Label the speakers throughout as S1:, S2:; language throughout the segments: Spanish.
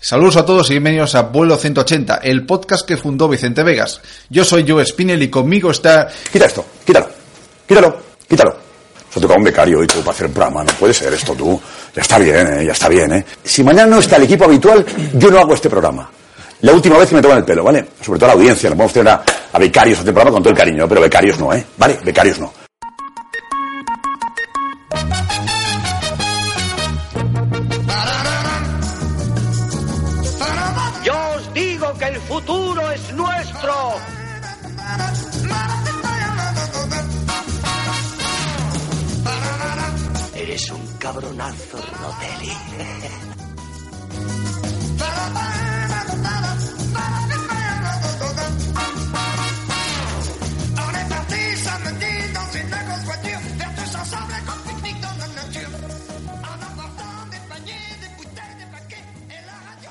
S1: Saludos a todos y bienvenidos a Vuelo 180, el podcast que fundó Vicente Vegas. Yo soy Joe Spinell y conmigo está...
S2: Quita esto, quítalo, quítalo, quítalo. Se toca un becario y tú para hacer un programa, no puede ser esto tú. Ya está bien, ¿eh? ya está bien. ¿eh? Si mañana no está el equipo habitual, yo no hago este programa. La última vez que me toman el pelo, ¿vale? Sobre todo a la audiencia, no podemos tener a, a becarios a este programa con todo el cariño, pero becarios no, ¿eh? ¿Vale? Becarios no.
S3: Yo os digo que el futuro es nuestro. Eres un cabronazo, Rotelli.
S4: On est parti samedi dans une grosse voiture, faire tous ensemble un grand pique-nique dans notre nature. En emportant des paniers, des bouteilles, des paquets et la radio.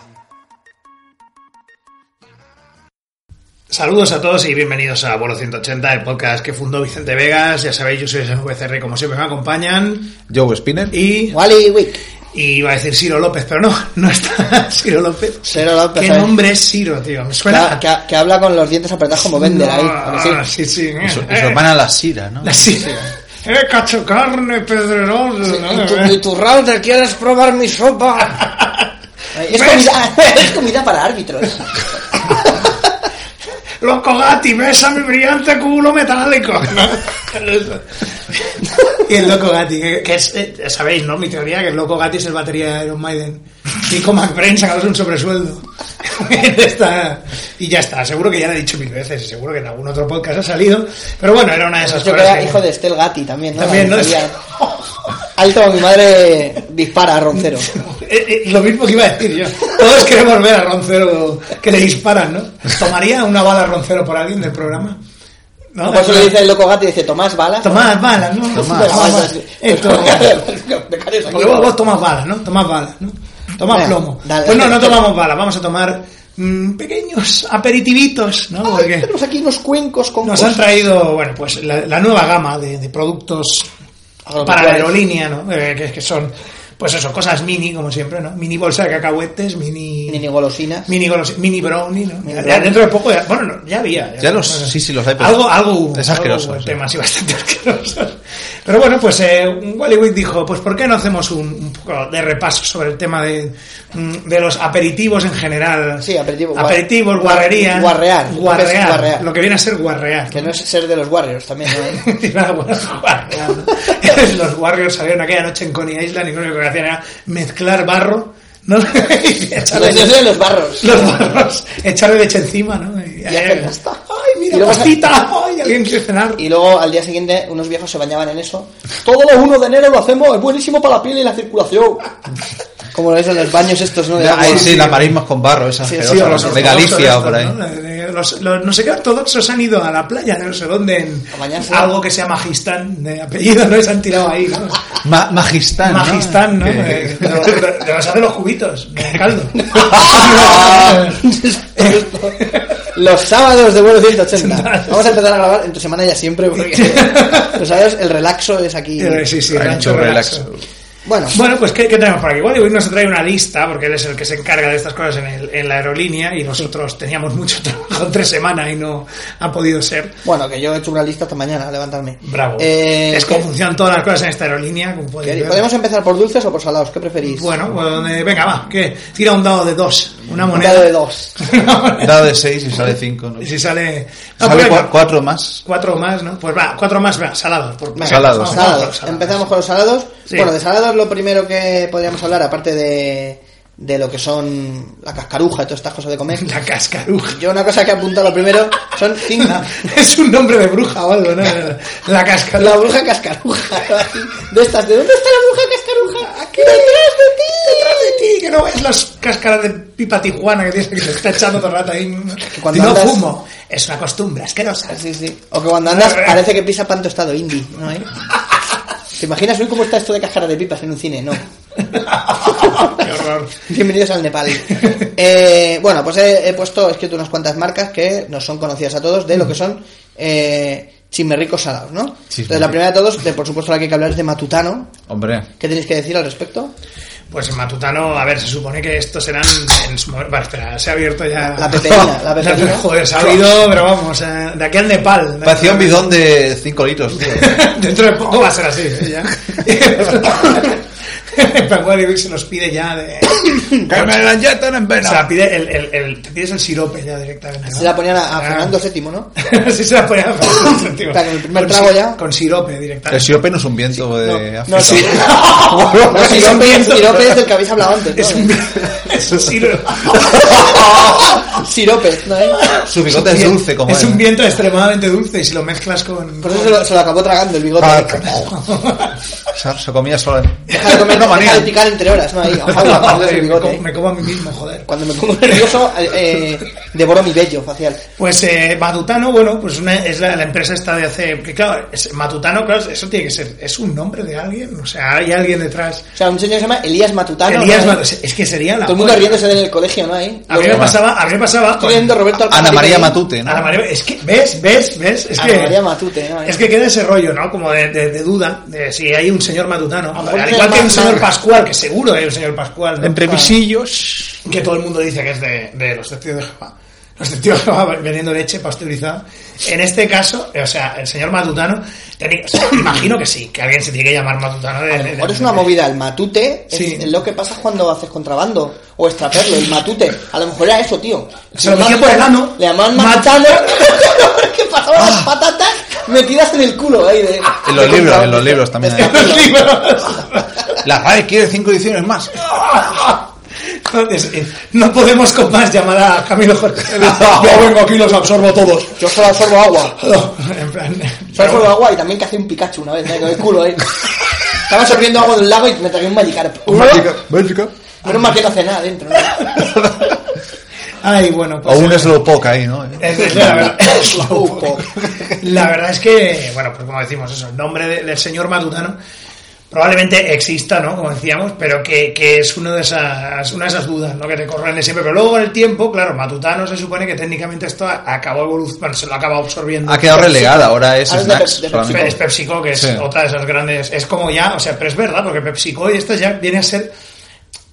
S5: Saludos a todos y bienvenidos a Vuelo 180, el podcast que fundó Vicente Vegas. Ya sabéis, yo soy SVCR, como siempre me acompañan.
S1: Joe Spinell.
S5: Y,
S6: Wally Wick.
S5: y iba a decir Ciro López, pero no, no está Ciro López.
S6: Ciro López,
S5: ¿Qué
S6: ¿sabes?
S5: nombre es Ciro, tío? Me
S6: Que,
S5: suena.
S6: que- que habla con los dientes apretados como Bender ahí. ¿a que sí?
S5: Ah, sí, sí.
S1: Y su, y su hermana la Sira, ¿no?
S5: La Ciro. Eh, cacho carne, pedrerón.
S6: Y
S5: eh.
S6: tu, y tu router, ¿quieres probar mi sopa?
S5: Ah,
S6: Ay, Es comida, es comida para árbitros.
S5: Loco Gatti, besa mi brillante culo metálico. y el Loco Gatti, que, que es, eh, sabéis, ¿no? Mi teoría que el Loco Gatti es el batería de Iron Maiden. Y con McBrain sacaros un sobresueldo. Está- y ya está, seguro que ya lo he dicho mil veces, y seguro que en algún otro podcast ha salido. Pero bueno, era una de esas
S6: Yo que
S5: cosas.
S6: era
S5: que-
S6: hijo de Estel Gatti también, ¿no?
S5: También, ¿no?
S6: La teoría. Ahí como mi madre dispara a Roncero.
S5: Eh, eh, lo mismo que iba a decir yo. Todos queremos ver a Roncero que le disparan, ¿no? ¿Tomaría una bala Roncero por alguien del programa? ¿No?
S6: Por eso le Pues dice el loco Gatti, dice, ¿tomás balas?
S5: Tomás balas, ¿no? Tomás, balas. Eh, tomás balas. Porque vos, vos tomás balas, ¿no? Tomás balas, ¿no? Tomás
S6: Venga,
S5: plomo.
S6: dale,
S5: pues no,
S6: dale.
S5: no tomamos balas, vamos a tomar mm, pequeños aperitivitos, ¿no? Porque
S6: Tenemos aquí unos cuencos con
S5: nos han
S6: cosas.
S5: traído, bueno, pues la, la nueva gama de, de productos para la
S6: Agropecuarios.
S5: aerolínea, ¿no? Eh, que, que son, pues eso, cosas mini, como siempre, ¿no? Mini bolsa de cacahuetes, mini...
S6: Mini golosinas.
S5: Mini, golos- mini brownie, ¿no?
S6: Mini
S5: Ya- ya
S6: brownie.
S5: dentro de poco, ya, bueno, no, ya había.
S1: Ya los- sí, sí, los hay, pero
S5: Algo, algo hubo,
S1: es
S5: algo
S1: asqueroso,
S5: hubo de
S1: sí.
S5: temas y bastante asquerosos. Pero bueno, pues eh, Wally Wick dijo, pues ¿por qué no hacemos un, un poco de repaso sobre el tema de, mm, de los aperitivos en general?
S6: Sí, aperitivo, guar-
S5: Aperitivos, guarrerías.
S6: guarrear, lo que es
S5: Guarrear.
S6: guarrear.
S5: Lo que viene a ser guarrear.
S6: Que no es ser de los Warriors también, ¿no?
S5: Nada, bueno, guarrear, ¿no? los Warriors salieron aquella noche en Coney Island y lo único que hacían era mezclar barro. ¿no? Y echarle-
S6: Los de los barros.
S5: los barros, echarle leche encima, ¿no? Y,
S6: ya está.
S5: ¡Ay,
S6: Y
S5: mira,
S6: luego-
S5: pastita! ¡Ay, alguien quiere cenar!
S6: Y luego al día siguiente unos viejos se bañaban en eso. Todos los 1 de enero lo hacemos, es buenísimo para la piel y la circulación. Como eso en los baños estos, ¿no? De
S1: Ya,
S6: agua.
S1: ahí sí, la marismas con barro, esa
S6: Sí,
S1: asquerosa,
S6: sí,
S5: o
S1: ¿no?
S5: los
S1: de
S5: ortodoxos
S1: Galicia o
S5: estos,
S1: por ahí.
S5: ¿no? Eh, Los, los no sé qué ortodoxos han ido a la playa de no sé dónde en
S6: A bañarse.
S5: algo que sea Magistán de apellido, ¿no? Y se han tirado ahí, ¿no?
S1: Ma- Magistán, Ah, ¿no?
S5: Magistán, ¿no?
S1: Que-
S5: Eh, De los, de- de los hace los juguitos, de caldo.
S1: Ah.
S5: Eh,
S6: Los sábados de vuelo 180. Vamos a empezar a grabar entre semana ya siempre, porque los sábados el relaxo es aquí.
S5: Eh, sí, sí,
S1: Rancho
S5: Rancho Relaxo.
S1: relaxo.
S6: Bueno,
S5: Bueno, pues ¿qué, qué tenemos por aquí? Wally Wood nos trae una lista, porque él es el que se encarga de estas cosas en, el- en la aerolínea y nosotros teníamos mucho trabajo entre semana y no ha podido ser.
S6: bueno, que yo he hecho una lista esta mañana, a levantarme.
S5: Bravo.
S6: Eh,
S5: es como
S6: ¿qué-
S5: funcionan todas las cosas en esta aerolínea. Como podéis
S6: qué-
S5: ver.
S6: ¿Podemos empezar por dulces o por salados? ¿Qué preferís?
S5: Bueno, pues, eh, venga, va, que tira un dado de dos, una
S6: un
S5: moneda.
S6: dado de dos.
S1: Dado de 6 y sale 5, ¿no?
S5: y si sale. No,
S1: Sale
S5: pues venga,
S1: 4 más.
S5: cuatro más, ¿no? Pues va, cuatro más, va, salados. por- venga,
S1: Salados.
S5: vamos, vamos por
S6: Salados. Empezamos con los salados.
S5: Sí.
S6: Bueno, de salados lo primero que podríamos hablar, aparte de, de lo que son la cascaruja y todas estas cosas de comer.
S5: La cascaruja.
S6: Yo una cosa que he apuntado lo primero son cinco...
S5: es un nombre de bruja o algo, ¿no? La
S6: La
S5: cascaruja.
S6: bruja cascaruja. De estas, ¿de dónde está la bruja cascaruja? Aquí, detrás de ti.
S5: detrás de ti, que no ves las cáscaras de pipa tijuana que tienes que te está echando todo el rato ahí.
S6: Que cuando
S5: Y no
S6: andas-
S5: fumo, es una costumbre asquerosa.
S6: Sí, sí. O que cuando andas parece que pisa pan tostado indie, ¿no? eh? ¿Te imaginas hoy cómo está esto de cáscara de pipas en un cine? No.
S5: Qué horror.
S6: Bienvenidos al Nepal. Eh, bueno, pues he, he puesto, he escrito unas cuantas marcas que nos son conocidas a todos de lo que son eh, chismerricos salados, ¿no? Entonces, la primera de todos, de, por supuesto la que hay que hablar es de Matutano.
S1: Hombre,
S6: ¿Qué tenéis que decir al respecto?
S5: Pues en Matutano, a ver, se supone que estos eran. En su momento- bueno, espera, se ha abierto ya.
S6: La peperina, la peperina.
S5: Ah. Joder, se ha abierto, pero vamos, eh, de aquí al Nepal.
S7: Parecía un bidón de 5 litros, tío.
S5: Dentro de poco va a ser así, ¿eh? ya. Paco de Vic se los pide ya de.
S1: ¡Que me la inyecten en
S5: O
S1: vena!
S5: sea, pide el, el, el- te pides el sirope ya directamente. ¿no?
S6: Se la ponían a, a
S5: Ah.
S6: Fernando VII, ¿no?
S5: sí, se la ponían a Fernando VII.
S6: O sea, con el primer
S5: Con si-
S6: trago ya.
S5: Con sirope directamente.
S1: el sirope no es un viento de África.
S6: No, sí. No, si
S5: Es
S6: son
S5: un
S6: sirope
S5: viento.
S6: sirope es del que habéis hablado antes. ¿no?
S5: Es un, es un sirope.
S6: Sirope, ¿no? eh?
S7: Su bigote es dulce como
S5: Es
S7: él.
S5: un viento extremadamente dulce y si lo mezclas con.
S6: Por eso se lo, se lo acabó tragando el bigote.
S5: Ah,
S7: Se, se comía sola.
S6: Deja de comer,
S7: No,
S6: deja
S7: manía.
S6: de picar entre horas, ¿no? Ahí, agua, agua,
S5: Joder,
S6: el
S5: me,
S6: bigote.
S5: como, me como a mí mismo, joder.
S6: Cuando me pongo nervioso, eh, eh, devoro mi vello facial.
S5: Pues eh, Matutano, bueno, pues una- es la, la empresa esta de hace... Que claro, es- Matutano, claro, eso tiene que ser... ¿Es un nombre de alguien? O sea, hay alguien detrás.
S6: O sea, un señor que se llama Elías Matutano. Ah, ¿no?
S5: Elías Matu- Es que sería la...
S6: Todo el mundo
S5: polla.
S6: riéndose de él en el colegio, ¿no? Ahí.
S5: A mí me
S6: Luego,
S5: pasaba... A mí me pasaba...
S6: estoy viendo a Roberto Alcalá
S7: Ana María
S6: ahí.
S7: Matute, ¿no?
S5: Ana María- es que, ¿ves? ¿Ves? ¿Ves? Es
S6: Ana
S5: que,
S6: María Matute, ¿no?
S5: Es que queda ese rollo, ¿no? Como de, de- de duda, de si hay un señor matutano.
S6: mejor
S5: Al
S6: se
S5: igual que hay un
S6: llama-
S5: señor Pascual, que seguro hay un señor Pascual. ¿no?
S1: Entre
S5: Ah.
S1: visillos.
S5: que todo el mundo dice que es de, de los testigos de Jehová. Los testigos de Jehová vendiendo leche pasteurizada. En este caso, o sea, el señor Matutano, tenía- o sea, imagino que sí, que alguien se tiene que llamar Matutano. De,
S6: A lo
S5: de-
S6: mejor
S5: de-
S6: es una movida, el matute es
S5: Sí.
S6: lo que pasa cuando haces contrabando o extraperlo, el matute. A lo mejor era eso, tío.
S5: Se lo metía por el ano.
S6: Le llamaban
S5: Mat- Ah.
S6: matutano porque pasaba las patatas metidas en el culo ahí de.
S7: En los libros, en los libros también. hay.
S5: Los libros.
S7: La RAE quiere 5 ediciones más.
S5: Entonces, eh, no podemos con más llamar a Camilo Jorge. Yo vengo aquí y los absorbo todos.
S6: Yo solo absorbo agua.
S5: En plan,
S6: Solo absorbo agua y también que hacía un Pikachu una vez, ¿eh? con el culo ahí. Estaba absorbiendo agua de un lago y me tragué un Magikarp. Menos mal que no hace nada dentro. ¿no?
S5: Ay, bueno,
S7: O
S5: pues.
S7: un Slowpoke ahí, ¿no?
S5: Es- es la, verdad,
S6: Slowpoke.
S5: La verdad es que, bueno, pues como decimos, eso, el nombre de- del señor Matutano probablemente exista, ¿no? Como decíamos, pero que, que es uno de esas, una de esas dudas, ¿no? Que te corren siempre. Pero luego con el tiempo, claro, Matutano se supone que técnicamente esto acabó evolucionando, se lo acaba absorbiendo.
S7: Ha quedado relegada, ahora es
S6: Ahora es de
S7: Snacks.
S6: Pepsi- de
S7: solamente.
S5: Pe- Es PepsiCo, que es
S7: Sí.
S5: otra de esas grandes. Es como ya, o sea, pero es verdad, porque PepsiCo y esto ya viene a ser.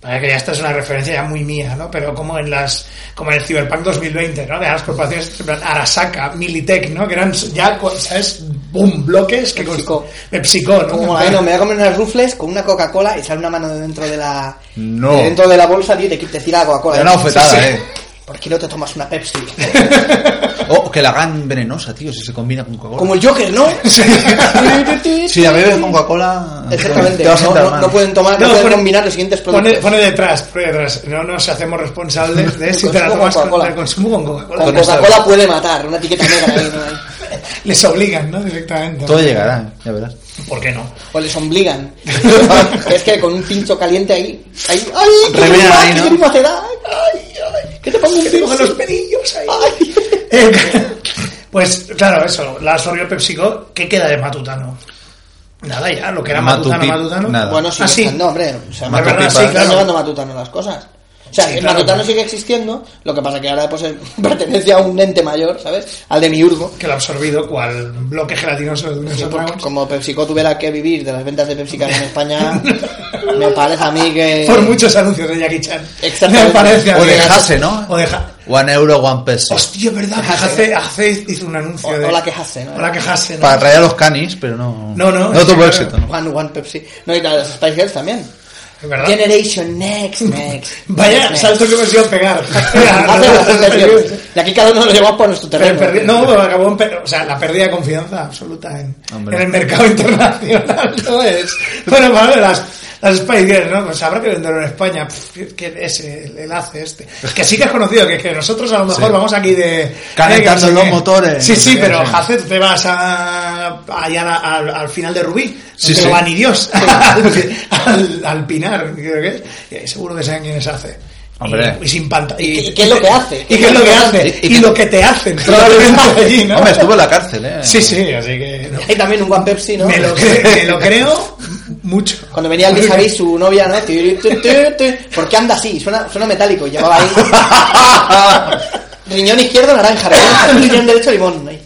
S5: Para que ya esta es una referencia ya muy mía, ¿no? Pero como en las. Como en el Cyberpunk 2020, ¿no? De las corporaciones. en plan, Arasaka, Militech, ¿no? Que eran ya, con- ¿sabes? Boom, bloques que.
S6: PepsiCo.
S5: cons- PepsiCo, ¿no?
S6: Como ahí no, ¿eh? me voy a comer unas rufles con una Coca-Cola y sale una mano de dentro de la.
S7: No.
S6: de dentro de la bolsa, tío, y te, te tira la Coca-Cola.
S7: Era una
S6: Sí,
S7: ofetada,
S6: sí.
S7: ¿eh?
S6: ¿Por qué no te tomas una Pepsi?
S7: Oh, que la hagan venenosa, tío, si se combina con Coca-Cola.
S6: Como el Joker, ¿no?
S7: Si la bebes con Coca-Cola,
S6: Exactamente.
S7: te vas a
S6: No,
S7: sentar
S6: no-
S7: mal.
S6: no pueden tomar, no,
S5: No,
S6: pueden
S5: pone-
S6: combinar los siguientes
S5: Pone,
S6: productos.
S5: pone detrás, pone detrás. No nos hacemos responsables de
S6: El
S5: si te la
S6: consumo
S5: tomas
S6: con
S5: con
S6: Coca-Cola.
S5: el consumo con Coca-Cola.
S6: Con
S7: Con esta-
S6: Coca-Cola puede matar, una etiqueta negra ahí, ¿no? Ahí.
S5: Les obligan, ¿no? Directamente.
S7: Todo llegará, ¿eh? ya verás.
S5: ¿Por qué no?
S6: O les obligan. es que con un pincho caliente ahí. ahí ¡Ay! ¡Qué
S7: Revelan
S6: grima,
S7: ahí,
S6: qué
S7: ¿no?
S6: grima te da! ¡Ay! ay, ¡Que te pongo un
S5: Que te cogen los
S6: pincho!
S5: pelillos ahí.
S6: ¡Ay!
S5: Eh, pues claro, eso, la absorbió PepsiCo, ¿qué queda de Matutano? Nada ya, lo que era
S7: Matupi-
S5: Matutano, Matutano.
S7: nada.
S6: Bueno, sigue
S5: Ah, sí.
S6: estando, hombre. O sea,
S5: Matupi
S6: Matutano-
S5: pasa.
S6: sí, claro. llevando Matutano las cosas. O sea,
S5: Sí,
S6: el
S5: claro.
S6: Matutano sigue existiendo, lo que pasa que ahora pues, eh, pertenece a un ente mayor, ¿sabes? Al de miurgo.
S5: Que lo ha absorbido cual bloque gelatinoso de unos
S6: Sí, porque
S5: atragos.
S6: como PepsiCo tuviera que vivir de las ventas de PepsiCo en España, me parece a mí que...
S5: Por muchos anuncios de Jackie Chan.
S6: eh, Exactamente.
S5: Me parece a
S7: O
S5: mí.
S7: de Hase, ¿no?
S5: O de Ja-
S7: One euro, one peso.
S5: Hostia, ¿verdad? Que
S6: Hase.
S5: Hase, Hase hizo un anuncio
S6: O-
S5: de...
S6: hola, que Hase, ¿no?
S5: Hola, que Hase, ¿no?
S7: Para atraer a los canis, pero no.
S5: No, no,
S7: No
S5: sí,
S7: tuvo
S5: claro.
S7: éxito, ¿no?
S6: One, one Pepsi. No, y claro, las Spice Girls también.
S5: ¿Verdad?
S6: Generation Next, Next.
S5: Vaya
S6: next,
S5: salto que hemos ido a pegar.
S6: Hace bastantes tiempos. Y aquí cada uno lo llevamos por nuestro terreno.
S5: Perdi- no, pero acabó en per- o sea, la pérdida de confianza absoluta en,
S7: Hombre.
S5: en el mercado internacional. ¿no es? Bueno, vale, las, las Spice Girls, ¿no? Pues habrá que venderlo en España. Pff, que ese, el, el hace este. Que sí que has conocido, que, que nosotros a lo mejor
S7: Sí.
S5: vamos aquí de.
S7: Calentando
S5: eh, que no sé
S7: los
S5: qué.
S7: motores.
S5: Sí, sí,
S7: Sí,
S5: pero
S7: sí.
S5: Hacet te vas a, allá a- al, al final de Rubí. No
S7: Sí,
S5: te
S7: sí.
S5: lo va ni Dios. al, al- al Pinar, creo que es. Y ahí seguro que saben quiénes hace.
S7: Hombre.
S5: Y, y sin panta.
S6: ¿Y qué- qué es lo que hace?
S5: ¿Y qué es lo que hace?
S7: Y- y
S5: Y
S7: que-
S5: lo que te hacen, probablemente allí, ¿no?
S7: Hombre, estuvo en la cárcel, ¿eh?
S5: Sí, sí, así que. no.
S6: Hay también un One Pepsi, ¿no?
S5: Me, lo cre- me lo creo mucho.
S6: Cuando venía el vis a vis, su novia, ¿no? Tu, tu, tu, tu. ¿Por qué anda así? Suena, suena metálico. Y llevaba ahí. Riñón izquierdo, naranja. Riñón, riñón derecho, limón. ahí.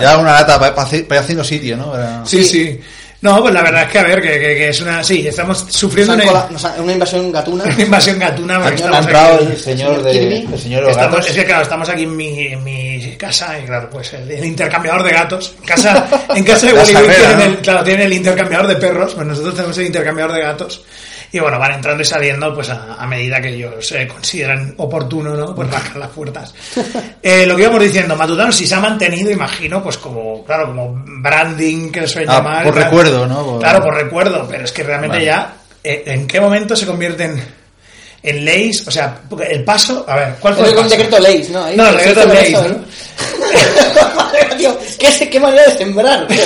S7: Ya una lata para ir haciendo sitio, ¿no? Era-
S5: Sí, sí. No, pues la verdad es que, a ver, que, que- que es una. Sí, estamos
S6: Nos
S5: sufriendo
S6: han
S5: una,
S6: colado- nos han- una invasión gatuna.
S5: una invasión gatuna. porque
S7: Ha
S5: estamos
S7: entrado
S5: aquí-
S7: el señor
S6: señor
S7: de.
S6: Kirby.
S7: El señor
S5: Estamos,
S7: Ogatos.
S5: es que claro, estamos aquí en mi, en mi casa y claro, pues el, el intercambiador de gatos. En casa, en casa de
S1: La
S5: Wally Wood
S1: salera,
S5: tienen
S1: ¿no?
S5: el, claro, tienen el intercambiador de perros, pues nosotros tenemos el intercambiador de gatos. Y bueno, van entrando y saliendo pues a, a medida que ellos eh, consideran oportuno, ¿no? Pues bajar las puertas. Eh, lo que íbamos diciendo, Matutano si se ha mantenido, imagino, pues como, claro, como branding que suele
S7: Ah,
S5: llamar.
S7: por
S5: tal.
S7: recuerdo, ¿no? Por-
S5: Claro, por recuerdo, pero es que realmente
S7: Vale.
S5: ya, eh, ¿en qué momento se convierten en leyes? O sea, porque el paso, a ver, ¿cuál fue
S6: Era
S5: el
S6: un
S5: paso?
S6: decreto leyes, ¿no? Ahí
S5: No,
S6: se
S5: decreto
S6: hizo con
S5: leyes,
S6: eso, ¿no? Tío, ¿qué, se- qué manera de sembrar? tío.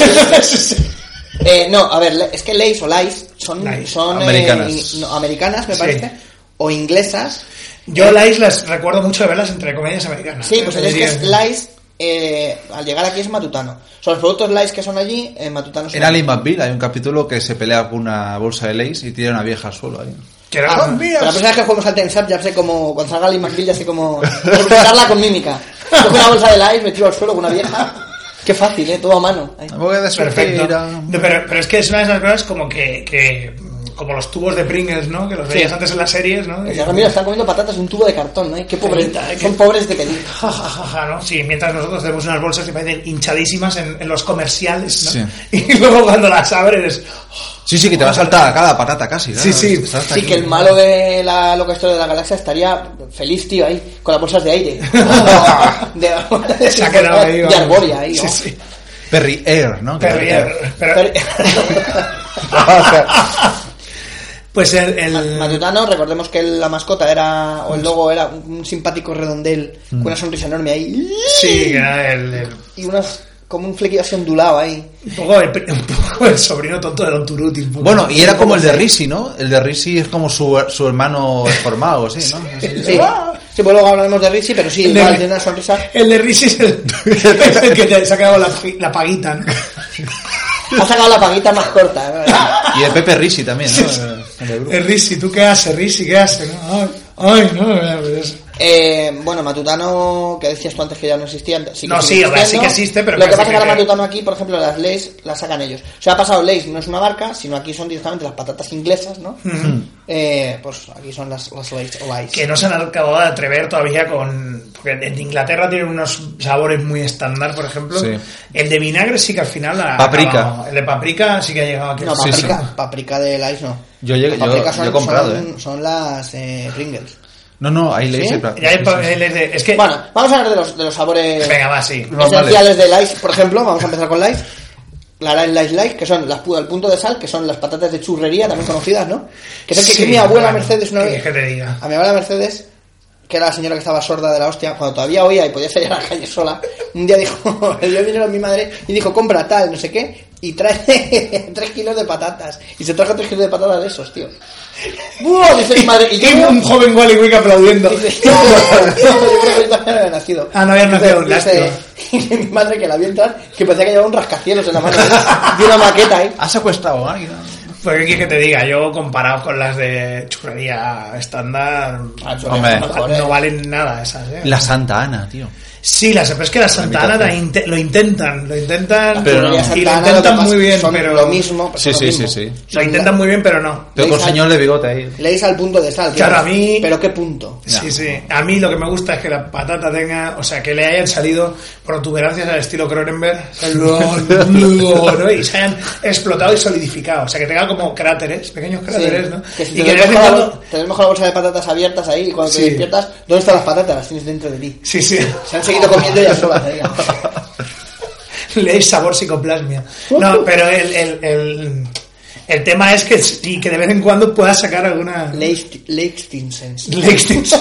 S6: Eh, no, a ver, le- es que leyes o lies son,
S5: Lies.
S6: son eh,
S7: Americanas.
S6: in- no, americanas, me
S5: Sí.
S6: parece, o inglesas.
S5: Yo las islas recuerdo mucho de verlas entre comedias americanas.
S6: Sí,
S5: ¿eh?
S6: pues
S5: Hoy
S6: es que
S5: día-
S6: es lies, eh, al llegar aquí es matutano. O sea, los productos lies que son allí, eh, matutanos son
S7: En Ali McBeal hay un capítulo que se pelea con una bolsa de leyes y tira una vieja al suelo ahí.
S5: que era-
S6: Ah, pero la persona que jugamos al Time's Up ya sé como cuando salga Lee McGill ya sé como interpretarla con mímica cojo una bolsa de live me tiro al suelo con una vieja qué fácil eh todo a mano Ahí.
S5: Perfecto. No, pero, pero es que es una de esas cosas como que, que, mm, como los tubos de Pringles, ¿no? Que los
S6: Sí.
S5: veías antes en las series, ¿no?
S6: Y ahora "Ah, mira están comiendo patatas de un tubo de cartón ¿no? qué pobres
S5: Qué-
S6: son pobres de pedir
S5: Ja, ja, ja, ja, ¿no? Sí, mientras nosotros tenemos unas bolsas que parecen hinchadísimas en, en los comerciales, ¿no?
S7: Sí.
S5: Y luego cuando las abren es...
S7: Sí, sí, que te va a saltar a cada patata casi. claro.
S5: Sí, sí.
S7: Está hasta
S6: sí
S7: aquí.
S6: que el malo de la loca historia de la galaxia estaría feliz tío ahí con las bolsas de aire de,
S5: Se ha quedado ahí,
S6: de
S5: vamos.
S6: arboria ahí ¿no?
S5: Sí, sí.
S7: Perry Air, ¿no? Que-
S5: Perrier, pero- pues el... el-
S6: Matutano, recordemos que la mascota era, o el logo era un un simpático redondel con una sonrisa enorme ahí
S5: Mm. sí, que era el- el
S6: y unas, como un flequillo así ondulado ahí.
S5: Un poco el, pri- un poco el sobrino tonto de Don Turuti. un poco.
S7: Bueno, y era como el de Risi, ¿no? El de Risi es como su, su hermano formado, sí, ¿no?
S6: Sí, sí pues luego hablaremos de Richie, pero sí,
S5: El de-
S6: igual de una sonrisa.
S5: El de Risi es el, es el que te- se ha quedado la, la paguita. ¿no?
S6: Ha sacado la paguita más corta. ¿eh? ¿no?
S7: Y el Pepe Risi también, ¿no?
S5: El Risi, ¿tú qué haces, Risi? ¿Qué haces? no? Ay, ay, no. es-
S6: Eh, bueno, Matutano, que decías tú antes que ya no existía. Sí que
S5: No,
S6: sigue
S5: sí, hombre,
S6: existiendo.
S5: sí que existe, pero
S6: Lo que
S5: casi
S6: pasa es que ahora
S5: que-
S6: Matutano aquí, por ejemplo, las Lays las sacan ellos. O sea, ha pasado Lays, no es una marca, sino aquí son directamente las patatas inglesas, ¿no?
S7: Mm.
S6: Eh, pues aquí son las, las Lays o Lays.
S5: Que no se han acabado de atrever todavía con... Porque en Inglaterra tienen unos sabores muy estándar, por ejemplo.
S7: Sí.
S5: El de vinagre sí que al final... ha
S7: Paprika.
S5: acabado. El de paprika sí que ha llegado aquí.
S6: No,
S7: Sí,
S6: paprika,
S7: sí.
S6: paprika de Lays no.
S7: Yo llegué- yo-
S6: Paprika
S7: yo he comprado,
S6: son,
S7: ¿eh?
S6: son las eh, Pringles.
S7: No, no, ahí leí
S6: ¿Sí?
S7: ese
S5: Y hay pa- el de- es que...
S6: Bueno, vamos a hablar de los, de los sabores
S5: venga, va, sí.
S6: esenciales de Lice, por ejemplo. Vamos a empezar con Lice. La Lice Lice Lice, que son las pu- al punto de sal, que son las patatas de churrería, también conocidas, ¿no? Que son que, que
S5: Sí,
S6: mi abuela
S5: bueno,
S6: Mercedes una
S5: ¿qué
S6: vez.
S5: quieres que te diga?
S6: A mi abuela Mercedes, que era la señora que estaba sorda de la hostia, cuando todavía oía y podía salir a la calle sola, un día dijo, le dio dinero a mi madre y dijo, compra tal, no sé qué, y trae tres kilos de patatas. Y se trajo tres kilos de patatas de esos, tío. ¡Buah! Dice mi madre. Y yo
S5: Tengo un joven Wally Wick aplaudiendo.
S6: yo creo que yo todavía no había nacido.
S5: Ah, no había nacido, lástima.
S6: Dice mi madre que la vi entrar, que parecía que llevaba un rascacielos en la mano. Y una maqueta ahí.
S7: ¿Has secuestrado a alguien?
S5: Pues qué quieres que te diga, yo comparado con las de churrería estándar,
S6: Ah,
S5: no,
S6: churrería
S7: Hombre.
S6: está mejor, ¿eh?
S5: no valen nada esas. ¿eh?
S7: La Santa Ana, tío.
S5: Sí, las, pero es que las Santa Ana
S7: imitación.
S5: la inte- lo intentan, lo intentan,
S7: Pero no.
S6: Las
S5: y
S6: Santa
S5: lo
S6: Ana, lo que
S5: intentan
S6: pasa
S5: muy
S6: es que
S5: bien,
S6: son
S5: pero
S6: Lo mismo. pero
S7: Sí,
S6: es
S7: sí,
S6: lo
S7: sí,
S6: mismo.
S7: sí.
S5: lo intentan muy bien, pero no.
S7: Pero con
S6: Leis al-
S7: señor de bigote ahí.
S6: Leis al punto de sal. tío.
S5: Claro, a mí-
S6: Pero qué punto.
S5: Sí, sí. A mí lo que me gusta es que la patata tenga, o sea, que le hayan salido protuberancias al estilo Cronenberg, ¿sabes? ¿no? y se hayan explotado y solidificado, o sea, que tenga como cráteres, pequeños
S6: Sí.
S5: cráteres, ¿no?
S6: Que si
S5: y
S6: te
S5: que de
S6: tenés,
S5: vez en
S6: mejor la,
S5: cuando-
S6: bol- tenés mejor la bolsa de patatas abiertas ahí y cuando
S5: Sí.
S6: te despiertas, ¿dónde están las patatas? Las tienes dentro de ti.
S5: Sí, sí.
S6: Se han seguido comiendo ellas solas. ¿eh?
S5: Leéis sabor psicoplasmia. No, pero el, el, el, el tema es que, sí, que de vez en cuando puedas sacar alguna.
S6: Leis Leis Tinsens.
S5: Leis tips.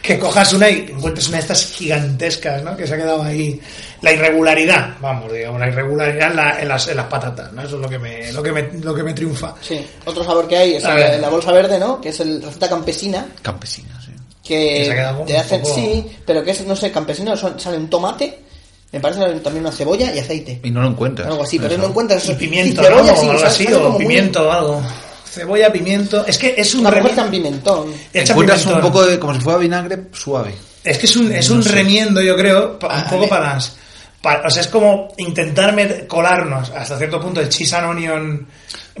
S5: que cojas una y encuentres una de estas gigantescas, ¿no? Que se ha quedado ahí. La irregularidad, vamos, digamos, la irregularidad en, la- en las, en las patatas, ¿no? Eso es lo que me, lo que me, lo que me triunfa.
S6: Sí. Otro sabor que hay es
S5: A
S6: el-
S5: ver.
S6: la bolsa verde, ¿no? Que es el receta campesina.
S7: Campesina, sí.
S5: Que se ha
S6: que
S5: quedado
S6: te
S5: un
S6: hacen
S5: poco-
S6: sí pero que es no sé campesino son- sale un tomate me parece también una cebolla y aceite
S7: Y no lo encuentras.
S6: algo así pero
S7: Eso.
S6: no encuentras
S5: Y
S6: eso.
S5: pimiento,
S6: Sí,
S5: ¿no?
S6: cebolla, sí,
S5: o algo
S6: sale-
S5: así,
S6: sale como
S5: o
S6: muy-
S5: pimiento o algo. Cebolla, pimiento. Es que es un
S6: tampoco es
S5: remi-
S6: tan pimentón
S5: Echa
S7: Encuentras un
S5: pimentón.
S7: poco de, como si fuera vinagre suave.
S5: Es que es un, es un remiendo, yo creo, pa- un poco para las, pa- o sea, es como intentar met- colarnos hasta cierto punto el cheese and onion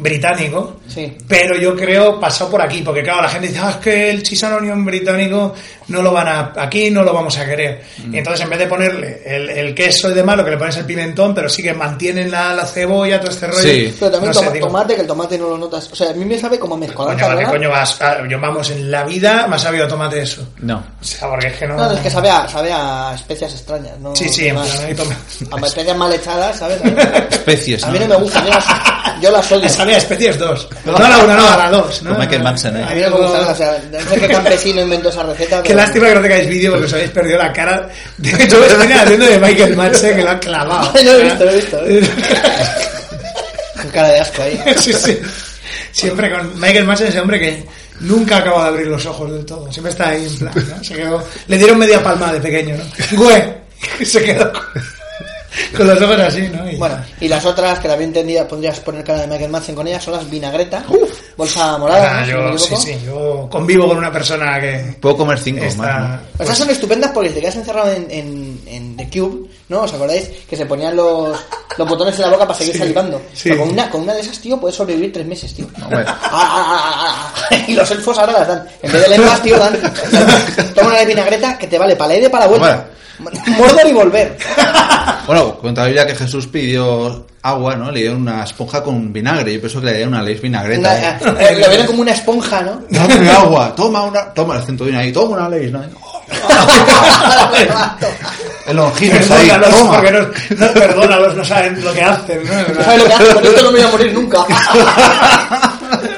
S5: británico,
S6: Sí.
S5: pero yo creo pasó por aquí, porque claro, la gente dice, "Ah, es que el cheese and onion británico no lo van a, aquí no lo vamos a querer. Y entonces en vez de ponerle el, el queso y demás, lo que le pones es el pimentón, pero sí que mantienen la, la cebolla, todo este rollo.
S7: Sí.
S6: Pero también
S5: No sé,
S6: toma-
S5: digo,
S6: tomate, que el tomate no lo notas. O sea, a mí me sabe como a mezclado
S5: Coño, ¿a qué coño vas? Ah, Yo vamos, en la vida me ha sabido tomate eso.
S7: No.
S5: O sea, porque es que no...
S6: No, es que sabe a, sabe a especias extrañas. No,
S5: Sí, sí, en
S6: más-
S5: plan, ahí toma-
S6: A especias mal echadas, ¿sabes?
S7: Especies,
S6: A mí no
S7: ¿no?
S6: me gusta, yo las, yo las odio.
S5: Esa había especies dos. No a la una, no, a la dos. ¿no?
S7: Con Michael Madsen, ¿eh?
S6: A mí no me gusta, o sea, no sé qué campesino inventó esa receta.
S5: Qué
S6: pero-
S5: lástima que no tengáis vídeo porque os habéis perdido la cara de yo me estoy haciendo de Michael Madsen que lo ha clavado.
S6: Lo he visto, lo he visto. Con cara de asco ahí.
S5: Sí, sí. Siempre con Michael Madsen, ese hombre que nunca acaba de abrir los ojos del todo. Siempre está ahí en plan. ¿no? Se quedó- le dieron media palma de pequeño, ¿no? Güey. Se quedó con, con los ojos así, ¿no? Y-
S6: Bueno, y las otras que también tendría, podrías poner cara de Michael Madsen con ellas son las vinagreta, bolsa morada,
S5: Ah,
S6: ¿no? si no me
S5: yo, sí,
S6: equivoco.
S5: sí, yo convivo con una persona que
S7: Puedo comer cinco
S5: está.
S7: más, ¿no?
S6: O
S5: Pues
S6: sea, son estupendas porque te quedas encerrado en, en, en The Cube, ¿no? ¿Os acordáis? Que se ponían los, los botones en la boca para seguir
S5: Sí,
S6: salivando.
S5: sí.
S6: Pero con, una, con una de esas, tío, puedes sobrevivir tres meses, tío.
S7: Hombre.
S6: Ah, ah, ah, ah, ah. Y los elfos ahora las dan. En vez de lenguas, tío, dan. Toma una de vinagreta que te vale para la ida y para la vuelta. Morder y volver.
S7: Bueno, con la Biblia que Jesús pidió agua, ¿no? Le dieron una esponja con vinagre. Yo pienso que le dieron una ley
S6: Una-
S7: vinagreta. ¿eh?
S6: eh, lo vieron como una esponja, ¿no?
S7: Dame agua, toma una, toma el centurión ahí, toma una ley, ¿no? El Longinos Pues ahí,
S5: Perdónalos,
S7: toma.
S5: porque no, no, perdónalos, no saben lo que hacen,
S6: No
S5: ¿no?
S6: sabes lo que haces, con esto no me voy a morir nunca.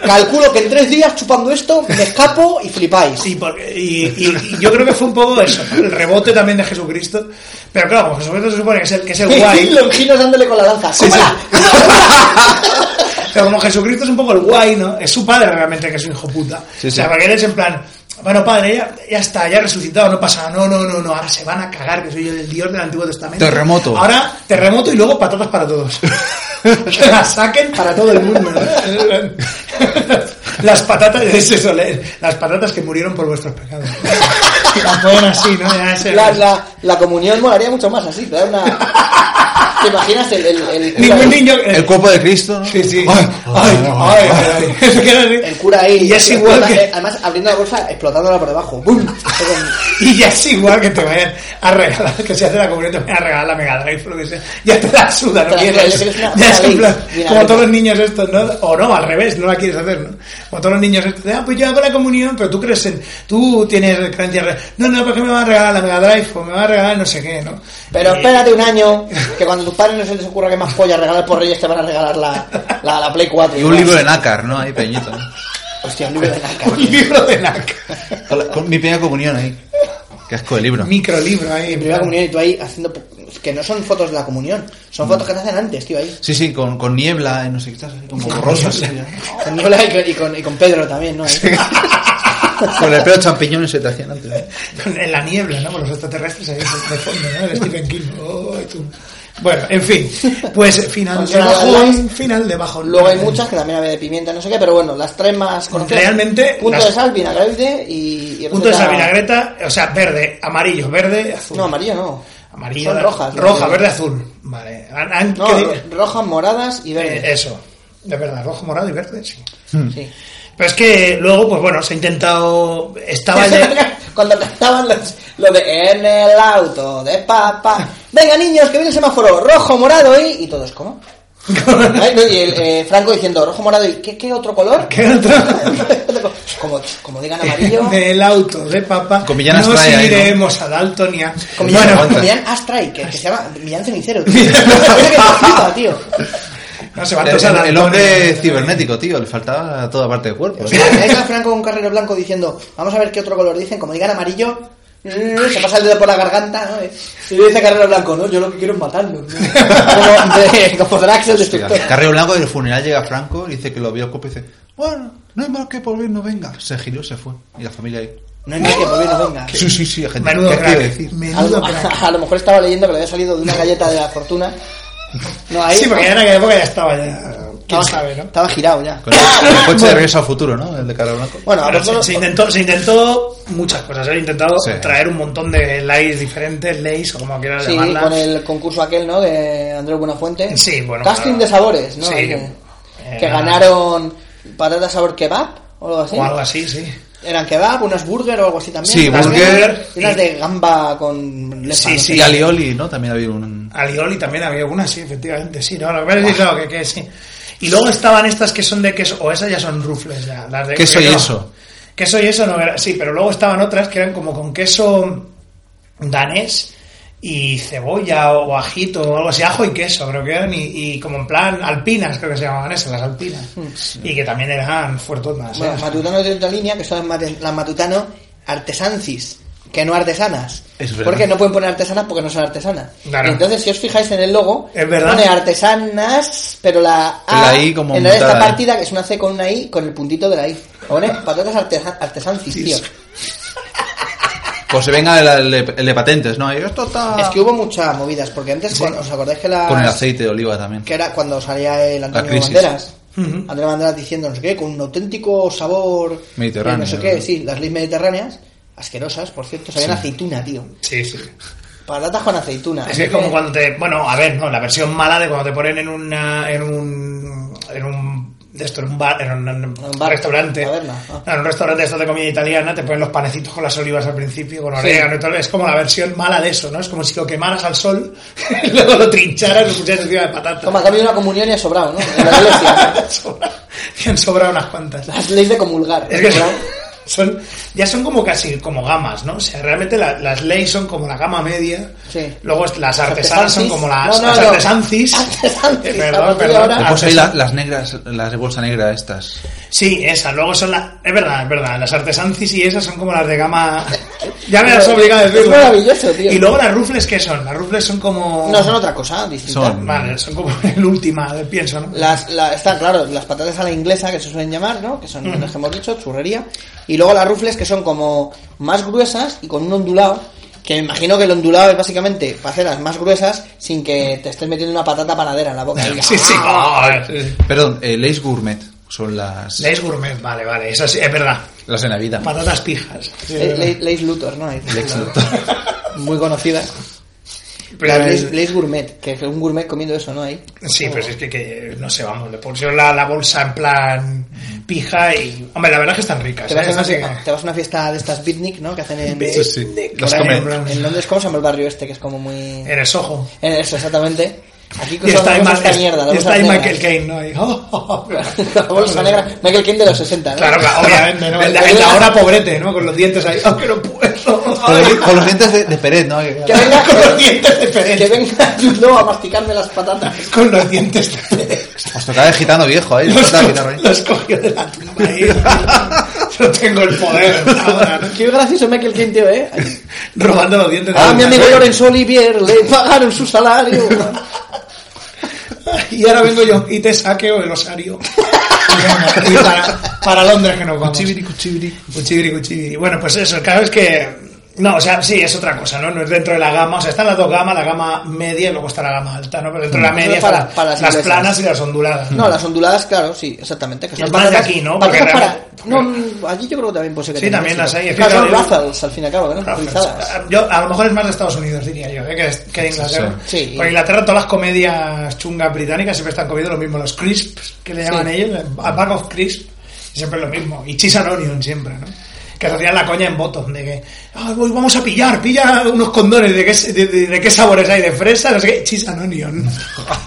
S6: Calculo que en tres días chupando esto me escapo y flipáis.
S5: Y, por- y- y- y yo creo que fue un poco eso, ¿no? el rebote también de Jesucristo. Pero claro, como Jesucristo se supone que es el, que es el
S6: Y
S5: guay.
S6: Longinos dándole con la lanza. ¡Cómala!
S5: o sea, como Jesucristo es un poco el guay, ¿no? Es su padre realmente que es un hijo puta.
S7: Sí,
S5: o sea,
S7: sí.
S5: para que él es en plan, bueno, padre, ya, ya está, ya ha resucitado, no pasa nada. No, no, no, no, ahora se van a cagar, que soy yo el dios del Antiguo Testamento.
S7: Terremoto.
S5: Ahora, terremoto y luego patatas para todos. que la saquen para todo el mundo. ¿no? las patatas, es eso, le- las patatas que murieron por vuestros pecados. Y las ponen así, ¿no? Ya se-
S6: La, la, la comunión molaría mucho más así. Te, da una... ¿Te imaginas el, el, el cura
S5: Ningún
S6: ahí?
S5: niño. eh,
S7: El cuerpo de Cristo, ¿no?
S5: Sí, sí.
S7: Ay, ay, ay, ay.
S5: Se queda así.
S6: El cura ahí.
S5: Y es
S6: explota-
S5: igual
S6: eh,
S5: que.
S6: Además, abriendo la bolsa, explotándola por debajo. ¡Bum!
S5: Y ya es igual que te vayan a regalar, que si hace la comunión te vayan a regalar la Mega Drive, lo que sea. Ya te la suda,
S6: Te
S5: no
S6: la
S5: quieres.
S6: suda, ya quieres una-
S5: Ya es
S6: una
S5: en plan,
S6: Big, una
S5: como
S6: Big.
S5: todos los niños estos, ¿no? O no, al revés, no la quieres hacer, ¿no? Como todos los niños estos, ah, pues yo hago la comunión, pero tú crees en, tú tienes creencia, re- no, no, ¿por qué me van a regalar la Mega Drive? O me van a regalar no sé qué, ¿no?
S6: Pero espérate un año, que cuando tus padres no se les ocurra que más polla regalar por Reyes te van a regalar la, la, la Play 4.
S7: Y un libro de Nácar, ¿no? Ahí, Peñito. ¿no?
S6: Hostia, un libro de Nácar.
S5: Un libro de NAC.
S7: Con la- con mi primera comunión ahí. Qué asco de libro.
S5: Microlibro ahí.
S6: En primera comunión y tú ahí haciendo... Que no son fotos de la comunión, son fotos que te hacen antes, tío, ahí.
S7: Sí, sí, con, con niebla y no sé qué tal, así como borrosas.
S6: Con Nicola y con, y con, y con Pedro también, ¿no? Ahí.
S7: Con el pelo champiñones se te hacían antes. ¿eh?
S5: En la niebla, ¿no? Con los extraterrestres ahí de fondo, ¿no? El Stephen King. Oh, tú. Bueno, en fin. Pues final de
S6: Contra la
S5: bajón,
S6: Light.
S5: final de bajón.
S6: Luego hay muchas que también había de pimienta, no sé qué, pero bueno, las tres más conocidas.
S5: Realmente,
S6: Punto
S5: las-
S6: de sal, vinagrete y. y
S5: Punto de esa
S6: receta-
S5: vinagreta, o sea, verde, amarillo, verde, azul.
S6: No, amarillo no.
S5: Amarillo,
S6: Son rojas. las
S5: Roja,
S6: de-
S5: verde, azul. Vale. Han- han-
S6: No,
S5: ¿qué
S6: ro-
S5: di-
S6: rojas, moradas y
S5: eh, Mm.
S6: verde.
S5: eso. De verdad, rojo, morado y verde, sí.
S6: Sí.
S5: Pero es que luego, pues bueno, se ha intentado. Estaba ya.
S6: Cuando cantaban los, lo de en el auto de papá. Venga, niños, que viene el semáforo rojo, morado y. Y todos, ¿cómo? Ay, no, y el, eh, Franco diciendo rojo, morado y. ¿Qué, qué otro color?
S5: ¿Qué otro?
S6: como, como digan amarillo.
S5: Del auto de papá.
S7: Con Millán
S5: nos
S7: Astrae ahí, ¿no?
S5: iremos a Daltonia.
S6: Con
S7: Bueno,
S6: Millán,
S7: aguanta.
S6: con Millán Astray, que, que se llama Millán Cenicero. Tío. Es que te flipa, tío.
S5: No se va
S7: El,
S5: todos a
S7: el- el
S5: Daltonia.
S7: hombre cibernético, tío, le faltaba toda parte del cuerpo. ¿eh?
S6: Mira, ahí está Franco con Carrero Blanco diciendo, vamos a ver qué otro color dicen, como digan amarillo, mm, se pasa el dedo por la garganta, ¿no? Y le dice Carrero Blanco, no, yo lo que quiero es matarlo. ¿no? Como, de- como Drax el
S7: Hostia,
S6: destructor.
S7: Carreo Blanco del funeral llega Franco y dice que lo vio a copo y dice, bueno, no hay mal que por bien no venga. Se giró y se fue. Y la familia ahí.
S6: No hay más que por bien no venga.
S7: Sí, sí, sí, gente.
S5: Menudo
S7: ¿Qué
S5: crack.
S7: quiere decir?
S5: Menudo
S6: Algo-
S5: crack.
S6: a lo mejor estaba leyendo que le había salido de una galleta de la fortuna. No, ahí.
S5: Sí, porque ya en aquella época ya estaba ya. ¿Quién
S6: estaba,
S5: sabe, no?
S6: estaba girado ya.
S7: Con el, con el coche de regreso al futuro, ¿no? El de cara blanco.
S6: Bueno,
S5: Pero
S6: ahora
S5: se,
S6: todo-
S5: se intentó, se intentó muchas cosas. Se ha intentado
S7: Sí.
S5: traer un montón de leyes diferentes, leyes o como quieras
S6: Sí,
S5: llamarlas.
S6: con el concurso aquel, ¿no? De Andrés Buenafuente.
S5: Sí, bueno,
S6: Casting
S5: claro.
S6: de sabores, ¿no?
S5: Sí.
S6: Que, que
S5: Eh,
S6: ganaron patata sabor kebab o algo así.
S5: O algo así, sí.
S6: Eran kebab, unas burger o algo así también.
S7: Sí,
S6: Unas
S7: burger.
S6: Y unas de gamba con... lefa,
S5: Sí,
S6: no sé.
S7: Y Alioli, ¿no? También había un...
S5: Alioli también había una, sí, efectivamente, sí, no, lo que pasa es que, claro, que, que sí. Y luego estaban estas que son de queso, o esas ya son rufles, ya, las de
S7: Queso y
S5: no.
S7: eso.
S5: Queso y eso no era, sí, pero luego estaban otras que eran como con queso danés y cebolla o ajito o algo así, ajo y queso, creo que eran, y, y como en plan alpinas, creo que se llamaban esas, las alpinas. Y que también eran fuertotas.
S6: Bueno,
S5: ¿eh?
S6: matutano de otra línea, que son las mate- las matutano artesancis, que no artesanas.
S7: Es verdad.
S6: porque no pueden poner artesanas porque no son artesanas.
S5: Claro.
S6: Y entonces, si os fijáis en el logo,
S5: Es verdad.
S6: pone artesanas, pero la
S7: Pero
S6: A
S7: la I como
S6: en realidad está
S7: mutada, ¿eh?
S6: partida, que es una C con una I, con el puntito de la I. Pone patatas artesa- artesancis, tío.
S7: Pues se venga el, el de- el de patentes, ¿no? Y esto está...
S6: Es que hubo muchas movidas, porque antes, cuando- ¿os acordáis que las-
S7: Con el aceite de oliva también.
S6: que era cuando salía el Antonio
S7: crisis.
S6: Banderas.
S5: Ujú.
S6: Antonio Banderas diciendo no sé qué, con un auténtico sabor
S7: Mediterráneo,
S6: eh, No sé qué,
S7: ¿no?
S6: sí, las leyes mediterráneas, asquerosas, por cierto, sabían a aceituna, tío.
S5: Sí, sí.
S6: Patatas con aceituna. Eh,
S5: Es que es como cuando te. Bueno, a ver, no, la versión mala de cuando te ponen en una. en un. en un. de esto, en un bar, en un, en un
S6: Un bar,
S5: restaurante.
S6: taberna, ah.
S5: No, en un restaurante de estos de comida italiana te ponen los panecitos con las olivas al principio, con orégano y tal. Es como la versión mala de eso, ¿no? Es como si lo quemaras al sol, y luego lo trincharas y lo pusieras encima de patata.
S6: Toma, que ha habido una comunión y ha sobrado, ¿no? En la iglesia.
S5: y han sobrado unas cuantas.
S6: las leyes de comulgar.
S5: Es que son,
S6: ¿verdad?
S5: son- ya son como casi como gamas, ¿no? O sea, realmente la- las leyes son como la gama media.
S6: Sí.
S5: Luego es- las artesanas son
S6: artesancis.
S5: como las,
S6: No, no,
S5: las
S6: no.
S5: artesancis.
S6: Artesancis,
S5: Eh,
S6: a
S5: Perdón,
S6: partir de
S5: perdón.
S6: ahora.
S7: O pues ahí
S5: Artesan-
S7: la- las negras, las de bolsa negra estas.
S5: Sí, esas. Luego son las. Es verdad, es verdad. Las artesancis y esas son como las de gama. ya me has obligado a
S6: Es
S5: decirlo.
S6: maravilloso, tío.
S5: Y luego las rufles, ¿qué son? Las rufles son como.
S6: No, son otra cosa distinta.
S7: Son.
S5: Vale, son como el última del pienso, ¿no?
S6: Las, la- está claro, las patatas a la inglesa que se suelen llamar, ¿no? Que son las que hemos dicho, churrería. Y luego las rufles que son como más gruesas y con un ondulado. Que me imagino que el ondulado es básicamente para hacerlas más gruesas sin que te estés metiendo una patata panadera en la boca.
S5: Sí, sí. Ah, sí, sí.
S7: Perdón, eh, Lays Gourmet son las...
S5: Leis gourmet, vale, vale. Eso sí, es verdad.
S7: Las de Navidad.
S5: Patatas pijas. Sí, es
S6: Le-
S5: verdad.
S6: le- Leis Luthor, ¿no? Ahí.
S7: Lex Luthor.
S6: Muy conocidas.
S5: Pero
S6: Las
S5: es-
S6: Leis, Leis Gourmet, que es un gourmet comiendo eso, ¿no? Ahí.
S5: Sí, pues es que, que, no sé, vamos, le pusieron la, la bolsa en plan pija y... Hombre, la verdad es que están ricas.
S6: Te vas,
S5: ¿eh?
S6: a una,
S5: Estas sí que-
S6: te vas a una fiesta de estas beatnik, ¿no? Que hacen en,
S7: Sí, sí. Las
S5: Por ahí,
S7: comen.
S5: en plan,
S6: en Londres. ¿Cómo se llama el barrio este? Que es como muy...
S5: En el Soho.
S6: En Eh, Eso, exactamente. Aquí
S5: Y está ahí,
S6: usamos
S5: Ma-
S6: esta mierda. la
S5: y está
S6: bolsa
S5: ahí
S6: negra.
S5: Michael Caine, ¿no? Y- oh, oh, oh.
S6: La bolsa negra. Michael Caine de los 60, ¿no?
S5: Claro, claro, obviamente, ¿no? En la, en la hora pobrete, ¿no? Con los dientes ahí. ¡Oh, que no puedo!
S7: Con, los- con los dientes de, de Pérez, ¿no?
S6: Que venga,
S5: Con los dientes de
S6: que
S5: Pérez.
S6: venga Jude Law a masticarme las patatas.
S5: Con los dientes de Pérez.
S7: Os tocaba el gitano viejo ahí.
S5: Los,
S7: la guitarra ahí.
S5: los cogió de la tumba ahí. Yo tengo el poder ahora, ¿no?
S6: Qué gracioso Michael Caine, tío, ¿eh?
S5: Robando los dientes de
S7: Ah,
S6: A mi
S5: Pérez.
S6: amigo Lorenzo Olivier le pagaron su salario.
S5: Y ahora vengo yo y te saqueo el osario. y para, para Londres que nos vamos. Cuchibiri, cuchibiri. Cuchibiri, cuchibiri. Bueno, pues eso, el caso es que... No, o sea, sí, es otra cosa, ¿no? No es dentro de la gama. O sea, están las dos gamas, la gama media y luego está la gama alta, ¿no? Pero dentro de la media
S6: Mm. Para-
S5: están
S6: para las
S5: las,
S6: inglesas.
S5: planas y las onduladas.
S6: No, las onduladas, claro, sí, exactamente. Que son
S5: Es más de
S6: patatas-
S5: aquí, ¿no?
S6: patatas
S5: Porque
S6: para... No,
S5: realmente-
S6: allí yo creo que también puede ser que
S5: Sí,
S6: tengan
S5: también
S6: éxito.
S5: las hay, es que
S6: Claro,
S5: yo-
S6: son Ruffles, al fin y al cabo, que no son frizadas.
S5: Yo, a lo mejor es más de Estados Unidos, diría yo, ¿eh? que, es- que de Inglaterra.
S6: Sí. Sí.
S5: Por Inglaterra, todas las comedias chungas británicas siempre están comiendo lo mismo. Los crisps, que le llaman
S6: Sí.
S5: ellos, a bag of crisp, siempre lo mismo. Y cheese and onion siempre, ¿no? Que se hacían la coña en botos, de que, "Ah, voy, vamos a pillar, pilla unos condones, ¿de qué, de, de- de qué sabores hay? ¿De fresa? No sé qué, cheese and onion.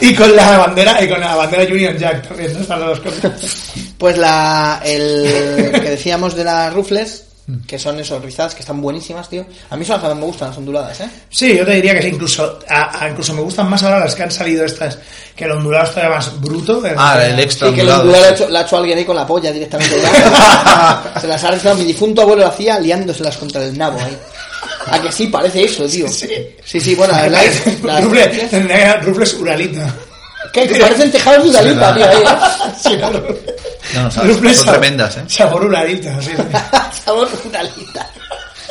S5: y con la bandera, y con la bandera Union Jack también, ¿no? Estas dos cosas.
S6: Pues la, el que decíamos de las rufles, que son esos rizadas, que están buenísimas, tío. A mí son las que más me gustan, las onduladas, ¿eh?
S5: Sí, yo te diría que sí, incluso, a- a- incluso me gustan más ahora las que han salido estas, que el ondulado está más bruto. pero-
S7: Ah, el extra
S6: Sí, que
S7: ondulado.
S6: la ondulada la ha hecho, la ha hecho alguien ahí con la polla directamente. se las ha rizado. Mi difunto abuelo lo hacía liándoselas contra el nabo ahí. A que sí, parece eso, tío. Sí, sí, bueno, la verdad es- las
S5: Rufles, negra, Rufles Uralita.
S6: ¿Qué? Que parecen tejados de Udalita, tío. Ahí,
S5: Sí, claro.
S7: No, no, sabes,
S5: Rufles
S7: son
S5: sabor-
S7: tremendas, ¿eh?
S5: Sabor Uralita, sí. sí.
S6: ¿eh? Sabor Udalita.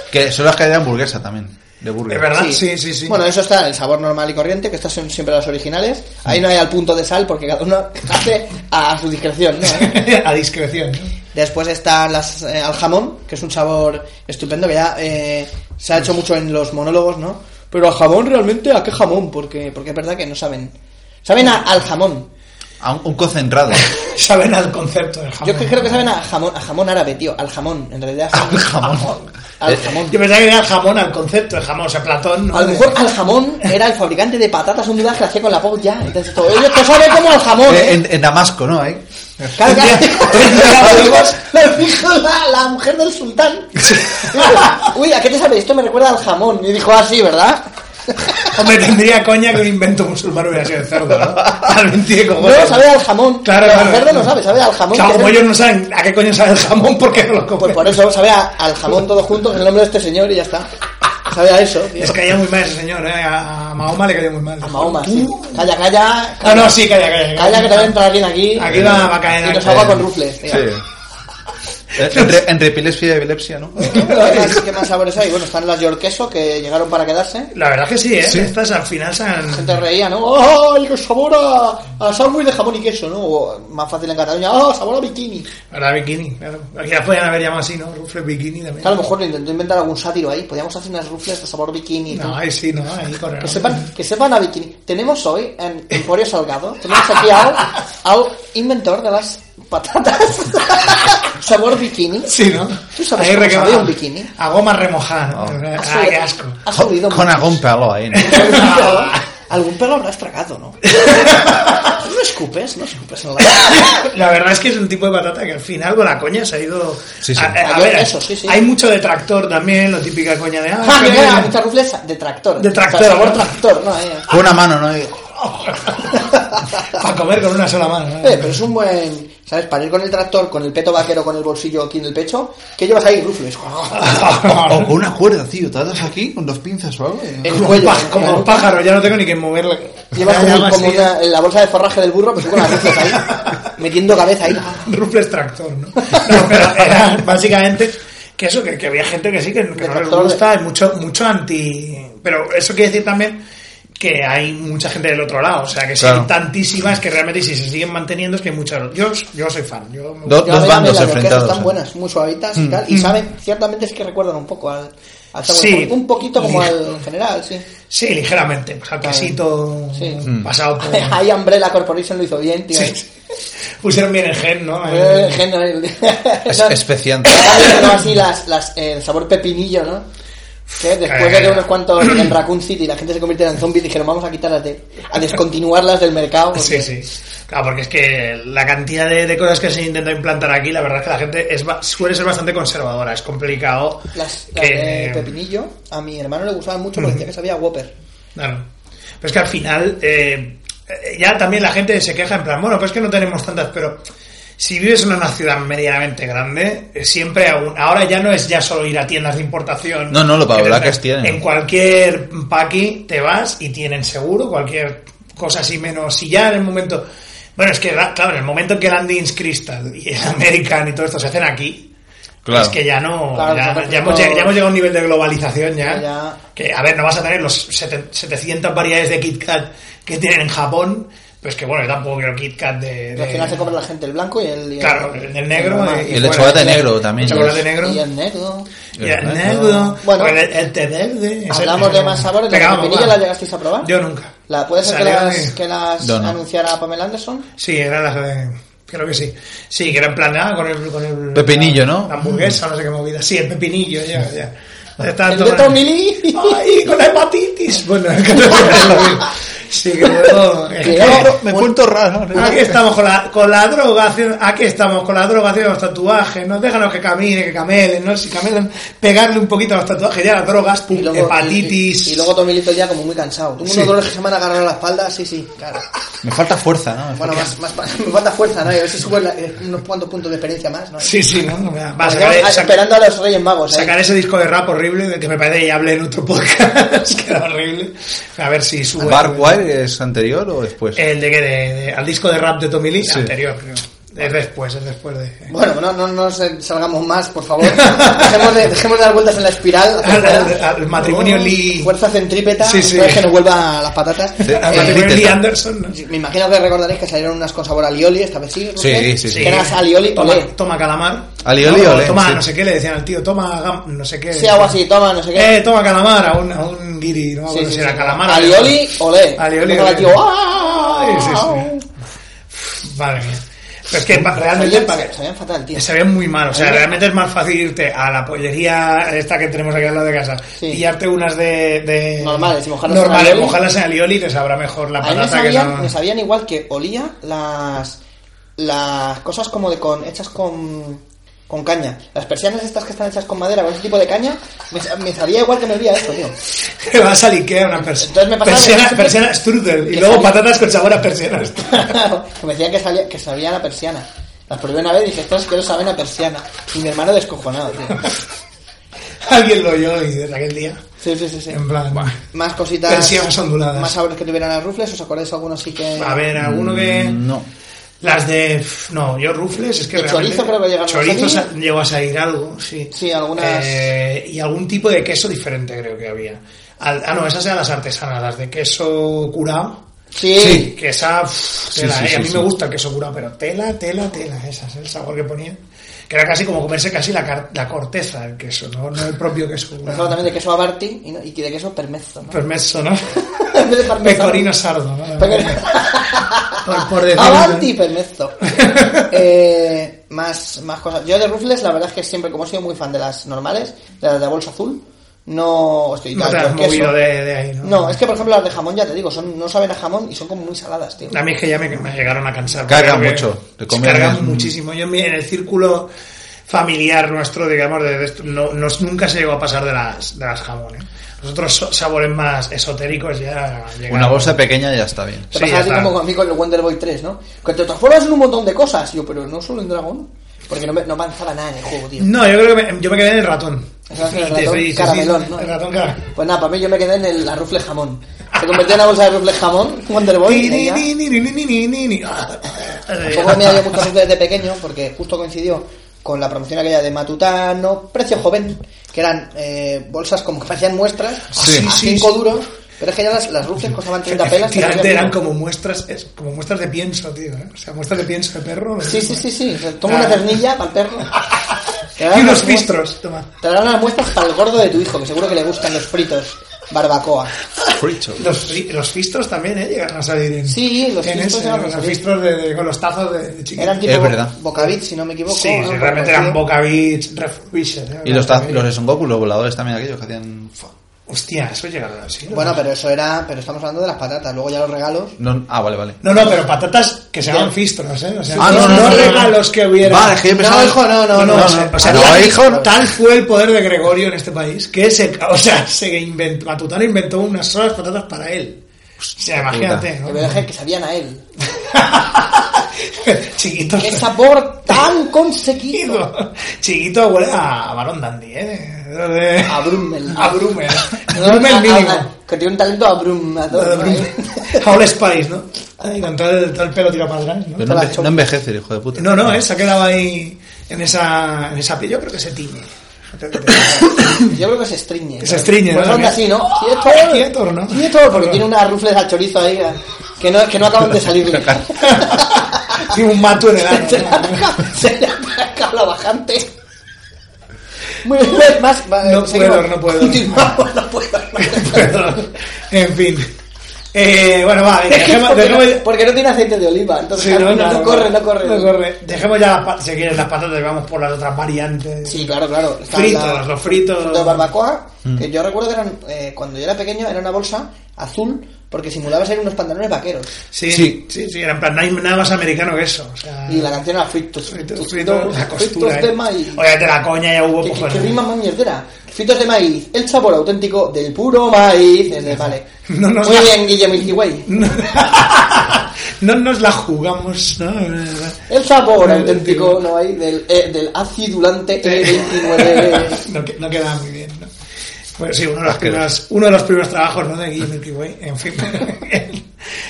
S7: Que son las que de hamburguesa también. de burger.
S5: Es verdad, sí, sí, sí.
S6: Bueno, eso está en el sabor normal y corriente, que estas son siempre las originales. Ahí no hay al punto de sal porque cada uno hace a su discreción. ¿no?
S5: a discreción. ¿no?
S6: Después están las eh, al jamón, que es un sabor estupendo que ya eh, se ha hecho mucho en los monólogos, ¿no? Pero al jamón realmente, ¿a qué jamón? Porque, porque es verdad que no saben. Saben a- al jamón.
S7: A un, un concentrado. Eh,
S5: Saben al concepto del jamón.
S6: Yo que- creo que saben a jamón, a jamón árabe, tío. Al jamón, en realidad.
S7: Al jamón.
S6: Al jamón.
S5: Eh, Yo pensaba que era el jamón al concepto, el jamón, o sea, Platón. ¿no?
S6: A lo mejor al jamón era el fabricante de patatas hundidas que hacía con la pop ya. Entonces, todo ellos te saben como al jamón.
S7: Eh,
S6: ¿eh?
S7: en, en Damasco, ¿no? Ahí.
S6: Claro, claro.
S7: Amigos.
S6: Me dijo la, la mujer del sultán. Uy, ¿a qué te sabe? Esto me recuerda al jamón. Y dijo así, ¿verdad?
S5: Hombre, tendría coña que un invento musulmán hubiera sido el cerdo, ¿no? Al mentir como.
S6: No, sabe al jamón.
S5: Claro,
S6: Pero
S5: claro.
S6: el cerdo no sabe, sabe al jamón.
S5: Claro,
S6: que
S5: como
S6: es el-
S5: ellos no saben a qué coño sabe el jamón porque no lo
S6: Pues
S5: comen.
S6: por eso sabe a- al jamón todo junto, que es el nombre de este señor y ya está. Sabe a eso, tío.
S5: Es que caía muy mal ese señor, ¿eh? A a Mahoma le caía muy mal.
S6: A Mahoma,
S5: ¿Tú?
S6: sí. Calla, calla.
S5: Ah, Uh. no, sí, calla, calla.
S6: Calla, que te va a entrar alguien aquí.
S5: Aquí va- va a caer
S6: Y nos
S5: alguien.
S6: ahoga con rufles, tío.
S7: Eh, Entre, entre epilepsia y epilepsia, ¿no?
S6: ¿Qué más- ¿Qué más sabores hay? Bueno, están las York queso que llegaron para quedarse.
S5: La verdad que sí, ¿eh? Estas al final se
S6: La
S5: han...
S6: gente reía, ¿no? ¡Ay, qué sabor a, a sándwich de jamón y queso, ¿no? O más fácil en Cataluña, ¡ah, sabor a bikini!
S5: Ahora bikini, claro. Aquí las podían haber llamado así, ¿no? Rufle bikini también.
S6: Que a lo mejor le intentó inventar algún sátiro ahí. Podríamos hacer unas rufles de este sabor bikini.
S5: No,
S6: tú.
S5: ahí sí, ¿no? Ahí corre.
S6: que, sepan, que sepan a bikini. Tenemos hoy en Emporio Salgado, tenemos aquí al, al inventor de las patatas. sabor bikini.
S5: Sí, ¿no?
S6: ¿Tú sabes
S5: ahí
S6: cómo
S5: recaba-
S6: sabe un bikini?
S5: A goma remojada. ¿no?
S6: Ha
S5: Ah,
S6: subido-
S5: qué asco.
S6: Ha subido
S7: Con
S6: mucho.
S7: algún palo ahí, ¿no?
S6: Algún pelo habrás tragado, ¿no? No escupes, no escupes en la...
S5: La verdad es que es un tipo de patata que al final con la coña se ha ido...
S7: Sí, sí.
S5: A, a- a
S6: Ah,
S5: ver,
S6: eso, sí, sí.
S5: Hay mucho detractor también, lo típica coña de...
S6: Ah,
S5: qué
S6: mira,
S5: coña.
S6: muchas rufles de tractor.
S5: De tractor,
S6: O sea, sabor
S5: ¿no?
S6: tractor, ¿no? Eh,
S7: Con una mano, ¿no? Y-
S5: Para comer con una sola mano. ¿no?
S6: Eh, pero es un buen... ¿Sabes? Para ir con el tractor, con el peto vaquero, con el bolsillo aquí en el pecho, que llevas ahí rufles.
S5: Ah,
S7: O con una cuerda, tío. Te atas aquí con dos pinzas o algo. y-
S6: El
S5: Como,
S6: cuello.
S5: pá- como
S6: claro.
S5: pájaro, ya no tengo ni que moverla.
S6: Llevas
S5: Ya
S6: como,
S5: llama
S6: como
S5: así,
S6: una- en la bolsa de forraje del burro, pues tú con las rufles ahí, metiendo cabeza ahí.
S5: Rufles tractor, ¿no? No, pero era básicamente que eso, que, que había gente que sí, que, que no les
S6: Detractor de-
S5: gusta, hay mucho, mucho anti... Pero eso quiere decir también que hay mucha gente del otro lado, o sea, que si
S7: Claro.
S5: hay tantísimas que realmente si se siguen manteniendo es que hay muchas... Yo, yo soy fan, yo... me
S7: Do-
S5: gusta.
S7: dos
S6: Yo a ver, a
S7: bandos
S6: ver, las yorkesas
S7: enfrentados. ¿eh?
S6: Están buenas, muy suavitas y tal. Y saben, ciertamente es que recuerdan un poco al... al sabor.
S5: Mm, Sí.
S6: Un poquito como
S5: Lija.
S6: al general, sí.
S5: Sí, ligeramente, pues al quesito
S6: Sí.
S5: pasado por...
S6: Ahí Umbrella Corporation lo hizo bien, tío.
S5: Sí. Pusieron bien el gen, ¿no?
S6: Eh, general.
S7: Es
S6: No,
S7: especiante.
S6: Ahora mismo así las, las, eh, el sabor pepinillo, ¿no? Que después de que unos cuantos
S5: Eh.
S6: en Raccoon City la gente se convirtiera en zombies, dijeron vamos a quitarlas de, a descontinuarlas del mercado.
S5: Sí,
S6: porque-
S5: sí. Claro, porque es que la cantidad de, de cosas que se intenta implantar aquí, la verdad es que la gente es, ba- suele ser bastante conservadora. Es complicado.
S6: Las, las
S5: que, eh,
S6: de pepinillo a mi hermano le gustaban mucho porque decía que sabía a Whopper.
S5: Claro. Pero es que al final, eh, eh, ya también la gente se queja en plan, bueno, pues es que no tenemos tantas, pero si vives en una ciudad medianamente grande, eh, siempre aún, ahora ya no es ya solo ir a tiendas de importación.
S7: No, no, lo
S5: que
S7: pablacas
S5: tendrás-
S7: tienen.
S5: En cualquier paqui te vas y tienen seguro, cualquier cosa así menos. Si ya en el momento. Bueno, es que, ra- claro, en el momento que Landins Crystal y el American y todo esto se hacen aquí, es que ya no.
S6: Claro,
S5: ya,
S6: nosotros
S5: ya hemos,
S6: no-
S5: lleg- ya hemos llegado a un nivel de globalización ya.
S6: Que ya-
S5: Que, a ver, no vas a tener los sete- 700 variedades de Kit Kat que tienen en Japón. Pero es que, bueno, yo tampoco quiero Kit Kat de.
S6: Y
S5: de-
S6: al final se come la gente el blanco y el... y el-
S5: Eh. Claro, el del negro.
S6: normal.
S5: eh,
S7: Y el de
S5: fuera.
S7: chocolate negro también.
S5: El chocolate negro.
S6: Y el negro.
S5: Y el
S7: Ajá.
S5: negro.
S6: Bueno.
S5: el, el té Pues, eh, verde. ese-
S6: Hablamos de más sabores. ¿La
S5: Venga, vamos,
S6: pepinilla
S5: va.
S6: la llegasteis a probar?
S5: Yo nunca.
S6: ¿La, ¿Puede ser que
S5: Salió
S6: las,
S5: de-
S6: que las
S7: No, no.
S6: anunciara Pamela Anderson?
S5: Sí, era la de. Creo que sí. Sí, que era en plan ah, con el. Con el
S7: Pepinillo,
S5: la-
S7: ¿no?
S5: La hamburguesa, no sé qué movida. Sí, el pepinillo, ya, ya. Estaba
S6: El
S5: todo-
S6: Beto Mili.
S5: ¡Ay, con la hepatitis! Bueno, es que no es lo mismo. Sí, que luego. es que-
S6: Cuidado.
S7: Me he vuelto raro.
S5: Aquí estamos con la, con la droga, haciendo- aquí estamos con la droga haciendo los tatuajes, no déjanos que caminen, que camelen, ¿no? Si camelan, pegarle un poquito a los tatuajes, ya las drogas, pum,
S6: Y luego-
S5: hepatitis.
S6: Y, y luego Tomilito ya como muy cansado. Tengo
S5: Sí.
S6: unos dolores que se me han agarrado a la espalda, sí, sí, claro.
S7: Me falta fuerza, ¿no? Me
S6: Bueno, más, más, me falta fuerza, ¿no? Y a ver si subo la- eh, unos cuantos puntos de experiencia más, ¿no?
S5: Sí, sí, no, no, mira, va,
S6: Nos
S5: sacaré,
S6: quedamos
S5: sac-
S6: esperando a los Reyes Magos, ¿eh?
S5: sacaré ese disco de rap horrible de que me parece que ya hablé en otro podcast, que era horrible. A ver si sube.
S7: ¿Barwire es anterior o después?
S5: Eh, El de que de, de- al disco de rap de Tommy Lee, anterior, creo. Es después, es después de.
S6: Bueno, no, no, no se- salgamos más, por favor. Dejemos de, dejemos de dar vueltas en la espiral. hacia
S5: Al, al-
S6: afuera.
S5: al matrimonio Lee.
S6: Fuerza centrípeta,
S5: Sí, sí.
S6: no es que nos vuelva a las patatas.
S5: Al
S6: Eh,
S5: matrimonio Lee Anderson. ¿no?
S6: me imagino que recordaréis que salieron unas con sabor alioli, esta vez sí. ¿no
S7: Sí,
S6: sé?
S7: sí, sí.
S6: Que eras alioli,
S5: toma,
S6: olé.
S5: toma calamar.
S7: Alioli,
S5: No,
S7: olé,
S5: Toma,
S7: sí.
S5: no sé qué, le decían al tío, toma gam- no sé qué.
S6: Sí, algo así, toma, no sé qué.
S5: Eh, toma calamar a un, a un guiri, no me
S6: Sí,
S5: acuerdo
S6: sí,
S5: si
S6: sí.
S5: era calamar.
S6: Alioli, olé.
S5: Alioli,
S6: Empezaba
S5: olé.
S6: el tío, ¡ah!
S5: Sí, sí, sí. Madre mía. Pero es que pa- realmente
S6: Salían-
S5: pa-
S6: salían fatal, tío.
S5: se ve muy mal. O sea,
S6: Salían-
S5: realmente es más fácil irte a la pollería esta que tenemos aquí al lado de casa.
S6: Sí.
S5: Pillarte unas de, de-
S6: Normales, y mojarlas en
S5: normales,
S6: alioli.
S5: mojarlas en alioli y te sabrá mejor la
S6: A mí me
S5: patata que
S6: sabían,
S5: no.
S6: me sabían igual que olía las las cosas como de con hechas con con caña. Las persianas estas que están hechas con madera, con ese tipo de caña, me, sa- me sabía igual que me olía esto, tío.
S5: Te vas al Ikea una pers-
S6: Entonces me pasaba
S5: persiana,
S6: que-
S5: persiana strudel y
S6: que
S5: luego
S6: salía-
S5: patatas con sabor a persiana.
S6: que me decían que sabía, que sabía a la persiana. Las probé una vez y dije, estas que no saben a persiana. Y mi hermano descojonado, tío.
S5: Alguien lo oyó y desde aquel día.
S6: Sí, sí, sí, sí.
S5: En plan,
S6: Más cositas.
S5: Persianas onduladas.
S6: Más sabores que tuvieran las rufles, ¿os acordáis algunos sí que.
S5: a ver, alguno que.
S6: Mm.
S7: Mm, No.
S5: Las de. pf, No, yo rufles, es que
S6: De
S5: realmente.
S6: chorizo creo que llegaron a
S5: Chorizo
S6: salir.
S5: sa- llegó a salir algo, sí.
S6: Sí, algunas-
S5: Eh, y algún tipo de queso diferente creo que había. Al- ah, no, esas eran las artesanas, las de queso curado.
S6: Sí.
S5: Que esa. pf, tela,
S7: sí,
S5: eh,
S7: sí,
S5: a mí
S7: sí.
S5: me gusta el queso curado, pero tela, tela, tela, esa es el sabor que ponía. Que era casi como comerse casi la, car- la corteza del queso, no, no el propio queso
S6: Me acuerdo
S5: curado.
S6: también de queso abarti y, no- y de queso permezzo, ¿no?
S5: Permesso, ¿no?
S6: En vez de parmesano.
S5: Pecorino sardo, ¿no? Por, por decir-
S6: Avanti, permezzo. Eh, más, más cosas. Yo de Rufles, la verdad es que siempre, como he sido muy fan de las normales, de las de bolsa azul, no estoy
S5: No
S6: tal,
S5: te has
S6: con queso.
S5: movido de, de ahí, ¿no?
S6: No, es que por ejemplo las de jamón, ya te digo, son, no saben a jamón y son como muy saladas, tío.
S5: A mí es que ya me, me llegaron a cansar.
S7: Cargan
S5: porque
S7: mucho, te comen-
S5: Cargan muchísimo. Yo en mi- en el círculo familiar nuestro, digamos, de, de esto, no, no- nunca se llegó a pasar de las, de las jamones. Los otros so- sabores más esotéricos ya llegaron.
S7: Una bolsa pequeña ya está bien.
S5: sí,
S6: Te pasa
S5: ya
S6: así
S5: está.
S6: como con- a mí con el Wonder Boy 3, ¿no? Que te transformas en un montón de cosas. Y Yo, pero no solo en dragón. Porque no, me- no avanzaba nada en el juego, tío.
S5: No, yo creo que me, yo me quedé en el ratón.
S6: Eso es el
S5: Y te
S6: ratón
S5: estoy- te
S6: caramelón,
S5: estoy-
S6: ¿no?
S5: El ratón caramelón.
S6: Pues nada, para mí yo me quedé en el, la Rufles jamón. Se convirtió en una bolsa de Rufles jamón, Wonder Boy. y ya.
S5: Ni, ni, ni, ni, ni, ni, ni, ni. Ah.
S6: Tampoco comía yo muchas veces desde pequeño, porque justo coincidió con la promoción aquella de Matutano, precio joven, que eran eh, bolsas como que parecían muestras,
S5: Sí.
S6: a
S5: Sí,
S6: 5
S5: sí.
S6: duros, pero es que ya las, las rufles costaban 30 pelas. que no
S5: Efectivamente,
S6: había
S5: eran
S6: pico.
S5: como muestras, es- como muestras de pienso, tío. ¿eh? O sea, muestras de pienso de perro.
S6: Sí, sí, sí, sí. o sea, Toma una
S5: Claro.
S6: ternilla para el perro. Te
S5: Ah. Y
S6: darán
S5: unos
S6: unas muestras-
S5: pistros. Toma.
S6: Te darán unas muestras para el gordo de tu hijo, que seguro que le gustan los fritos, barbacoa.
S5: Los, fi- los fistros también, ¿eh? Llegaron a salir en.
S6: Sí, los
S5: en
S6: fistros
S5: ese,
S6: llegaron a
S5: los
S6: salir.
S5: fistros de, de- con los tazos de, de chiquito.
S6: Eran tipo
S7: Es verdad.
S6: bocavit, si no me equivoco.
S5: Sí,
S6: ¿no?
S5: sí, realmente
S6: Algo
S5: eran
S6: parecido.
S5: Boca Beach, Refurbished. ¿eh?
S7: Y los,
S5: Boca
S7: ta-
S5: Beach.
S7: los de Son Goku, los voladores también aquellos que hacían...
S5: Hostia, eso llegaron así. ¿no?
S6: Bueno, pero eso era... Pero estamos hablando de las patatas. Luego ya los regalos...
S7: No- ah, vale, vale.
S5: No, no, pero patatas que se llaman
S6: Ya.
S5: fistros, ¿eh? O sea,
S7: Ah, no, no, no, no.
S5: regalos que hubiera.
S7: Vale, es que yo pensaba-
S6: No, hijo, no,
S5: no,
S6: no, no.
S5: o sea, o sea,
S7: No,
S5: tal,
S7: hijo.
S5: tal fue el poder de Gregorio en este país que se, o sea, se inventó, Matutano inventó unas solas patatas para él. O sea, imagínate,
S6: Que
S5: ¿no?
S6: me dejen que sabían a él.
S5: Chiquito.
S6: ¡Qué sabor tan conseguido!
S5: Chiquito huele a Barón Dandy, ¿eh? De-
S6: A Brummel.
S5: A Brummel.
S6: No, a-
S5: Brummel mínimo.
S6: a- que tiene un talento a Brum. A todo,
S5: A
S6: ¿no?
S5: Brummel. A All Spice, ¿no? Ahí con todo el, todo el pelo tirado para atrás, ¿no?
S7: Pero no,
S6: Hola,
S7: enveje-
S6: Choco.
S7: no envejece el hijo de puta. Ah.
S5: No, no, ¿eh? Se ha quedado ahí en esa, en esa piel. Yo creo que se tiñe. Yo creo que te-
S6: Yo creo que se estriñe.
S5: Que se estriñe,
S6: Pues
S5: ¿no? Oh,
S6: onda así, ¿no? Quieto.
S5: Quieto, ¿no?
S6: Quieto, porque tiene unas rufles al chorizo ahí eh, que no, que no acaban de salirle.
S5: Tiene un mato en el ano.
S6: se le ha atascado- se le ha atascado la bajante. Muy bien, más. va,
S5: No
S6: seguimos.
S5: puedo, no puedo.
S6: Continuamos, no puedo.
S5: ¿no? en fin. Eh, bueno, va,
S6: Es que
S5: dejemos,
S6: porque,
S5: dejemos,
S6: no, porque no tiene aceite de oliva, entonces
S5: Sí,
S6: al final no corre, no corre.
S5: no corre. Dejemos ya, las pa- si quieres, las patatas, vamos por las otras variantes.
S6: Sí, claro, claro. Están
S5: Fritos,
S6: las-
S5: los fritos. Mm.
S6: de barbacoa, que yo recuerdo que eran, eh, cuando yo era pequeño, era una bolsa azul, porque simulaba ser unos pantalones vaqueros.
S5: Sí, sí,
S7: Sí.
S5: sí, era en plan, no hay nada más americano que eso. O sea,
S6: Y la canción era fritos,
S5: Ah. fritos,
S6: fritos,
S5: fritos, la
S6: fritos
S5: costura.
S6: de
S5: eh.
S6: maíz.
S5: Óyate, la coña ya hubo pues
S6: Que, que-
S5: pocos.
S6: que rima más mierdera. Fritos de maíz, el sabor auténtico del puro maíz. Es de- vale.
S5: No nos
S6: Muy
S5: da-
S6: bien, Guillermo Higüey.
S5: No, no nos la jugamos, ¿no? Eh,
S6: El sabor
S5: No,
S6: auténtico
S5: no.
S6: no hay del, eh, del acidulante E29.
S5: no, que- no queda muy bien, ¿no? Bueno, sí, uno de los, primeros, uno de los primeros trabajos, ¿no? De Guillermo Milky Way, en fin.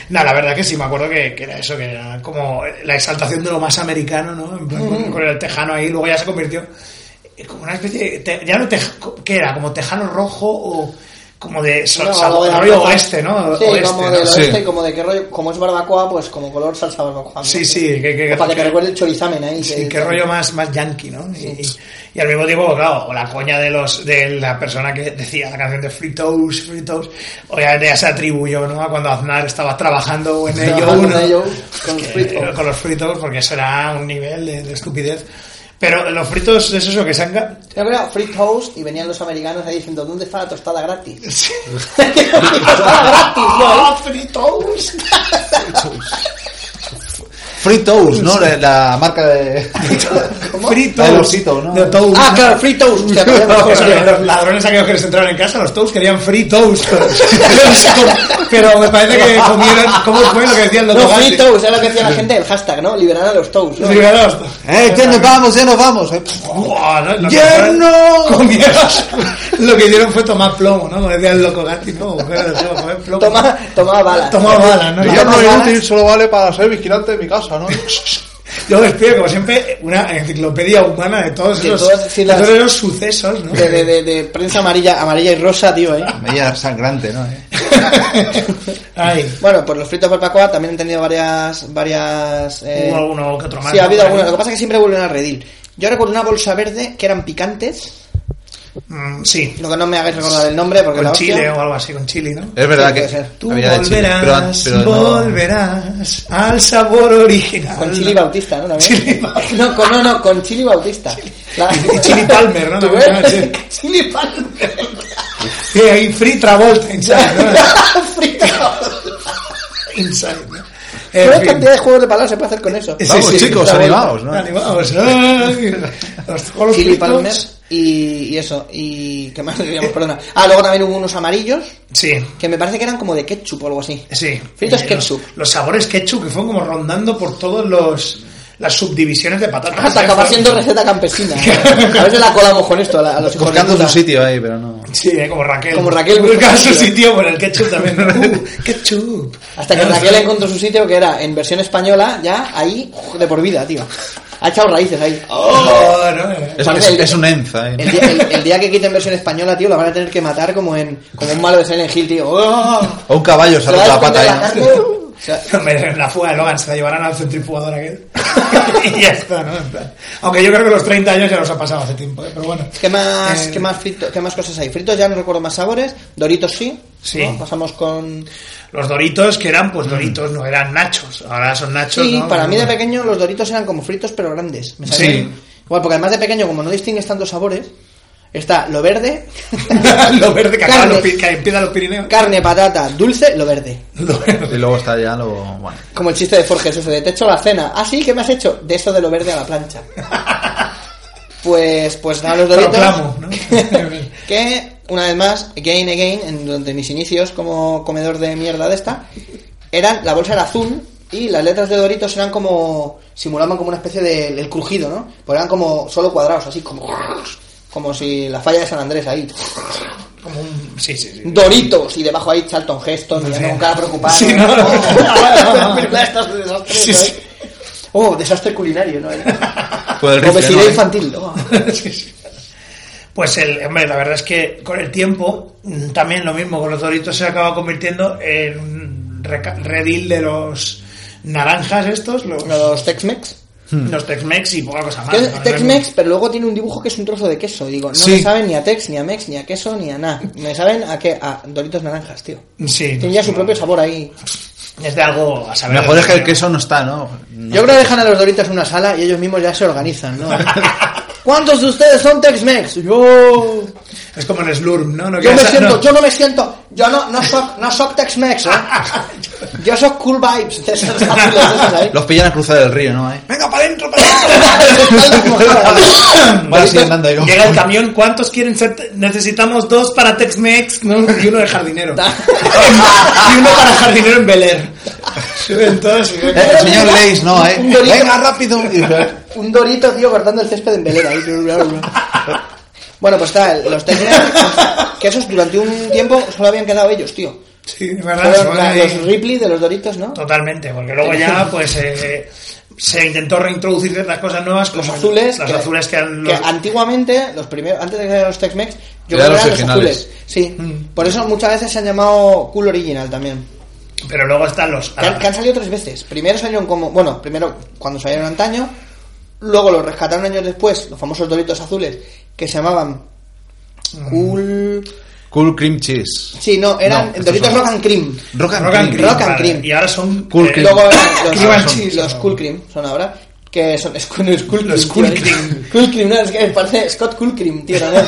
S5: No, la verdad que sí, me acuerdo que, que era eso, que era como la exaltación de lo más americano, ¿no? En plan, con, con el tejano ahí, luego ya se convirtió en como una especie de, te- ya no tejano, ¿qué era? Como tejano rojo o como de so-
S6: No,
S5: Salvador oeste, ¿no?
S6: Sí,
S5: Oeste,
S6: como
S5: ¿no?
S6: del
S7: Sí.
S6: oeste, como de qué rollo, como es barbacoa, pues como color salsa barbacoa.
S5: Sí, sí, que- que-
S6: O para que te
S5: que-
S6: recuerde el chorizamen ahí.
S5: Sí,
S6: que-
S5: qué rollo más, más yankee, ¿no? Y, y al mismo tiempo, claro, o la coña de los de la persona que decía la canción de Free Toast, Free Toast, obviamente ya se atribuyó, ¿no? A cuando Aznar estaba trabajando en ello,
S6: Trabajando en
S5: ¿no?
S6: ello con los
S5: Que-
S6: Free Toast.
S5: con los Free Toast, porque eso era un nivel de, de estupidez. Pero los fritos es eso que se han... ga-
S6: Yo creo que era free toast y venían los americanos ahí diciendo, ¿dónde está la tostada gratis?
S5: Sí.
S6: tostada gratis, ¿no?
S5: ¡Ah, Free Toast!
S7: Free Toast, ¿no? La, la marca de...
S5: Free
S7: La del
S5: Toast.
S7: osito, ¿no?
S5: De Toast.
S6: Ah, claro, free toast. Hostia, vaya
S5: No,
S6: mejor.
S5: eso, que los ladrones aquellos que les entraron en casa, los toast querían free toast. Pero me parece que comieron. ¿Cómo fue lo que decían los
S6: No,
S5: Bugatti?
S6: free toast, es lo que decía la gente, el hashtag, ¿no? Liberar a los toast. ¿no?
S5: Sí, claro.
S7: ¡Eh, ya nos vamos, ya nos vamos! eh.
S5: Buah, ¿no? Lo que
S7: ¡Yerno!
S5: comieron- Lo que hicieron fue tomar plomo, ¿no? Como decía el loco Gatti, ¿no? Mujer, decía, comer plomo.
S6: Toma, toma balas.
S5: Toma balas, ¿no?
S7: El
S5: Yo-
S7: hierro
S6: Las
S7: inútil solo vale para ser vigilante de mi casa, ¿no?
S5: Yo despido, como siempre, una enciclopedia humana de todos
S6: De
S5: esos,
S6: todas, sí,
S5: de
S6: las-
S5: todos esos sucesos, ¿no?
S6: De, de, de, de prensa amarilla, amarilla y rosa, tío, ¿eh?
S7: Media sangrante, ¿no? eh?
S5: Ay.
S6: Bueno, pues los fritos barbacoa también han tenido varias... varias eh,
S5: Hubo alguno que otro más,
S6: Sí, ha
S5: ¿no?
S6: habido algunos. Lo que pasa es que siempre vuelven al redil. Yo recuerdo una bolsa verde que eran picantes.
S5: Mm, sí.
S6: Lo que no me hagáis recordar el nombre porque
S5: Con
S6: la hostia-
S5: chile o algo así, con chile, ¿no?
S7: Es verdad
S6: Sí,
S7: que
S6: puede ser.
S5: Tú
S7: había de chile,
S5: volverás,
S7: pero- pero no-
S5: volverás al sabor original.
S6: Con Chili Bautista, ¿no? ¿No ves?
S5: Chili Bautista.
S6: No, con, no, no, con Chili Bautista. La-
S5: Y Chili Palmer, ¿no?
S6: ¿Tú
S5: No, no, sí.
S6: ves? Chili Palmer.
S5: Sí, Eh, ahí Free Travolta Inside, Ah, ¿no?
S6: Frito.
S5: Inside, ¿no? En
S6: ¿Qué
S5: fin.
S6: cantidad de juegos de palabras se puede hacer con eso?
S5: Sí,
S7: Vamos,
S5: sí,
S7: chicos,
S6: la vuelta.
S7: animaos, ¿no?
S5: Animaos, ay, los juegos
S6: Chili
S5: fritos.
S6: Palmer y, y eso. Y qué más diríamos, perdona. Ah, luego también hubo unos amarillos
S5: Sí,
S6: que me parece que eran como de ketchup o algo así.
S5: sí.
S6: Fritos
S5: Eh,
S6: ketchup.
S5: Los, los sabores ketchup que fueron como rondando por todos los las subdivisiones de patatas.
S6: Hasta acaba
S5: Fueron-
S6: siendo receta campesina. A ver si la colamos con esto a, la- a los hijos de
S7: Buscando
S6: puta.
S7: su sitio ahí, pero no...
S5: Sí, eh, como Raquel.
S6: Como Raquel. pues, eh.
S5: Busca su sitio por el ketchup también. ¿no? Uh, ketchup.
S6: Hasta que
S5: No,
S6: Raquel
S5: sí.
S6: encontró su sitio, que era en versión española, ya ahí de por vida, tío. Ha echado raíces ahí.
S5: Oh, no, eh.
S7: Es,
S6: Parece
S7: es-
S6: el-
S7: es un enza, ¿eh?
S6: El día, el- el día que quiten versión española, tío, la van a tener que matar como en como un malo de Silent Hill, tío. ¡Oh!
S7: O un caballo se
S6: Se
S7: ha
S6: va
S7: roto
S6: a
S7: la
S6: esconder
S7: pata
S6: la
S7: ahí.
S6: carne. O sea,
S5: Hombre, La fuga de Logan se la llevarán al centrifugador aquel. y ya está, ¿no? En plan. Aunque yo creo que los 30 años ya los ha pasado hace tiempo, ¿eh? pero bueno.
S6: ¿Qué más,
S5: Eh,
S6: qué, más frito- ¿Qué más cosas hay? Fritos ya no recuerdo más sabores. Doritos sí.
S5: Sí.
S6: ¿no? Pasamos con...
S5: Los doritos, que eran pues doritos, no eran nachos. Ahora son nachos.
S6: Sí,
S5: ¿no?
S6: para mí de pequeño los Doritos eran como fritos pero grandes. Me sabían.
S5: Sí.
S6: Igual, porque además de pequeño, como no distingues tantos sabores, está lo verde,
S5: lo verde que, acaba
S6: Carne.
S5: los, pi- que empieza los Pirineos.
S6: carne, patata, dulce, lo verde.
S5: Lo
S7: Y
S5: verde.
S7: luego está ya lo... Bueno.
S6: Como el chiste de Forges ese de te echo la cena. Ah, sí, ¿qué me has hecho? De eso de lo verde a la plancha. Pues, pues nada, los doritos.
S5: Proclamo, ¿no?
S6: que, una vez más, again, again, en, durante mis inicios como comedor de mierda de esta, eran, la bolsa era azul y las letras de doritos eran como, simulaban como una especie de el crujido, ¿no? Pues eran como solo cuadrados, así como, como si la falla de San Andrés ahí.
S5: Como un... Sí, sí, sí.
S6: Doritos y debajo ahí Charlton Heston mirando con cara preocupada.
S5: Sí, no,
S6: Ah,
S5: no, no.
S6: Pero mira, estos desastres,
S5: Sí,
S6: ¿no?
S5: sí.
S6: Oh, desastre culinario, ¿no?
S7: Con Pues el rifle,
S6: Obesidad
S7: ¿no?
S6: infantil. ¿no?
S5: Sí, sí. Pues el, hombre, la verdad es que con el tiempo, mm, también lo mismo, con los doritos se acaba convirtiendo en un reca- redil de los naranjas estos, los,
S6: Los Tex-Mex.
S5: los Tex-Mex y poca cosa más.
S6: Que Hmm. es
S5: ¿no?
S6: Tex-Mex, pero luego tiene un dibujo que es un trozo de queso. Y digo, no
S7: Sí.
S6: me saben ni a Tex, ni a Mex, ni a queso, ni a nada. Me saben a qué, a Doritos naranjas, tío.
S5: Sí,
S6: Tienen ya su propio sabor ahí.
S5: es de algo a saber.
S7: Mejor es que el queso no está, ¿no?
S6: Yo creo que dejan a los Doritos en una sala y ellos mismos ya se organizan, ¿no? ¿Cuántos de ustedes son Tex-Mex? Yo...
S5: Es como en Slurm, ¿no? No
S6: Yo
S5: quieres-
S6: me siento,
S5: no.
S6: yo no me siento, yo no, no soy, no soy Tex-Mex, ¿eh? Yo soy Cool Vibes, de esos fáciles, de esos, ¿eh?
S7: Los pillan a cruzar el río, ¿no? ¿Eh?
S5: Venga, para adentro, para adentro.
S7: Van así andando ahí. como-
S5: Llega el camión, ¿cuántos quieren ser? te- Necesitamos dos para Tex-Mex ¿no? y uno de jardinero. y uno para jardinero en Bel Air. Suben todos y ven.
S7: Eh, el señor Leis, ¿no? ¿Eh?
S6: Un dorito.
S7: Venga, rápido.
S6: Un dorito, tío, cortando el césped en velera. ahí, bla, bla, bla. Bueno, pues está, el- los Tex-Mex, que esos durante un tiempo solo habían quedado ellos, tío.
S5: Sí, de verdad,
S6: Fueron
S5: son
S6: la-
S5: Ah, ahí-
S6: los Ripley de los Doritos, ¿no?
S5: Totalmente, porque luego ya pues eh, se intentó reintroducir ciertas cosas nuevas como
S6: Los azules.
S5: Las azules que han... los-
S6: antiguamente, los primeros, antes de que eran los Tex-Mex, yo creo que
S7: Eran
S6: eran
S7: los
S6: los
S7: originales.
S6: azules. Sí.
S5: Mm.
S6: Por eso muchas veces se han llamado cool original también.
S5: Pero luego están los...
S6: Que han, que han salido tres veces. Primero salieron como. Bueno, primero cuando salieron antaño. Luego los rescataron años después, los famosos doritos azules, que se llamaban. Cool.
S7: Cool Cream Cheese.
S6: Sí, no,
S7: No,
S6: eran
S7: estos
S6: doritos
S7: son-
S6: rock and cream.
S7: Rock and
S5: Rock and
S7: Cream.
S5: Cream,
S6: Rock and
S5: vale.
S6: Cream.
S5: Y ahora son... eh,
S7: Cool cream.
S6: Luego eran los,
S5: Cream and
S6: son-
S5: cheese,
S6: los
S5: ¿no?
S6: Cool Cream son ahora. Que son es, no, es Cool Cream.
S5: Los
S6: tío,
S5: Cool
S6: es-
S5: Cream.
S6: Cool Cream, no, es que me parece Scott Cool Cream, tío, también.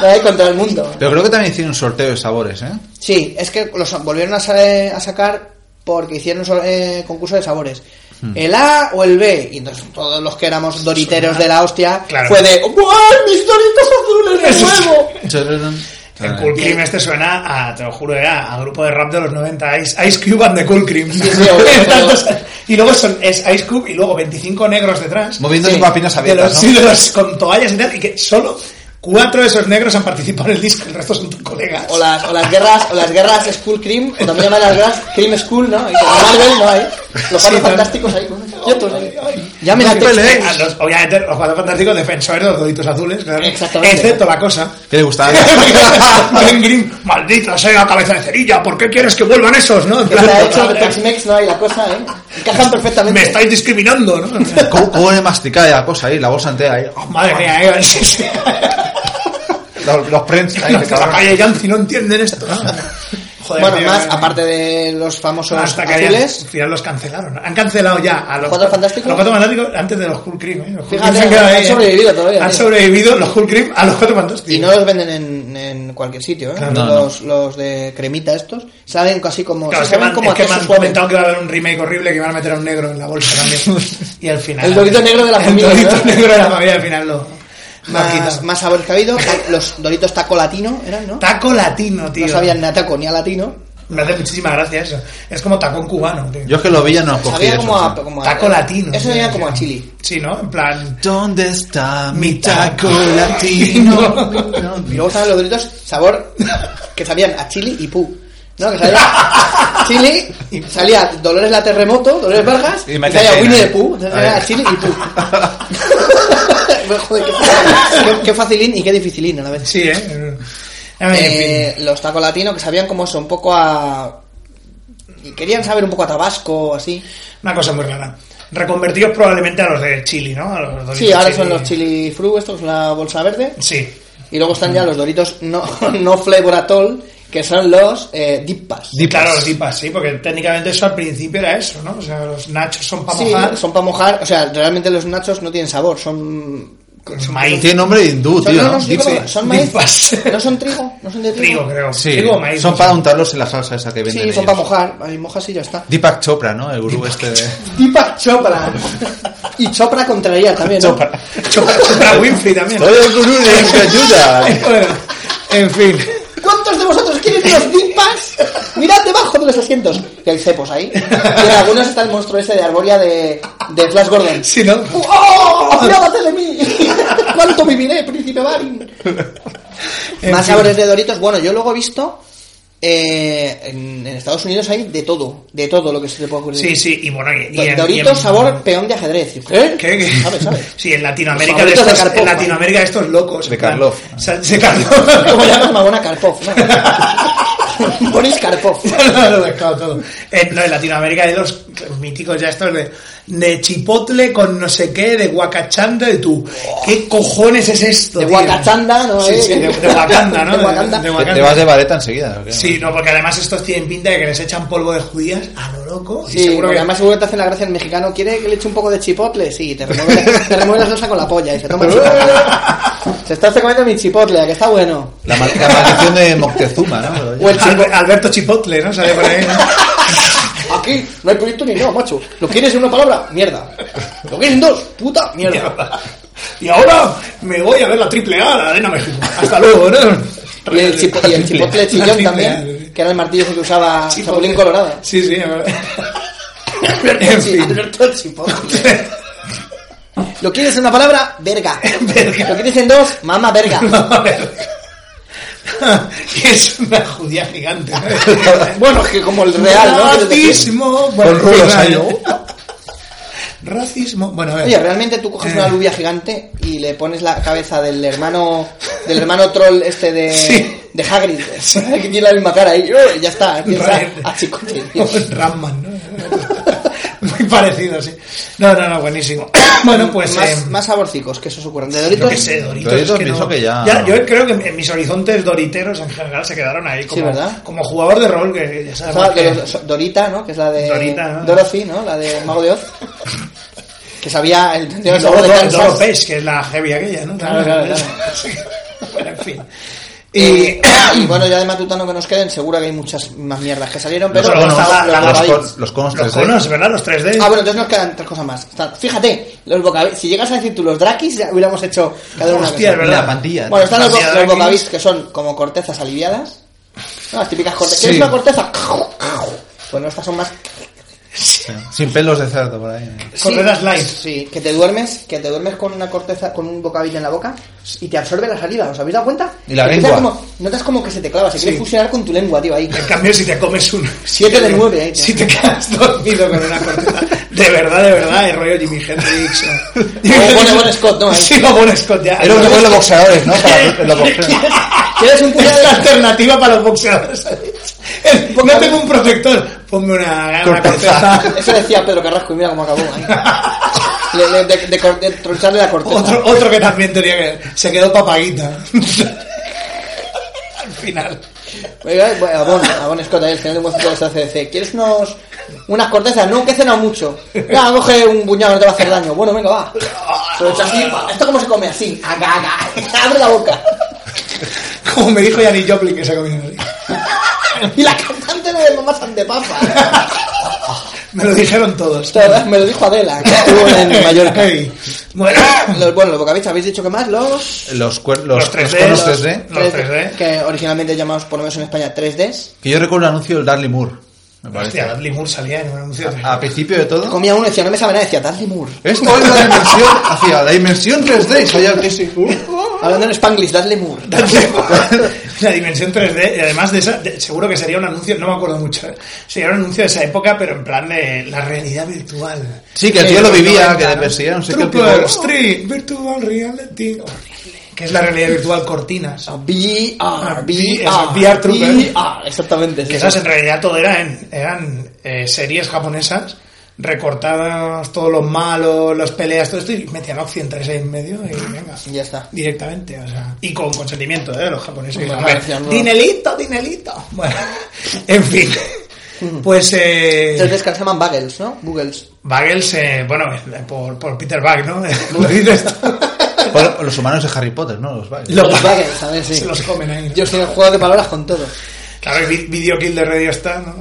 S6: La de contra el mundo.
S7: Pero creo que también hicieron un sorteo de sabores, ¿eh?
S6: Sí, es que los volvieron a, sa- a sacar porque hicieron un so- eh, concurso de sabores.
S5: Hmm.
S6: ¿El A o el B? Y entonces todos los que éramos doriteros de la hostia
S5: Claro.
S6: fue de ¡Guau, mis doritos azules de nuevo!
S7: Eh,
S5: El Cool Cream este suena a, te lo juro, era a grupo de rap de los 90, Ice, Ice Cube and the Cool Cream.
S6: sí, obvio,
S5: Tantos- y luego son, es Ice Cube y luego 25 negros detrás.
S7: Moviendo sus
S6: Sí,
S7: papinas
S5: de los,
S7: abiertas,
S5: sí,
S7: ¿no?
S5: de los- con toallas y tal, y que solo cuatro de esos negros han participado en el disco, el resto son tus colegas.
S6: O las, o las guerras, o las guerras School Cream, o también llaman las guerras Cream School, ¿no? Y con Marvel, ¿no? Ahí, los
S5: Sí,
S6: cuatro
S5: no.
S6: fantásticos ahí, con unos yetos ahí. pues, Ya me
S5: Los
S6: la
S5: que-
S6: te-
S5: a los- obviamente, los cuatro fantásticos defensores de los doditos azules, claro.
S6: Exactamente.
S5: Excepto la cosa.
S7: Que le gustaba.
S5: Ben Grimm, maldita sea cabeza de cerilla, ¿por qué quieres que vuelvan esos, no? En
S6: Que
S5: plan,
S6: está hecho de
S5: madre,
S6: Tex-Mex, ¿no? Y la cosa, ¿eh? Encajan perfectamente.
S5: me estáis discriminando, ¿no?
S7: ¿Cómo, cómo le masticaba la cosa ahí? La bolsa entera ahí.
S5: Oh, madre mía, eh. sí, sí.
S7: Los, los prensa ahí,
S5: Los de la
S7: cabrón.
S5: calle Yancy no entienden esto, ¿no? Joder,
S6: Bueno,
S5: tío,
S6: más,
S5: eh.
S6: aparte de los famosos
S5: Hasta que hayan-
S6: azules,
S5: al final los cancelaron. Han cancelado ya a los
S6: ¿Cuatro fantásticos?
S5: a los cuatro fantásticos antes de los Hulk Cream. ¿eh? Los Hulk
S6: Fíjate,
S5: Cream se han quedado
S6: han
S5: ahí, ¿eh?
S6: sobrevivido todavía,
S5: Han
S6: tío.
S5: sobrevivido los Hulk Cream a los cuatro fantásticos.
S6: Y no los venden en, en cualquier sitio, ¿eh?
S5: Claro,
S7: no,
S6: los, los de cremita estos salen casi como...
S5: Claro,
S6: se
S5: es que me
S6: saben
S5: han,
S6: como
S5: es que me
S6: acceso
S5: han
S6: suave.
S5: comentado que va a haber un remake horrible que van a meter a un negro en la bolsa también. y al final.
S6: El dorito negro de la familia,
S5: El dorito
S6: ¿no?
S5: negro de la familia al final lo. lo han
S6: Más,
S5: quitado.
S6: más sabores que ha habido, Eh, los doritos taco latino eran, ¿no?
S5: Taco latino, tío.
S6: No sabían ni a taco ni a latino.
S5: Me hace muchísima gracia eso. Es como tacón cubano, tío.
S7: Yo es que los vi ya no los cogí.
S6: Sabía como
S7: eso, ¿eh?
S6: a,
S7: tío.
S6: como a-
S5: Taco latino.
S6: Eso
S5: tío.
S6: era como a chili.
S5: Sí, ¿no? En plan.
S7: ¿Dónde está mi
S5: Mi
S7: taco
S5: taco
S7: latino?
S6: Y luego estaban los doritos sabor que sabían a chili y pu. ¿No? Que salía chili, y salía Dolores la Terremoto, Dolores Vargas,
S7: Y
S6: y,
S7: Michael
S6: salía
S7: Caine.
S6: Winnie the Pooh, entonces
S7: Ahí.
S6: era chili y pu. Joder, qué, facilín, qué- qué facilín y qué dificilín a la vez.
S5: Sí, ¿eh? En fin.
S6: Eh, los tacos latinos que sabían como eso, un poco a... Y querían saber un poco a Tabasco, así.
S5: Una cosa muy rara. Reconvertidos probablemente a los de Chile, ¿no? A los doritos
S6: Sí, ahora son
S5: chili.
S6: los chili fru, estos es la bolsa verde.
S5: Sí.
S6: Y luego están ya los doritos no, no flavor at all, que son los eh, dip Pass.
S5: Claro, los dipas, sí, porque técnicamente eso al principio era eso, ¿no? O sea, los nachos son para
S6: Sí,
S5: mojar.
S6: son para mojar. O sea, realmente los nachos no tienen sabor, son.
S5: Son maíz.
S7: Tiene nombre de hindú,
S6: Son,
S7: tío,
S6: no,
S7: ¿no?
S6: no, sí,
S7: Dipsy.
S6: como- son
S5: Dip
S6: maíz.
S5: Pass.
S6: No son trigo, no son de trigo.
S5: Trigo, creo.
S7: Sí,
S5: Trigo o maíz.
S7: son
S5: no
S7: para
S5: sé.
S7: untarlos en la salsa esa que
S6: Sí,
S7: venden ellos.
S6: son para mojar. Ahí mojas y ya está.
S7: Deepak Chopra, ¿no? El gurú este de...
S6: Dipa Chopra. Y Chopra contraría también. ¿no?
S7: Chopra.
S5: Chopra Chopra Winfrey también.
S7: Soy el gurú de que ayuda.
S5: Bueno, en fin.
S6: ¿Cuántos de vosotros quieren los Dipas? Mirad debajo de los asientos. Que hay cepos ahí. Y en algunos está el monstruo ese de Arboria de, de Flash Gordon.
S5: Sí, ¿no?
S6: ¡Oh! ¡Apiádate de mí! ¿Cuánto viviré, príncipe Barin?
S5: En
S6: Más
S5: fin.
S6: sabores de Doritos. Bueno, yo luego he visto. eh, en, en Estados Unidos hay de todo. De todo lo que se te puede ocurrir.
S5: Sí, sí, y bueno, y, y
S6: Do-
S5: en-
S6: Doritos,
S5: y en-
S6: sabor peón de ajedrez. ¿Eh?
S5: ¿Qué? ¿Qué?
S6: ¿Sabes, sabes?
S5: Sí, en
S6: Los
S5: Latinoamérica de
S6: favoritos de
S5: estos,
S6: Karpov,
S5: en Latinoamérica de estos locos.
S7: De
S5: en plan,
S7: Karlov.
S5: o sea, De Karlov.
S6: Como llamas Mamona Karpov, ¿no? Boris Karpov.
S5: No, lo he dejado todo. En, no, en Latinoamérica hay los míticos ya estos de, de chipotle con no sé qué, de guacachanda, y tú, ¿qué cojones es esto?
S6: De
S5: tío?
S6: guacachanda, ¿no?
S5: Sí, sí, de, de Wakanda, ¿no?
S6: De Wakanda.
S7: Te, te vas de vareta enseguida. ¿o qué?
S5: Sí, no, porque además estos tienen pinta de que les echan polvo de judías a lo loco. y
S6: Sí,
S5: seguro
S6: porque
S5: que
S6: además seguro que te hacen la gracia el mexicano. ¿Quiere que le eche un poco de chipotle? Sí, te remueve, te remueve la salsa con la polla y se toma el chipotle. Se está comiendo mi chipotle, que está bueno.
S7: La, ma- la maldición de Moctezuma, ¿no?
S6: O el chipotle.
S5: Albe- Alberto Chipotle, ¿no? Sale por ahí. ¿no?
S6: Aquí no hay proyecto ni nada, macho. ¿Lo quieres en una palabra? Mierda. ¿Lo quieres en dos? Puta mierda.
S5: Y ahora me voy a ver la triple A, la Arena México. Hasta luego, ¿no?
S6: Y el, chipo- y el chipotle
S5: La
S6: chillón
S5: triple A,
S6: también,
S5: sí.
S6: que era el martillo ese que usaba
S5: Chipotle.
S6: Chapulín Colorado.
S5: Sí, sí, es verdad.
S6: Alberto,
S5: En
S6: sí,
S5: fin.
S6: Alberto el chipotle. ¿Lo quieres en una palabra? Verga. ¿Lo quieres en dos? Mamá verga.
S5: A ver. que es una judía gigante.
S6: Bueno, es que como el Real, ¿no?
S5: Racismo. Bueno,
S7: Con rulos ahí,
S5: Racismo. Bueno, a ver.
S6: Oye, realmente tú coges una
S5: Eh.
S6: alubia gigante y le pones la cabeza del hermano del hermano troll este de,
S5: Sí.
S6: de Hagrid, que tiene la misma cara ahí, ¡eh! ya está, empieza
S5: Ryan.
S6: a chicote. tío.
S5: Con Ramman, ¿no? Muy parecido, sí. No, no, no, buenísimo. Bueno, pues.
S6: Mm, más,
S5: eh,
S6: más saborcicos que esos ocurren. De
S5: Yo
S6: Doritos,
S5: qué sé, Doritos.
S7: Doritos
S5: es que
S7: pienso
S5: no.
S7: que ya-
S5: Yo creo que en mis horizontes doriteros en general se quedaron ahí como,
S6: ¿verdad?
S5: como jugador de rol, que ya
S6: o
S5: sabes.
S6: sea, de los- so- Dorita, ¿no? Que es la de
S5: Dorita, ¿no?
S6: Dorothy, ¿no? La de Mago de Oz. que sabía el tenía el
S5: Luego
S6: sabor de
S5: Dor-
S6: Kansas.
S5: Doropes, que es la heavy aquella, ¿no?
S6: Claro, claro, claro.
S5: bueno, en fin.
S6: Y,
S5: Y.
S6: y bueno, ya de Matutano que nos queden, seguro que hay muchas más mierdas que salieron, pero
S5: Los conos,
S6: estaba-
S5: la-
S6: estaba
S7: Los,
S6: ahí.
S7: con- los conos
S5: Los
S7: 3D.
S5: conos, ¿verdad? Los 3D.
S6: Ah, bueno, entonces nos quedan tres cosas más. Está- fíjate, los bocabis. Si llegas a decir tú los drakis, ya hubiéramos hecho cada uno una
S5: Hostia, es
S6: cosa.
S5: verdad.
S7: La pandilla.
S6: Bueno, están los, bo-
S5: Hostia,
S6: los
S5: drakis.
S6: bocavis, que son como cortezas aliviadas. No, las típicas cortezas.
S7: Sí.
S6: ¿Quieres una corteza? Bueno, estas son más.
S7: Sí. Sin pelos de cerdo por ahí.
S5: Cortezas light.
S6: Sí, que te duermes, que te duermes con una corteza, con un bocadillo en la boca y te absorbe la saliva. ¿Os habéis dado cuenta?
S7: Y la
S6: Empiezas
S7: lengua.
S6: como- notas como que se te clava, se quiere
S5: Sí.
S6: fusionar con tu lengua, tío, ahí.
S5: En cambio, si te comes un...
S6: Siete de nueve, eh, tío.
S5: Si te quedas dormido con una corteza. De verdad, de verdad, el rollo Jimi Hendrix. o-
S6: Bon- Bon Scott, ¿no?
S5: Sí, o Bon Scott, ya.
S7: Era un juego de boxeadores, ¿no? Para los boxeadores.
S6: ¿Quieres un puñado
S5: Es
S6: de
S5: la alternativa para los boxeadores. El- No tengo un protector. Ponme una, una corteza.
S6: Eso decía Pedro Carrasco y mira cómo acabó. ahí. Le- le- de, de cor- de troncharle la corteza.
S5: Otro, otro que también tenía que Se quedó papaguita. Al final.
S6: Oiga, bueno, a Bon, a Bon Scott, ahí, el final de un concierto de SACDC. ¿Quieres unos, unas cortezas? No, que he cenado mucho. Ya, coge un puñado, no te va a hacer daño. Bueno, venga, va.
S7: Ah,
S6: Pero echa así, ¿Esto cómo se come? Así. Aga, aga. Abre la boca.
S5: Como me dijo Yanni Joplin que se ha comido.
S6: Y la cantante de Mamá San de Papa.
S5: Me lo dijeron todos.
S6: Esto Me lo dijo Adela, que estuvo en Mallorca.
S5: Ey. Bueno,
S6: Los- bueno, los bocabichos, habéis dicho que más, los...
S7: Los, cuer- los,
S5: Los 3D,
S7: conos
S5: los-
S7: 3D.
S5: Los 3D.
S6: Que originalmente llamados, por lo menos en España, 3Ds.
S7: Que yo recuerdo el anuncio del Darly Moore. Me parece.
S5: hostia, Dudley Moore salía en un anuncio.
S6: Ah.
S7: A principio de todo.
S6: Comía uno y decía, no me sabe nada, decía, Dudley Moore.
S7: Esto es la dimensión hacia la dimensión 3D. Soy el que Uh, soy.
S6: Hablando en Spanglish, Dudley Moore.
S5: La dimensión 3D, y además de esa, de- seguro que sería un anuncio, no me acuerdo mucho, ¿eh? sería un anuncio de esa época, pero en plan de la realidad virtual.
S7: Sí, que el tío
S5: Eh,
S7: lo
S5: los
S7: vivía,
S5: 90,
S7: que le
S5: ¿no?
S7: persiguieron. Sí, que el tío-
S5: Trooper, Street, Virtual Reality, horrible. Que es la realidad virtual cortinas.
S6: Ah, VR,
S5: Eso,
S6: VR,
S5: VR Trooper.
S6: VR, exactamente.
S5: Que
S6: sí,
S5: esas
S6: sí.
S5: en realidad todo eran, eran eh, series japonesas recortadas, todos los malos, las peleas, todo esto, y metían occidentales ahí en medio y venga.
S6: Y ya está.
S5: Directamente, o sea, y con consentimiento eh, de los japoneses.
S6: Bueno,
S5: A ver,
S6: decían, no.
S5: Dinelito, dinelito. Bueno, en fin. Pues eh,
S6: Entonces que se llaman Buggles, ¿no? Buggles.
S5: Bagels, eh, bueno, eh, por, por Peter Bug, ¿no? Lo dices tú.
S7: Bueno, los humanos de Harry Potter, ¿no? Los Buggles.
S5: Lo-
S6: Los Buggles, a ver, sí.
S5: Se los comen ahí. ¿no?
S6: Yo soy el juego de palabras con todo.
S5: Claro, el vi- video kill de radio está, ¿no?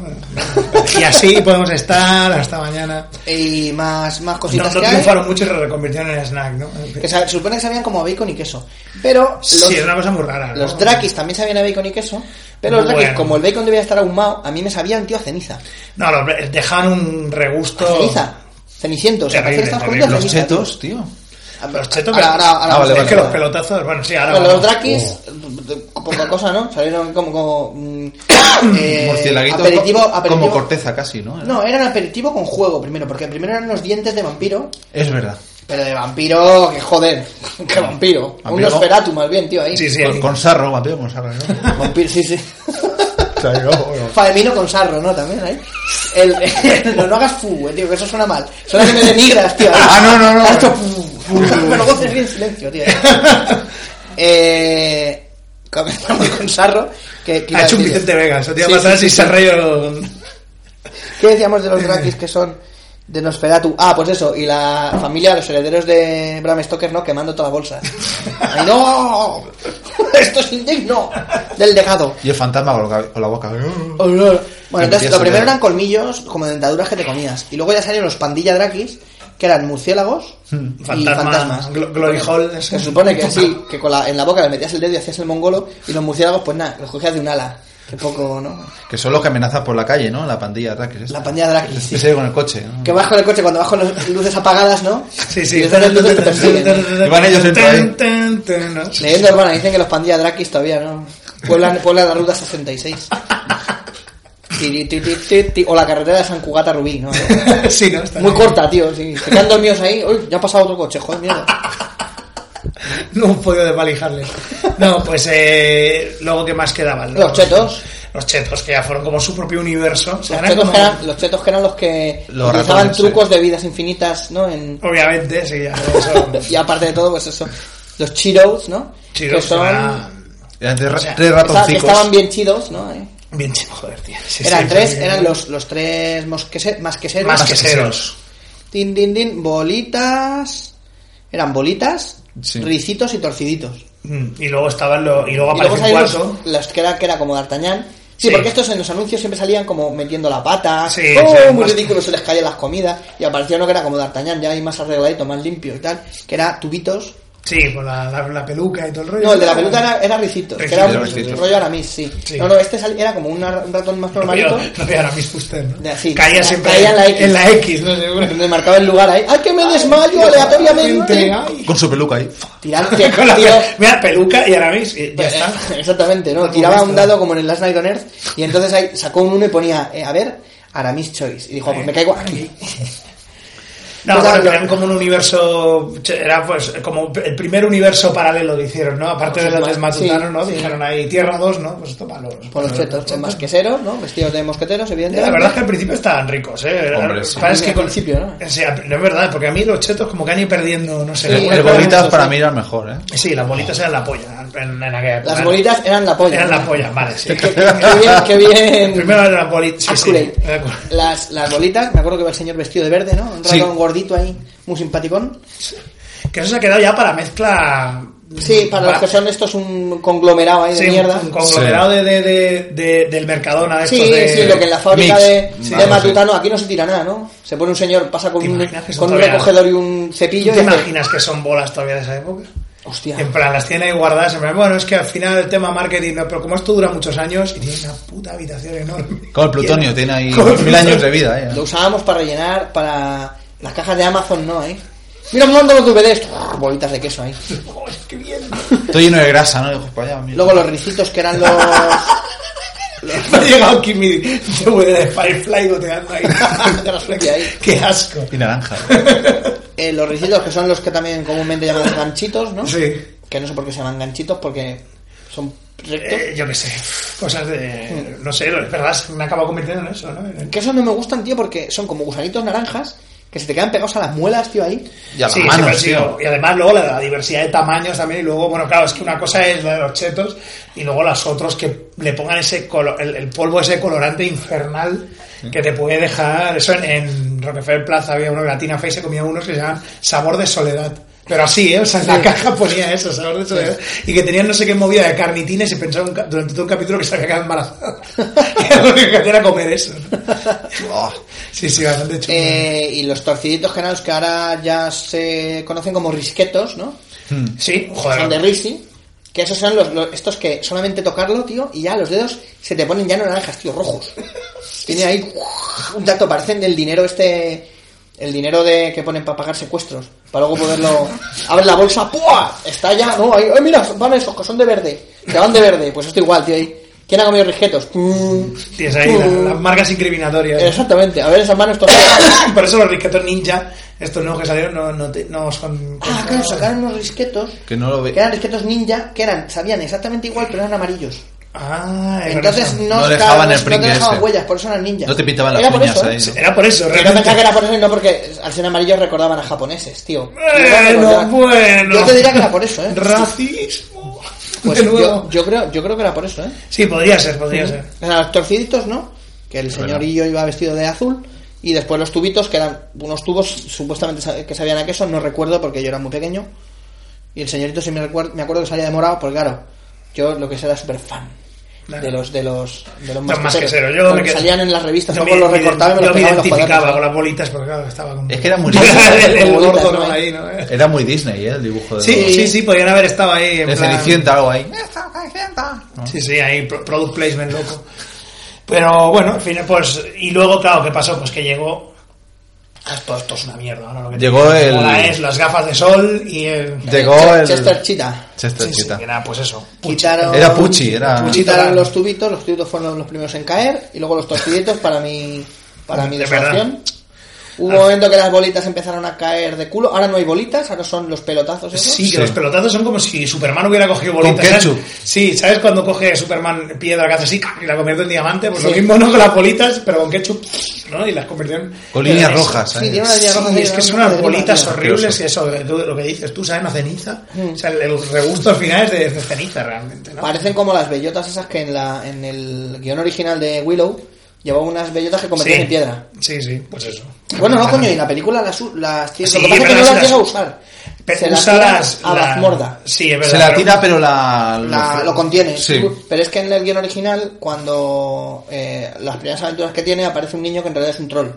S5: Y así podemos estar hasta mañana.
S6: Y más, más
S5: No,
S6: cositas
S5: no
S6: que hay.
S5: triunfaron mucho y se reconvirtieron en snack, ¿no?
S6: Que se, se supone que sabían como a bacon y queso. Pero los,
S5: Sí, es una cosa muy rara. ¿no?
S6: los drakis también sabían a bacon y queso. Pero los drakis,
S5: Bueno.
S6: como el bacon debía estar ahumado, a mí me sabían, tío, a ceniza.
S5: No, los- dejaban un
S6: A
S5: regusto.
S7: Oh.
S6: ceniza. Cenicientos. O sea,
S5: Terrible,
S6: parecía que estabas
S5: terrible.
S6: comiendo
S7: Los
S6: ceniza, tío.
S7: chetos, tío.
S6: A-
S5: Los chetos,
S6: ahora-
S5: pero-
S6: ahora- ahora
S7: Ah,
S6: vamos
S7: vale,
S6: a
S5: Es
S7: vale, Oh.
S5: que
S6: ver.
S5: los pelotazos, bueno, sí, ahora.
S6: Bueno, los
S5: vamos.
S6: drakis, poca cosa, ¿no? Salieron como, como mm, eh,
S7: Murcielaguito.
S6: aperitivo,
S7: co-
S6: aperitivo.
S7: Como corteza casi, ¿no?
S6: No, eran aperitivo con juego primero, porque primero eran unos dientes de vampiro,
S7: Es verdad.
S6: pero de vampiro, que joder, que vampiro. Un
S7: Vampiro.
S6: Nosferatu más bien, tío, ahí.
S5: Sí, sí.
S7: Con, con sarro, vampiro con sarro. ¿no?
S6: Vampiro, sí, sí.
S7: Oh, O sea, yo-
S6: Faemino con sarro, ¿no? También ahí. El, no, no hagas fu, eh, tío, que eso suena mal. Suena que me denigras, tío.
S7: Ah, no, no, no.
S6: Haz tu fu, fu. Me lo goces bien en silencio, tío. Eh. Comenzamos con sarro. Que, que iba
S5: Ha
S6: a
S5: hecho un
S6: decir yo.
S5: Vicente Vegas. Eso te
S6: Sí,
S5: iba a pasar
S6: sí,
S5: si
S6: sí,
S5: se ha
S6: sí.
S5: reído.
S6: ¿Qué decíamos de los Drakis que son de Nosferatu? Ah, pues eso, y la familia, los herederos de Bram Stoker, ¿no? Quemando toda la bolsa. ¡Ay, no! ¡Esto es indigno! Del legado.
S7: Y el fantasma con la- con la boca.
S6: Oh, Bueno, entonces
S7: Empieza
S6: lo primero
S7: ya.
S6: eran colmillos, como dentaduras que te comías. Y luego ya salieron los pandilla Drakis, que eran murciélagos y
S5: Fantasma,
S6: fantasmas.
S5: Hmm, Glo- Glory Hall, ese.
S6: Se supone que sí, que con la- en la boca le metías el dedo y hacías el mongolo, y los murciélagos, pues nada, los cogías de un ala. Que poco, ¿no?
S7: Que son los que amenazan por la calle, ¿no? La pandilla atrás. Que es
S6: La
S7: esta.
S6: pandilla Drakis.
S7: Que se ve con el coche. ¿no?
S6: Que vas con el coche cuando vas con las luces apagadas, ¿no?
S5: Sí,
S6: Y
S5: sí.
S6: les dan las luces que te persiguen. ¿eh?
S7: Y van ellos dentro ahí.
S5: Tan, tan, tan, ¿no?
S6: Leyenda urbana, dicen que los pandillas Drakis todavía no. Puebla, Puebla la Ruta 66. Tiri, ti, ti, ti, ti. O la carretera de San Cugata Rubí, ¿no?
S5: sí, ¿no? Está
S6: Muy
S5: bien.
S6: corta, tío. Sí. Se quedan dormidos ahí. Uy, ya ha pasado otro coche, joder, mierda.
S5: No he podido desvalijarles. No, pues eh, luego, ¿qué más quedaban?
S6: Los chetos.
S5: Los chetos, que ya fueron como su propio universo. O sea,
S6: Los
S5: eran
S6: chetos, que
S5: como-
S6: eran, los chetos que eran los que
S7: Los
S6: utilizaban
S7: ratones,
S6: trucos de vidas infinitas, ¿no? En-
S5: Obviamente, sí, ya. eso-
S6: y aparte de todo, pues eso. Los Cheetos, ¿no?
S5: Chidos,
S6: que son.
S5: eran-
S7: Eran tres, ra-
S5: O sea,
S7: tres
S6: esta- que
S7: ratoncicos.
S6: estaban bien chidos, ¿no? Eh,
S5: Bien chido, joder, tío. Sí,
S6: eran
S5: sí,
S6: tres,
S5: sí.
S6: eran los, los tres mosquese- masqueseros.
S5: Más que ceros.
S6: Tin, tin, tin. Bolitas. Eran bolitas,
S7: Sí.
S6: ricitos y torciditos.
S5: Mm, Y luego estaban los. Y luego
S6: Y luego
S5: aparece un
S6: salían los,
S5: cuarto.
S6: los que, era, que era como D'Artagnan. Sí,
S5: Sí.
S6: porque estos en los anuncios siempre salían como metiendo la pata.
S5: Sí,
S6: ¡Oh,
S5: o sea,
S6: muy
S5: más-
S6: ridículo! Se les caían las comidas. Y aparecía uno que era como D'Artagnan, ya ahí más arregladito, más limpio y tal. Que era tubitos.
S5: Sí, con la, la- la peluca y todo el rollo.
S6: No, el de la pelota era, era ricitos. Que
S5: Ricitos,
S6: era un
S7: Ricitos.
S6: rollo aramis, sí.
S5: Sí.
S6: No, no, este sal- era como una- un ratón más normalito.
S5: No veía ahora mismo usted, ¿no?
S6: De así.
S5: Caía
S6: Ca-
S5: siempre
S6: caía en la X.
S5: en la X, no sé, bueno.
S6: Donde marcaba el lugar ahí. ¡Ay, que me desmayo aleatoriamente!
S5: Ay.
S7: Con su peluca ahí.
S6: Tirar, que-
S5: Con la pe-
S6: tiro-
S5: Mira, peluca y ahora veis, eh, ya
S6: Pues,
S5: está.
S6: Exactamente, ¿no?
S5: Como
S6: Tiraba
S5: esto.
S6: un dado como en el Last Night on Earth y entonces ahí sacó un uno y ponía, eh, a ver, Aramis Choice. Y dijo, pues me caigo aquí.
S5: No,
S6: Pues
S5: bueno,
S6: hablo.
S5: eran como un universo, era pues como el primer universo paralelo que hicieron, ¿no? Aparte de
S6: Pues
S5: los
S6: sí,
S5: desmatutanos,
S6: sí,
S5: ¿no?
S6: sí.
S5: Dijeron ahí Tierra 2, ¿no? Pues toma los...
S6: Por los chetos, con más queseros, ¿no? Vestidos de mosqueteros, evidentemente.
S5: La verdad es que al principio estaban ricos, ¿eh?
S7: Hombre, sí.
S5: Pasa es
S6: Al
S5: que con-
S6: principio, ¿no?
S5: Sí, al- no es verdad, porque a mí los chetos como que han ido perdiendo, no sé...
S6: Sí,
S5: alguna
S7: El
S5: cosa.
S7: bolitas
S6: sí.
S7: para mí era el mejor, ¿eh?
S5: Sí, las bolitas eran la polla en, en aquella época.
S6: Las bolitas eran la polla.
S5: Eran la polla, vale, sí.
S6: Qué, qué bien, qué bien.
S5: Primero eran las bolitas, sí, sí.
S6: Accurate. Las, las bolitas, me acuerdo que va el señor vestido de verde, ¿no? Un ratón
S5: Sí.
S6: gordito ahí, muy simpaticón.
S5: Que eso se ha quedado ya para mezcla...
S6: Sí, para los que son estos un conglomerado ahí de
S5: Sí, un-
S6: mierda.
S5: Un conglomerado de, de, de, de- del Mercadona.
S6: Sí,
S5: estos de-
S6: sí, lo que en la fábrica
S7: Mix.
S6: de,
S7: Sí.
S6: de
S7: Vale,
S6: Matutano, aquí no se tira nada, ¿no? Se pone un señor, pasa con,
S5: ¿Te
S6: un,
S5: imaginas que eso
S6: con un
S5: todavía-
S6: recogedor y un
S5: ¿Tú
S6: cepillo
S5: te
S6: y dice,
S5: imaginas que son bolas todavía de esa época?
S6: hostia,
S5: En plan, las tiene ahí guardadas. en plan, Bueno, es que al final el tema marketing, no, pero como esto dura muchos años y tiene una puta habitación enorme.
S7: Como el plutonio, tiene ahí
S5: Como el
S7: mil años de
S5: plutonio.
S7: vida, ¿eh?
S6: lo usábamos para rellenar, para las cajas de Amazon, no, ¿eh? Mira un montón de DVDs, ¡ah! bolitas de queso ahí.
S5: Joder, qué bien.
S7: Todo lleno de grasa, ¿no? Dijo, "Vaya, mira".
S6: Luego los ricitos que eran los...
S5: Me ha llegado aquí mi DVD de Firefly goteando ahí.
S6: Te las flequé ahí.
S5: qué asco.
S7: Y naranja.
S6: eh, los ricitos que son los que también comúnmente llamamos ganchitos, ¿no?
S5: Sí.
S6: Que no sé por qué se llaman ganchitos, porque son rectos.
S5: Eh, yo qué sé, cosas de.
S6: Mm.
S5: No sé, es verdad, me acabo convirtiendo en eso, ¿no? En-
S6: Que esos no me gustan, tío, porque son como gusanitos naranjas que se te quedan pegados a las muelas, tío, ahí.
S7: Y a las
S5: Sí, siempre ha
S7: manos,
S5: sido.
S7: tío.
S5: Y además luego la, la diversidad de tamaños también. Y luego, bueno, claro, es que una cosa es la de los chetos y luego las otros que le pongan ese colo- el, el polvo, ese colorante infernal
S7: Mm.
S5: que te puede dejar. Eso en, en Rockefeller Plaza había uno, en Latina Face, se comía unos que se llamaban sabor de soledad. Pero así, ¿eh? O sea, en la caja ponía eso, sabor de soledad. Y que tenían no sé qué movida de carnitina y se pensaba un ca- durante todo un capítulo que se había quedado embarazada. Y lo único que hacía era comer eso.
S7: Oh,
S5: Sí, sí, bastante chulo.
S6: Eh, y los torciditos que eran los que ahora ya se conocen como risquetos, ¿no?
S5: sí,
S6: Son de
S5: joder.
S6: risi. Que esos son los, los- estos que solamente tocarlo, tío, y ya los dedos se te ponen ya no naranjas, tío, rojos. Tiene ahí uah, un tacto, parecen del dinero este... El dinero de que ponen para pagar secuestros. Para luego poderlo... Abre la bolsa, ¡pua! Está ya, ¿no? Ahí, ¡ay, mira! Van esos que son de verde. Que van de verde. Pues esto igual, tío. ahí. ¿Quién ha comido risquetos? Mm,
S5: Tienes ahí la-
S6: mm.
S5: las marcas incriminatorias.
S6: Exactamente, a ver esas manos torcidas.
S5: Por eso los risquetos ninja, estos nuevos que salieron, no, no, te- no son.
S6: Ah, claro, sacaron unos risquetos.
S7: Que no lo ve-
S6: Que eran risquetos ninja, que eran, sabían exactamente igual, pero eran amarillos.
S5: Ah, es
S6: Entonces
S5: verdad.
S6: no,
S7: No
S6: estaban-
S7: dejaban el
S6: no te
S7: pringue
S6: dejaban
S7: ese.
S6: huellas, por eso eran ninjas.
S7: No te pintaban las
S6: Era por
S7: uñas
S6: eso,
S7: ahí,
S6: ¿eh?
S7: ¿no?
S5: Era por eso,
S6: Que no
S5: realmente.
S6: pensaba que era por eso, y no porque al ser amarillos recordaban a japoneses, tío.
S5: Bueno, bueno.
S6: Yo te diría que era por eso, ¿eh?
S5: Racismo.
S6: Pues
S5: De nuevo.
S6: yo, yo creo, yo creo que era por eso, ¿eh?
S5: Sí, podría ser, podría ser.
S6: O sea, los torciditos, ¿no? Que el señorillo iba vestido de azul. Y después los tubitos, que eran unos tubos supuestamente sa- que sabían a queso, no recuerdo porque yo era muy pequeño. Y el señorito sí me, recuer- me acuerdo que salía de morado, porque claro, yo lo que sé era súper fan.
S5: Claro.
S6: De los de los de los
S5: No, más que
S6: mosqueteros.
S5: cero. Yo
S6: Los
S5: me
S6: que
S5: qued-
S6: salían en las revistas,
S5: yo
S6: luego
S5: me-
S6: los recortaba y me
S5: yo
S6: los
S5: me
S6: pegaba en los
S5: identificaba con
S6: cuadernos.
S5: las bolitas porque claro, estaba con.
S7: Es que era muy-
S5: el, el
S6: Bolitas,
S5: gordo,
S6: ¿no?
S5: ¿no? Ahí, ¿no?
S7: Era muy Disney, ¿eh? El dibujo de,
S5: Sí,
S6: Sí.
S5: sí, sí, podrían haber estado ahí. en
S7: de
S5: plan-
S7: Cenicienta, algo ahí. Eh,
S5: Sí, sí, ahí pro- product placement loco. Pero bueno, al final pues y luego claro, ¿qué pasó? Pues que llegó Ah, esto, esto es una mierda. ¿no? Lo que
S7: Llegó
S5: te-
S7: el-
S5: mola es las gafas de sol y el...
S7: Llegó el.
S6: Chester Cheetah.
S7: Chester
S5: Sí, sí,
S7: Cheetah.
S5: que era pues eso.
S6: Quitaron,
S7: Era Pucci, era-
S6: Quitaron los tubitos, los tubitos fueron los primeros en caer y luego los tortillitos para mi, para mi
S5: De verdad.
S6: desolación. Hubo un momento que las bolitas empezaron a caer de culo. Ahora no hay bolitas, ahora son los pelotazos. esos.
S5: Sí, que
S7: Sí.
S5: los pelotazos son como si Superman hubiera cogido bolitas.
S7: Con
S5: ¿sabes?
S7: ketchup.
S5: Sí, ¿sabes cuando coge Superman piedra que hace así ¡cac! y la convierte en diamante? Pues lo
S6: Sí.
S5: mismo no con las bolitas, pero con ketchup, ¿no? Y las convirtió en...
S7: Con líneas
S5: Eso.
S7: rojas.
S6: Sí,
S7: ¿eh?
S6: tiene una
S5: Sí,
S6: línea roja
S5: es
S6: ahí,
S5: que son
S6: una
S5: unas
S6: línea
S5: horribles
S6: roja. Mm.
S5: horribles, eso, tú- lo que dices tú, ¿sabes? Una ceniza. O sea, el, el regusto al final es de, de ceniza realmente, ¿no?
S6: Parecen como las bellotas esas que en, la, en el guión original de Willow llevaba unas bellotas que convertían
S5: Sí.
S6: en piedra.
S5: Sí, sí, pues eso.
S6: Bueno, no, coño, y la película las, u- las tiene.
S5: Sí,
S6: lo que pasa es que
S5: pero se
S6: no las
S5: las-
S6: llega a usar.
S5: Pero
S6: se las
S5: usa
S6: tira
S5: las-
S6: a
S5: la-
S6: Bazmorda.
S5: Sí, es verdad.
S7: Se la
S5: pero-
S7: tira, pero la.
S6: La- lo contiene.
S7: Sí.
S6: Pero es que en el guión original, cuando eh, las primeras aventuras que tiene, aparece un niño que en realidad es un troll.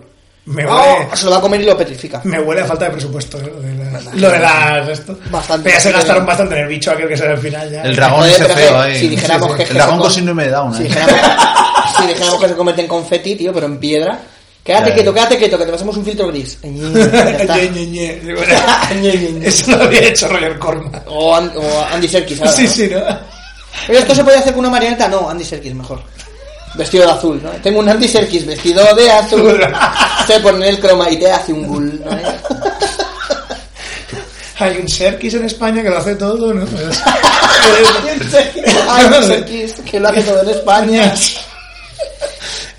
S5: Me
S6: ¡Oh!
S5: vale.
S6: Se lo va a comer y lo petrifica.
S5: Me huele a falta de presupuesto ¿eh? lo de la- lo de las esto.
S6: Bastante.
S5: Pero ya se gastaron bastante en el bicho aquel que sale al final ya.
S7: El dragón
S6: Joder,
S7: ese
S6: pero
S7: feo
S6: que-
S7: ahí.
S6: si dijéramos que
S7: el
S6: es que
S7: dragón
S6: se
S7: con
S6: come-
S7: síndrome de Down.
S6: Si
S7: ¿eh?
S6: dijéramos, si dijéramos que se convierte en confeti, tío, pero en piedra. Quédate
S7: Ya,
S6: quieto,
S7: ya.
S6: quédate quieto, que te pasemos un filtro gris. Ya está.
S5: Ñe, Ñe, Ñe. Sí, bueno,
S6: Ñe, Ñe, Ñe.
S5: Eso lo había hecho Roger Corman.
S6: O, An- o Andy Serkis. ahora,
S5: Sí,
S6: ¿no?
S5: sí, ¿no?
S6: Oye, ¿esto se puede hacer con una marioneta? No, Andy Serkis mejor. Vestido de azul, ¿no? Tengo un Andy Serkis vestido de azul. Se pone el croma y te hace un ghoul, ¿no?
S5: Hay un Serkis en España que lo hace todo, ¿no? Pues-
S6: Andy Serkis, que lo hace todo en España.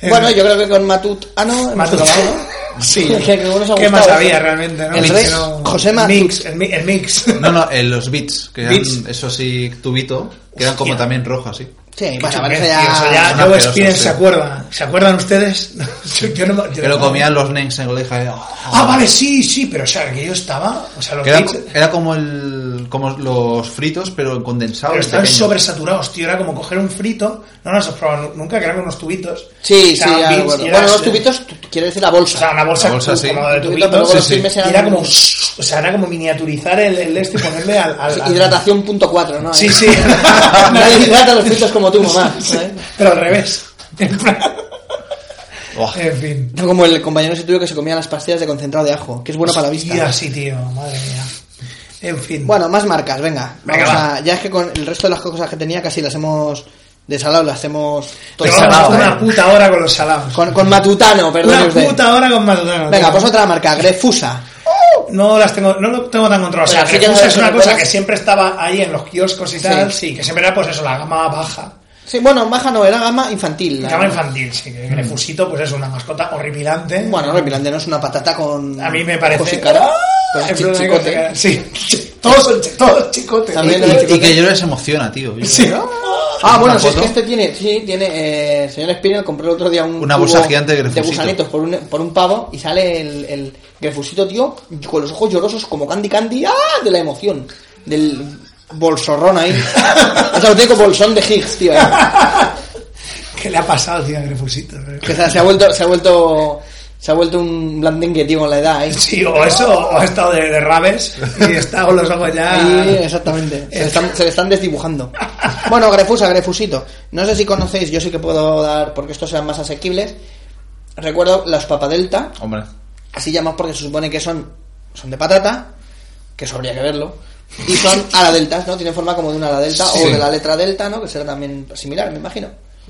S6: Bueno, yo creo que con Matut... Ah, no, hemos
S5: Matute.
S6: acabado, ¿no?
S5: Eh, Sí.
S6: Que ninguno se ha
S5: ¿Qué
S6: gustado,
S5: más
S6: ¿eh?
S5: había realmente? ¿no?
S6: El
S5: Que
S6: rey,
S5: no-
S6: José
S5: el
S6: Matute.
S5: mix, el, mi- el mix.
S7: No, no, eh, los beats, que eran,
S5: Beats.
S7: eso sí, tubito, que eran como
S5: Hostia.
S7: también rojos, sí.
S6: Sí, pues
S5: Qué
S6: bueno, parece
S5: chupete, tío, eso
S6: ya...
S5: ya,
S7: Son
S5: Joe
S7: asquerosos,
S5: Spinner
S7: sí.
S5: se acuerda. ¿Se acuerdan ustedes? Yo- yo no me- yo
S7: Que lo
S5: no-
S7: comían los nens en coleja. eh, oh,
S5: Ah, vale, sí, sí, pero o sea, que yo estaba. O sea, los
S7: Que era,
S5: beats-
S7: era como el como los fritos, pero condensados.
S5: Pero estaban
S7: pequeños.
S5: sobresaturados, tío. Era como coger un frito. No no, los has probado nu- nunca, que eran unos tubitos.
S6: Sí, sí,
S5: Estaban
S6: ya,
S5: beats
S6: bueno.
S5: y era-
S6: Bueno, los tubitos, tú- quiero decir la
S5: O sea,
S6: bolsa.
S5: una bolsa,
S7: La bolsa, sí.
S5: como de
S6: Tubito,
S5: tubitos.
S6: pero con los
S5: sí, sí.
S6: firmes
S5: Y
S6: eran
S5: era como.
S6: un-
S5: O sea, era como miniaturizar el, el este y ponerle al. al- al-
S6: Hidratación punto cuatro, ¿no?
S5: Sí, sí.
S6: Nadie hidrata los fritos como tú, mamá. ¿eh?
S5: Pero al revés. En plan-
S7: Buah.
S5: en fin.
S6: No como el compañero ese tuyo que se comía las pastillas de concentrado de ajo, que es bueno para la vista.
S5: Y así, tío. Madre mía. En fin.
S6: Bueno, más marcas, venga.
S5: Venga,
S6: Vamos
S5: va.
S6: a- ya es que con el resto de las cosas que tenía casi las hemos desalado, las hemos...
S5: Te
S6: todas-
S5: vamos a
S7: salado,
S5: hacer una
S7: eh.
S5: puta hora con los salados.
S6: pues Con, con Matutano, perdón
S5: Una
S6: usted.
S5: puta hora con Madonna.
S6: Venga,
S5: tío.
S6: pues otra marca, Grefusa.
S5: No las tengo, no lo tengo tan controlado. O sea,
S6: Pero sí que
S5: Refusa
S6: no
S5: es
S6: lo
S5: una cosa
S6: recuerdas.
S5: que siempre estaba ahí en los kioscos y
S6: Sí.
S5: tal, sí, que siempre era pues eso, la gama baja.
S6: Sí, bueno, baja no, era gama infantil.
S5: La
S6: la-
S5: gama infantil, sí, que el Refusito pues es una mascota horripilante.
S6: Mm. Bueno, repilante no es una patata con...
S5: a mí me parece. ¡Ah!
S6: cosicara, con
S5: En
S6: chi-
S5: plan,
S6: Pues chicote.
S5: Sí, todos son chi- todos chicotes.
S6: También
S5: Sí.
S6: el
S7: Y que yo les emociona, tío. Yo-
S5: Sí.
S6: Ah, bueno,
S7: ¿Una
S6: si es que
S7: foto?
S6: este tiene, sí, tiene, eh, señor Spinel compró el otro día un
S7: Una
S6: tubo
S7: bolsa gigante de
S6: de
S7: grefusito.
S6: gusanitos por un, por un pavo y sale el, el grefusito, tío, con los ojos llorosos como Candy Candy, ¡ah! de la emoción, del bolsorrón ahí. o sea, lo tengo bolsón de Higgs, tío. ahí.
S5: ¿Qué le ha pasado, tío, al Refusito?
S6: Que se, se ha vuelto, se ha vuelto, se ha vuelto un blandengue, tío, con la edad, ¿eh?
S5: Sí, o eso, o ha estado de, de rabes y está con los ojos ya.
S6: Sí, exactamente. Se le, están, se le están desdibujando. Bueno, Grefusa, Grefusito. No sé si conocéis, yo sí que puedo dar, porque estos sean más asequibles. Recuerdo las papadelta,
S7: Hombre.
S6: así llamas porque se supone que son, son de patata, que eso habría que verlo, y son ala deltas, ¿no? Tienen forma como de una ala delta
S7: Sí.
S6: o de la letra delta, ¿no? Que será también similar, me imagino.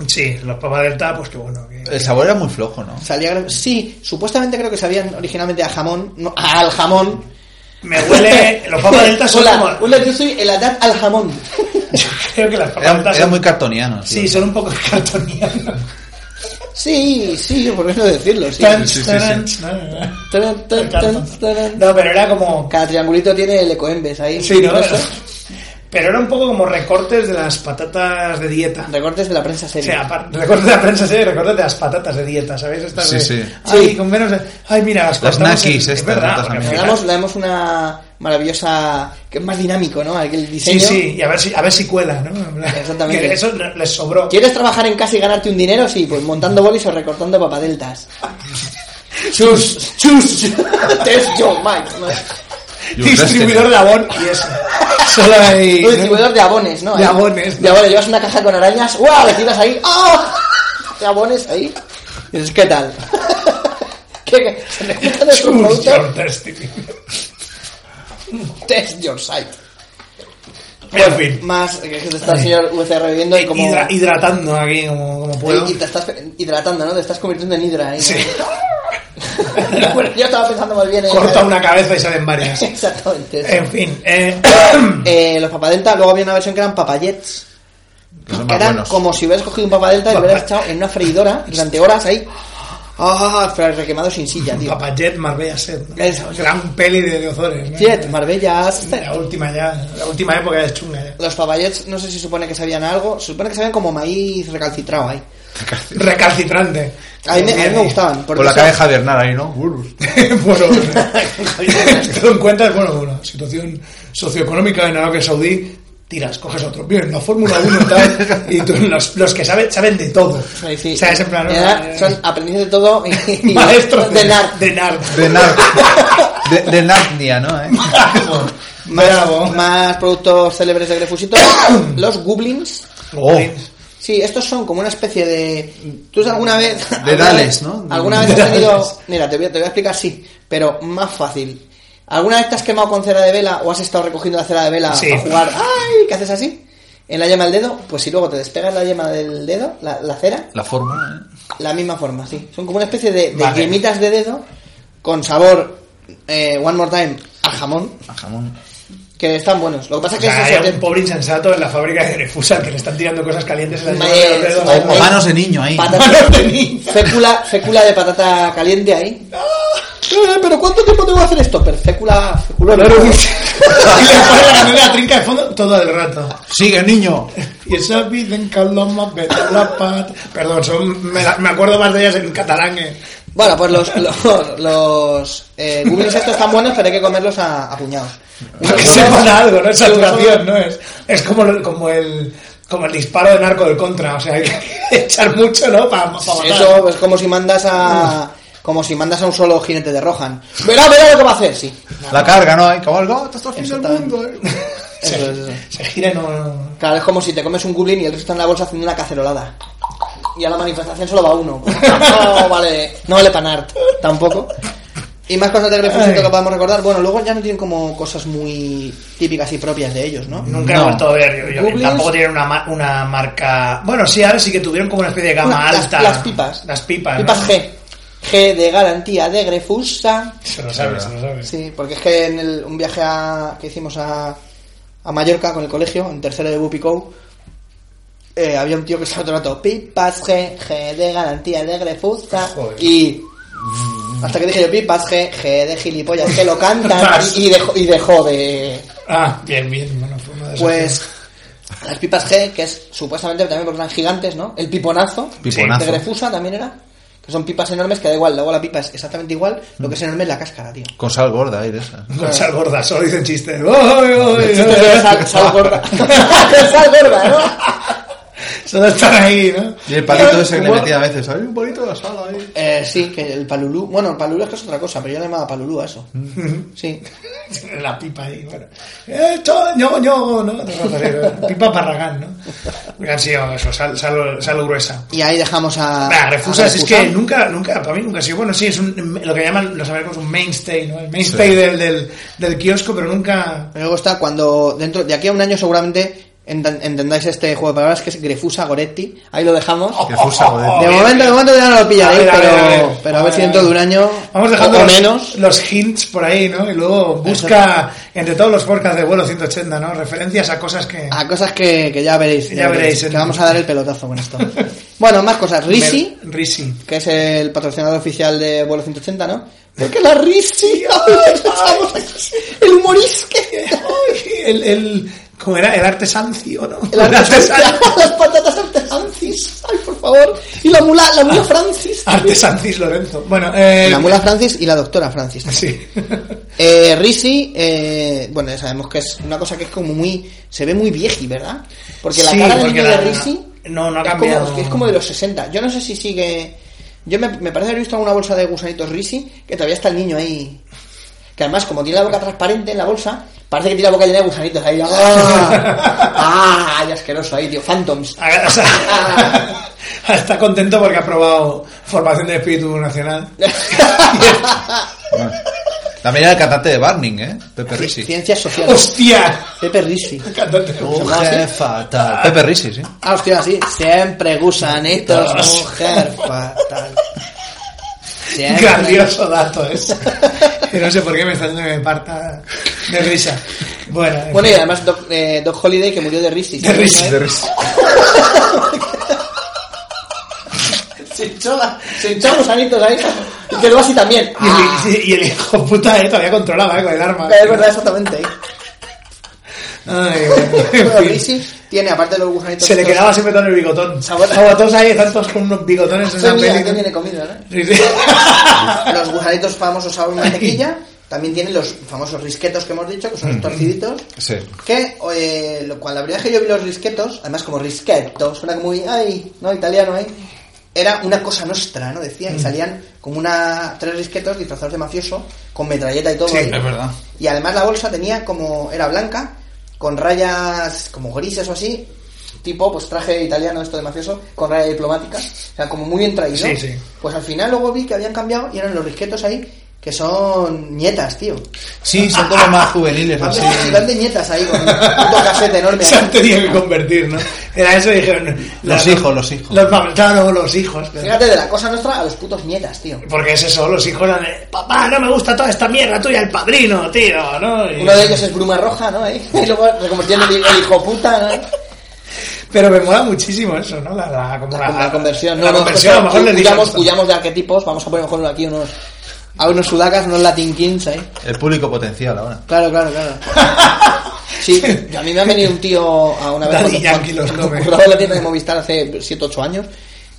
S5: Sí, los papas delta, pues que bueno. que-
S7: El sabor era muy flojo, ¿no?
S6: Salía, gre- sí, supuestamente creo que sabían originalmente a jamón, no, al jamón.
S5: Me huele. Los papas delta son
S6: Hola,
S5: como.
S6: hola, yo soy el edad al jamón.
S5: Yo creo que las papas
S7: Era,
S5: delta
S7: era
S5: son-
S7: muy cartoniano. tío.
S5: Sí, son un poco cartonianos.
S6: Sí, sí, por qué no decirlo, sí.
S5: Tan,
S7: sí, sí,
S5: tan,
S7: sí.
S5: tan.
S6: Tan, tan, tan, tan.
S5: No, pero era como.
S6: Cada triangulito tiene el ecoembes ahí.
S5: Sí, ¿no?
S6: impreso.
S5: Pero era un poco como recortes de las patatas de dieta.
S6: Recortes de la prensa
S5: O
S6: seria.
S5: sea, apar- recortes de la prensa, sí, recortes de las patatas de dieta, ¿sabéis? Estas
S7: Sí,
S5: de-
S7: sí.
S5: Ay,
S6: Sí.
S5: con menos. de- Ay, mira, las
S7: Las
S5: cortamos en-
S7: nakis
S5: es
S7: estas,
S5: verdad,
S7: estas
S5: porque al
S6: Le
S7: también.
S5: final-
S6: damos, le damos una maravillosa. que es más dinámico, ¿no? Aquel
S5: Sí,
S6: diseño.
S5: sí, y a ver si, a ver si cuela, ¿no? En plan,
S6: Exactamente.
S5: Que eso les sobró.
S6: ¿Quieres trabajar en casa y ganarte un dinero? Sí, pues montando bolis o recortando papadeltas. chus, chus. Test yo, Mike. ¿no?
S7: Yo
S5: Distribuidor
S7: creo
S5: de abón y eso. Solo hay.
S6: Un distribuidor de abones, ¿no?
S5: De
S6: Ahí.
S5: abones, ¿no?
S6: De abones. Llevas una caja con arañas. ¡Ah! ¡Wow! Le tiras ahí. ¡Oh! De abones ahí. Y dices, ¿qué tal? que se le gusta nuestro
S5: Choose
S6: producto,
S5: your destiny.
S6: test your site.
S5: En fin.
S6: Más que te está el señor VCR viviendo y como...
S5: Eh, Hidra- hidratando aquí como, como puedo.
S6: Y te estás hidratando, ¿no? Te estás convirtiendo en hidra. ahí, ¿no?
S5: Sí.
S6: bueno, yo estaba pensando más bien en...
S5: Corta una cabeza y salen varias.
S6: Exactamente. eso.
S5: En fin. eh,
S6: Eh, los papadelta, luego había una versión que eran papayets.
S7: Que son
S6: Que
S7: más
S6: eran
S7: buenos.
S6: como si hubieras cogido un papadelta y lo hubieras echado en una freidora durante horas ahí. Ah, pero requemado sin silla, tío.
S5: Papa Jet, Marbella Set. ¿no?
S6: Eso.
S5: Gran peli de, de Ozores. ¿no?
S6: Jet, Marbella, Aster.
S5: La última ya. La última época ya es chunga ya.
S6: Los papayets, no sé si supone que sabían algo. Se supone que sabían como maíz recalcitrado ahí.
S5: Recalcitrante.
S6: A mí
S5: Pues
S6: me, a mí
S5: eh.
S6: me gustaban.
S7: Con la
S6: eso-
S7: cara de Javier Nara ahí, ¿no? Burus.
S5: bueno, todo en cuenta es, bueno, una situación socioeconómica en Arabia Saudí, tiras, coges otro. Bien, la Fórmula 1 y tal, y tú, los, los que saben, saben de todo.
S6: Ahí sí.
S5: O sea, es en plan,
S6: Era-
S5: eh,
S6: son aprendices de todo y, y-
S5: maestros
S6: de nar.
S5: De nar.
S7: De Nar... De, de Narnia, ¿no? ¿Eh?
S5: Bravo. Bravo.
S6: Más, más productos célebres de Grefusito. los Goblins.
S7: Oh.
S6: Sí, estos son como una especie de. ¿Tú alguna vez.
S7: De Dales, ¿no?
S6: ¿Alguna vez
S5: De
S6: has tenido.
S5: Dales.
S6: Mira, te voy, a- te voy a explicar, sí, pero más fácil. ¿Alguna vez te has quemado con cera de vela o has estado recogiendo la cera de vela
S5: Sí.
S6: a jugar? ¡Ay! ¿Qué haces así? En la yema del dedo, pues si luego te despegas la yema del dedo, la, la cera,
S7: La forma, ¿eh?
S6: la misma forma, sí. Son como una especie de, de
S5: Vale.
S6: yemitas de dedo con sabor, eh, one more time, a jamón,
S7: A jamón.
S6: que están buenos. Lo que pasa
S5: O
S6: es que
S5: sea,
S6: es
S5: hay
S6: eso,
S5: un
S6: de
S5: pobre insensato en la fábrica de Grefusa que le están tirando cosas calientes en la
S6: Maíz,
S5: de los dedos.
S7: O, o
S6: maíz.
S7: manos de niño ahí.
S6: patas-
S5: Manos de niño.
S6: fécula, fécula de patata caliente ahí. Eh, ¿Pero cuánto tiempo tengo que hacer esto? Pero fécula, fécula.
S5: Y le pone la canela trinca de fondo todo el rato.
S7: ¡Sigue, niño!
S5: Y esa vida en Caloma, vete a la pat. Perdón, son, me, la- me acuerdo más de ellas en catalán. eh.
S6: Bueno, pues los, los, los eh, goblins estos están buenos, pero hay que comerlos a, a puñados.
S5: Para que sepan algo, ¿no? Es saturación, ¿no? Es, es como, el- como, el, como el disparo de narco del contra. O sea, hay que echar mucho, ¿no? Para,
S6: Eso es como si mandas a. Como si mandas a un solo jinete de Rohan. Verá, verá lo que va a hacer, sí.
S7: La carga, ¿no? Ahí, "Oh, cabalga, hasta el fin del
S6: Exactamente.
S7: mundo, ¿eh?
S5: Se,
S6: Eso es.
S5: se gira y no- no.
S6: Claro, es como si te comes un goblin y el resto está en la bolsa haciendo una cacerolada. Y a la manifestación solo va uno. No vale, no vale panart tampoco. Y más cosas de Grefusito
S5: Ay.
S6: que podemos recordar. Bueno, luego ya no tienen como cosas muy típicas y propias de ellos, ¿no?
S5: Nunca
S7: No.
S5: hemos estado ver. yo- yo-
S6: Goblins.
S5: tampoco tienen una, ma- una marca. Bueno, sí, ahora sí que tuvieron como una especie de gama
S6: Una- las,
S5: alta.
S6: las pipas.
S5: Las pipas.
S6: Pipas
S5: ¿no?
S6: G. G de garantía de Grefusa.
S5: Se lo sabes, se lo sabes.
S6: Sí, porque es que en el- un viaje a- que hicimos a, a Mallorca con el colegio, en tercero de Bupico, eh, había un tío que estaba todo el rato, pipas G, G de garantía de Grefusa,
S5: Joder.
S6: y hasta que dije yo, pipas G, G de gilipollas, que lo cantan,
S5: Vas.
S6: y, y dejó, y dejó de...
S5: Ah, bien, bien. Bueno, fue una de esas
S6: Pues las pipas G, que es supuestamente también porque eran gigantes, ¿no? El piponazo,
S7: Piponazo.
S6: de Grefusa también era, que son pipas enormes, que da igual, luego la pipa es exactamente igual, lo que es enorme es la cáscara, tío.
S7: Con sal gorda ahí de esa.
S5: Con sal gorda, solo dicen chistes. ¡Ay, ay, ay!
S6: Sal, sal gorda. sal gorda, ¿no?
S5: Solo están ahí, ¿no?
S7: Y el palito ese que le metía a veces. Hay un palito de la sal ahí.
S6: Eh, sí, que el palulú. Bueno, el palulú es que es otra cosa, pero yo le llamaba palulú a eso. Sí.
S5: La pipa ahí, bueno. ¡Esto, ño, ño! ¿no? Pipa parragán, ¿no? Hubieran sido eso, sal, sal, sal gruesa.
S6: Y ahí dejamos a.
S7: Ah,
S5: Nah, refusa,
S6: a
S5: si es
S6: Refusa.
S5: que nunca, nunca, para mí nunca ha sido. Bueno, sí, es un, lo que llaman los americanos un mainstay, ¿no? El mainstay del, del, del kiosco, pero nunca.
S6: Me gusta cuando dentro de aquí a un año seguramente ent- entendáis este juego de palabras que es Grefusa Goretti. Ahí lo dejamos.
S7: Que fusa,
S6: de
S7: joder.
S5: Oh, bien.
S6: momento, de momento ya no lo pillaréis,
S5: A ver, a
S6: pero,
S5: ver, a ver.
S6: pero a
S5: A
S6: ver
S5: ver,
S6: si
S5: a
S6: dentro de
S5: ver.
S6: un año
S5: Vamos
S6: o
S5: dejando
S6: o
S5: los,
S6: menos.
S5: los hints por ahí, ¿no? Y luego busca entre todos los podcasts de vuelo 180, ¿no? Referencias a cosas que.
S6: A cosas que, que ya veréis.
S5: Ya veréis,
S6: Que
S5: ¿no?
S6: vamos a dar el pelotazo con esto. bueno, más cosas. Risi.
S5: Mer- Risi.
S6: que es el patrocinador oficial de Vuelo 180, ¿no? Porque la Risi, el humorisque,
S5: Ay, el, el, ¿Cómo era? El arte sancio, ¿no?
S6: el artesan- las patatas artesancis, ay, por favor, y la mula, la mula Francis.
S5: Arte sancis Lorenzo. Bueno, eh...
S6: La mula Francis y la doctora Francis.
S5: Sí.
S6: Eh, Risi, eh, bueno, ya sabemos que es una cosa que es como muy. Se ve muy vieji, ¿verdad? Porque la
S5: Sí,
S6: cara de
S5: porque
S6: niño
S5: la-
S6: de Risi.
S5: no, no ha
S6: es como-
S5: cambiado.
S6: es que es como de los 60. Yo no sé si sigue. Yo me, me parece haber visto alguna bolsa de gusanitos Risi que todavía está el niño ahí. que además, como tiene la boca transparente en la bolsa, parece que tiene la boca llena de gusanitos ahí. ¡Ah! ¡Ah! Y asqueroso ahí, tío. Phantoms.
S5: O sea, está contento porque ha probado formación de espíritu nacional.
S7: También era el cantante de Barning, ¿eh? Pepe Risi.
S6: Ciencias sociales.
S5: ¡Hostia!
S6: Pepe Risi.
S5: Cantante.
S7: Mujer fatal. Pepe Risi, sí.
S6: Ah, hostia, sí. Siempre gusanitos, mujer fatal. Siempre.
S5: Grandioso dato ese. Que no sé por qué me está haciendo que me parta de risa. Bueno, en
S6: Bueno, y
S5: fin.
S6: además Doc, eh, Doc Holiday que murió de risi.
S5: de risa, de risa.
S6: Se hinchó, la- se hinchó los gusanitos ahí. Y quedó así también. Ah,
S5: Y el, y el hijo puta, eh, todavía controlaba eh, con el arma.
S6: Es verdad, exactamente. ¿eh?
S5: Ay, bueno, en
S6: Pero
S5: fin.
S6: Risi tiene, aparte de los gusanitos...
S5: Se le
S6: estos-
S5: quedaba siempre todo en el bigotón.
S6: Sabota.
S5: Sabotos ahí, tantos con unos bigotones en esa
S6: Soy mía, que
S5: peli.
S6: viene comida, ¿no?
S5: Sí, sí.
S6: Los gusanitos famosos sabor mantequilla. También tienen los famosos risquetos que hemos dicho, que son
S5: Mm.
S6: los torciditos.
S7: Sí.
S6: Que eh, lo- cuando la primera vez que yo vi los risquetos, además como risquetos, suena como muy, ay, no, italiano, ¿eh? Era una cosa nuestra, ¿no?
S5: Mm.
S6: Decían, y salían como una tres risquetos disfrazados de mafioso, con metralleta y todo.
S5: Sí,
S6: ahí.
S5: es
S7: verdad.
S6: Y además la bolsa tenía como, era blanca, con rayas como grises o así, tipo, pues traje italiano, esto de mafioso, con rayas diplomáticas, o sea, como muy bien traído.
S5: Sí, sí.
S6: Pues al final luego vi que habían cambiado y eran los risquetos ahí, que son nietas, tío.
S7: Sí, son como más juveniles,
S6: Van
S7: así.
S6: de- van de nietas ahí con un puto casete enorme.
S5: Se han tenido que convertir, ¿no? Era eso y dijeron...
S7: Los hijos, los hijos.
S5: Los, pa- claro, los hijos.
S6: Fíjate, de la cosa nuestra a los putos nietas, tío.
S5: Porque es eso, los hijos eran de, Papá, no me gusta toda esta mierda tuya, el padrino, tío, ¿no? Y-
S6: Uno de ellos es Bruma Roja, ¿no? Ahí. Y luego reconvirtiendo el, el hijo puta, ¿no?
S5: Pero me mola muchísimo eso, ¿no? La, la, como
S6: La, la conversión, ¿no?
S5: La
S6: no,
S5: conversión, a lo
S6: o sea,
S5: mejor le dijeron
S6: huyamos,
S5: esto.
S6: huyamos de arquetipos, vamos a poner mejor aquí unos... A unos sudacas, unos Latin Kings ahí.
S7: El público potencial ahora.
S6: Claro, claro, claro. Sí, a mí me ha venido un tío a una vez.
S5: Daddy
S6: cuando-
S5: Yankee los
S6: cuando
S5: come.
S6: curraba en la tienda de Movistar hace 7-8 años.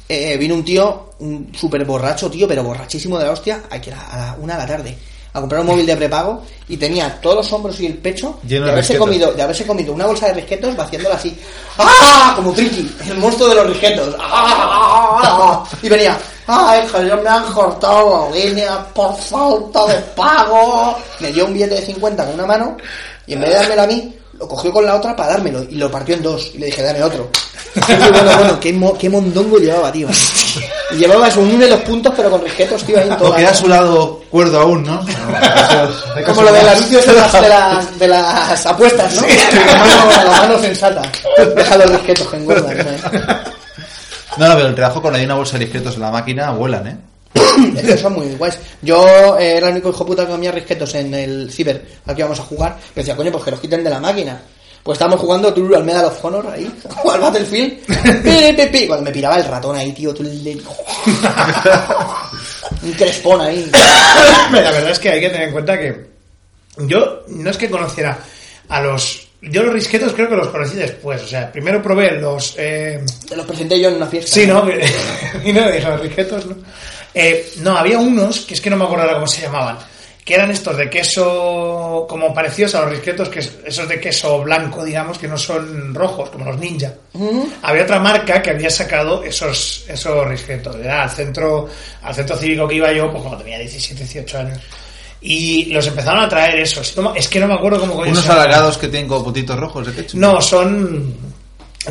S6: eh, vino un tío, un súper borracho, tío, pero borrachísimo de la hostia, aquí a, la, a la una de la tarde, a comprar un móvil de prepago y tenía todos los hombros y el pecho
S7: Lleno
S6: de
S7: de
S6: haberse,
S7: risquetos.
S6: comido, de haberse comido una bolsa de risquetos vaciándola así. ¡Ah! Como Tricky, el monstruo de los risquetos. ¡Ah! Y venía, ¡ay, que yo me han cortado la línea por falta de pago! Me dio un billete de 50 con una mano y en vez de dármelo a mí, lo cogió con la otra para dármelo y lo partió en dos. Y le dije, dame otro. Y dije, bueno, bueno, qué, mo- qué mondongo llevaba, tío. Y llevaba su uno de los puntos, pero con risquetos, tío, ahí en toda
S7: Porque
S6: la-
S7: era su lado cuerdo aún, ¿no?
S6: como lo del anuncio de las, de las, de las apuestas, ¿no? La, mano, la mano sensata. Deja los risquetos que engordan. ¿no?
S7: No, no, pero el trabajo con hay una bolsa de discretos en la máquina vuelan, ¿eh?
S6: Es que son muy guays. Yo eh, era el único hijo puta que comía risquetos en el ciber al que íbamos a jugar. Yo decía, coño, pues que los quiten de la máquina. Pues estábamos jugando tú al Medal of Honor ahí, o al Battlefield. Pi, pi, pi. Cuando me piraba el ratón ahí, tío, tú le... Un crespón ahí.
S5: la verdad es que hay que tener en cuenta que yo no es que conociera a los... Yo los risquetos creo que los conocí después, o sea, primero probé los... eh,
S6: Te los presenté yo en una fiesta.
S5: sí, ¿no? y no, dije los risquetos, ¿no? Eh, no, había unos, que es que no me acuerdo ahora cómo se llamaban, que eran estos de queso, como parecidos a los risquetos, que es- esos de queso blanco, digamos, que no son rojos, como los ninja. Había otra marca que había sacado esos, esos risquetos. Era al centro, al centro cívico que iba yo, pues cuando tenía 17, 18 años. Y los empezaron a traer esos. No me- Es que no me acuerdo cómo coño
S7: Unos
S5: se llamaban.
S7: alargados que tienen como puntitos rojos de pecho.
S5: No, son.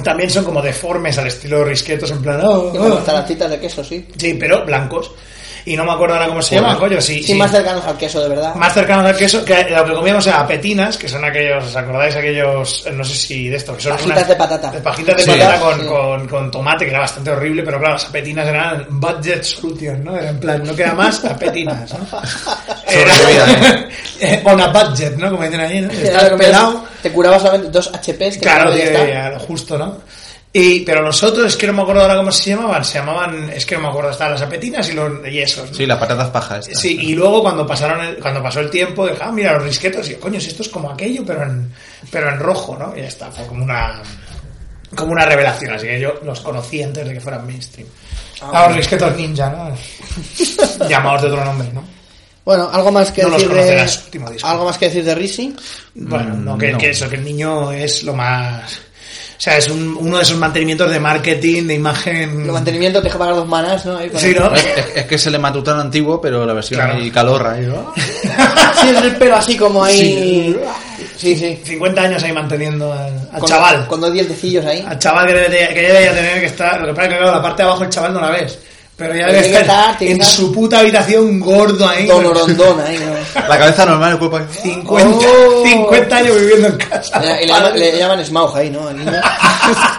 S5: También son como deformes al estilo risquetos, en plan. oh,
S6: Y bueno,
S5: oh.
S6: hasta las citas de queso, sí.
S5: Sí, pero blancos. Y no me acuerdo ahora cómo se llama, coño. Sí,
S6: Sí,
S5: sí.
S6: más cercanos al queso, de verdad.
S5: Más cercanos al queso, que lo que comíamos era petinas, que son aquellos, ¿os acordáis? Aquellos, eh, no sé si de estos, que son
S6: Pajitas de patata.
S5: de Pajitas de
S6: Sí.
S5: patata con,
S6: Sí.
S5: con- con tomate, que era bastante horrible, pero claro, las petinas eran budget solution, ¿no? Era en plan, no queda más, apetinas, ¿no?
S7: Sobrevivida,
S5: eh, on a budget, ¿no? Como dicen ahí, ¿no?
S6: Era
S5: Estás
S6: lo que me-
S5: pelado.
S6: Te curabas solamente dos HPs.
S5: Claro,
S6: que
S5: tío,
S6: ya está.
S5: ya, lo justo, ¿no? Y, pero los otros, es que no me acuerdo ahora cómo se llamaban, se llamaban, es que no me acuerdo, estaban las apetinas y los y esos. ¿no?
S7: Sí, las patatas pajas. estas.
S5: Sí, y luego cuando pasaron el- cuando pasó el tiempo, dije, ah, mira, los risquetos, y yo, coño, si esto es como aquello, pero en, pero en rojo, ¿no? Y ya está, fue como una como una revelación, así que yo los conocí antes de que fueran mainstream. Ah, los risquetos ninja, ¿no? Llamados de otro nombre, ¿no?
S6: Bueno, algo más que
S5: No los
S6: decir de...
S5: conocerás, su último disco.
S6: Algo más que decir de Risi.
S5: Bueno, no, que,
S7: no.
S5: que eso, que el niño es lo más... sea, es un- uno de esos mantenimientos de marketing, de imagen.
S6: Los mantenimientos te deja pagar dos manas, ¿no? Ahí con
S5: Mm. Sí,
S6: el-
S5: ¿no?
S7: Es, es- es que es el hematután antiguo, pero la versión
S5: Claro.
S7: ahí calorra. ahí, ¿no?
S6: Sí, es el pelo así como ahí. Sí, sí.
S5: 50 años ahí manteniendo al, al
S6: Con-
S5: chaval.
S6: Con dos dientecillos ahí.
S5: Al chaval que debe de- que debe ya tener que estar. Lo que pasa es que claro, la parte de abajo el chaval no la ves. Pero ya
S6: Tiene
S5: debe
S6: que
S5: estar
S6: estar, tiene que
S5: en
S6: estar.
S5: su puta habitación gordo ahí.
S6: Don
S5: con-
S6: Orondón ahí, ¿no?
S7: La cabeza normal, el cuerpo. ahí.
S5: 50,
S6: Oh.
S5: 50 años viviendo en casa.
S6: Le, le llaman- le llaman Smaug ahí, ¿no? El niño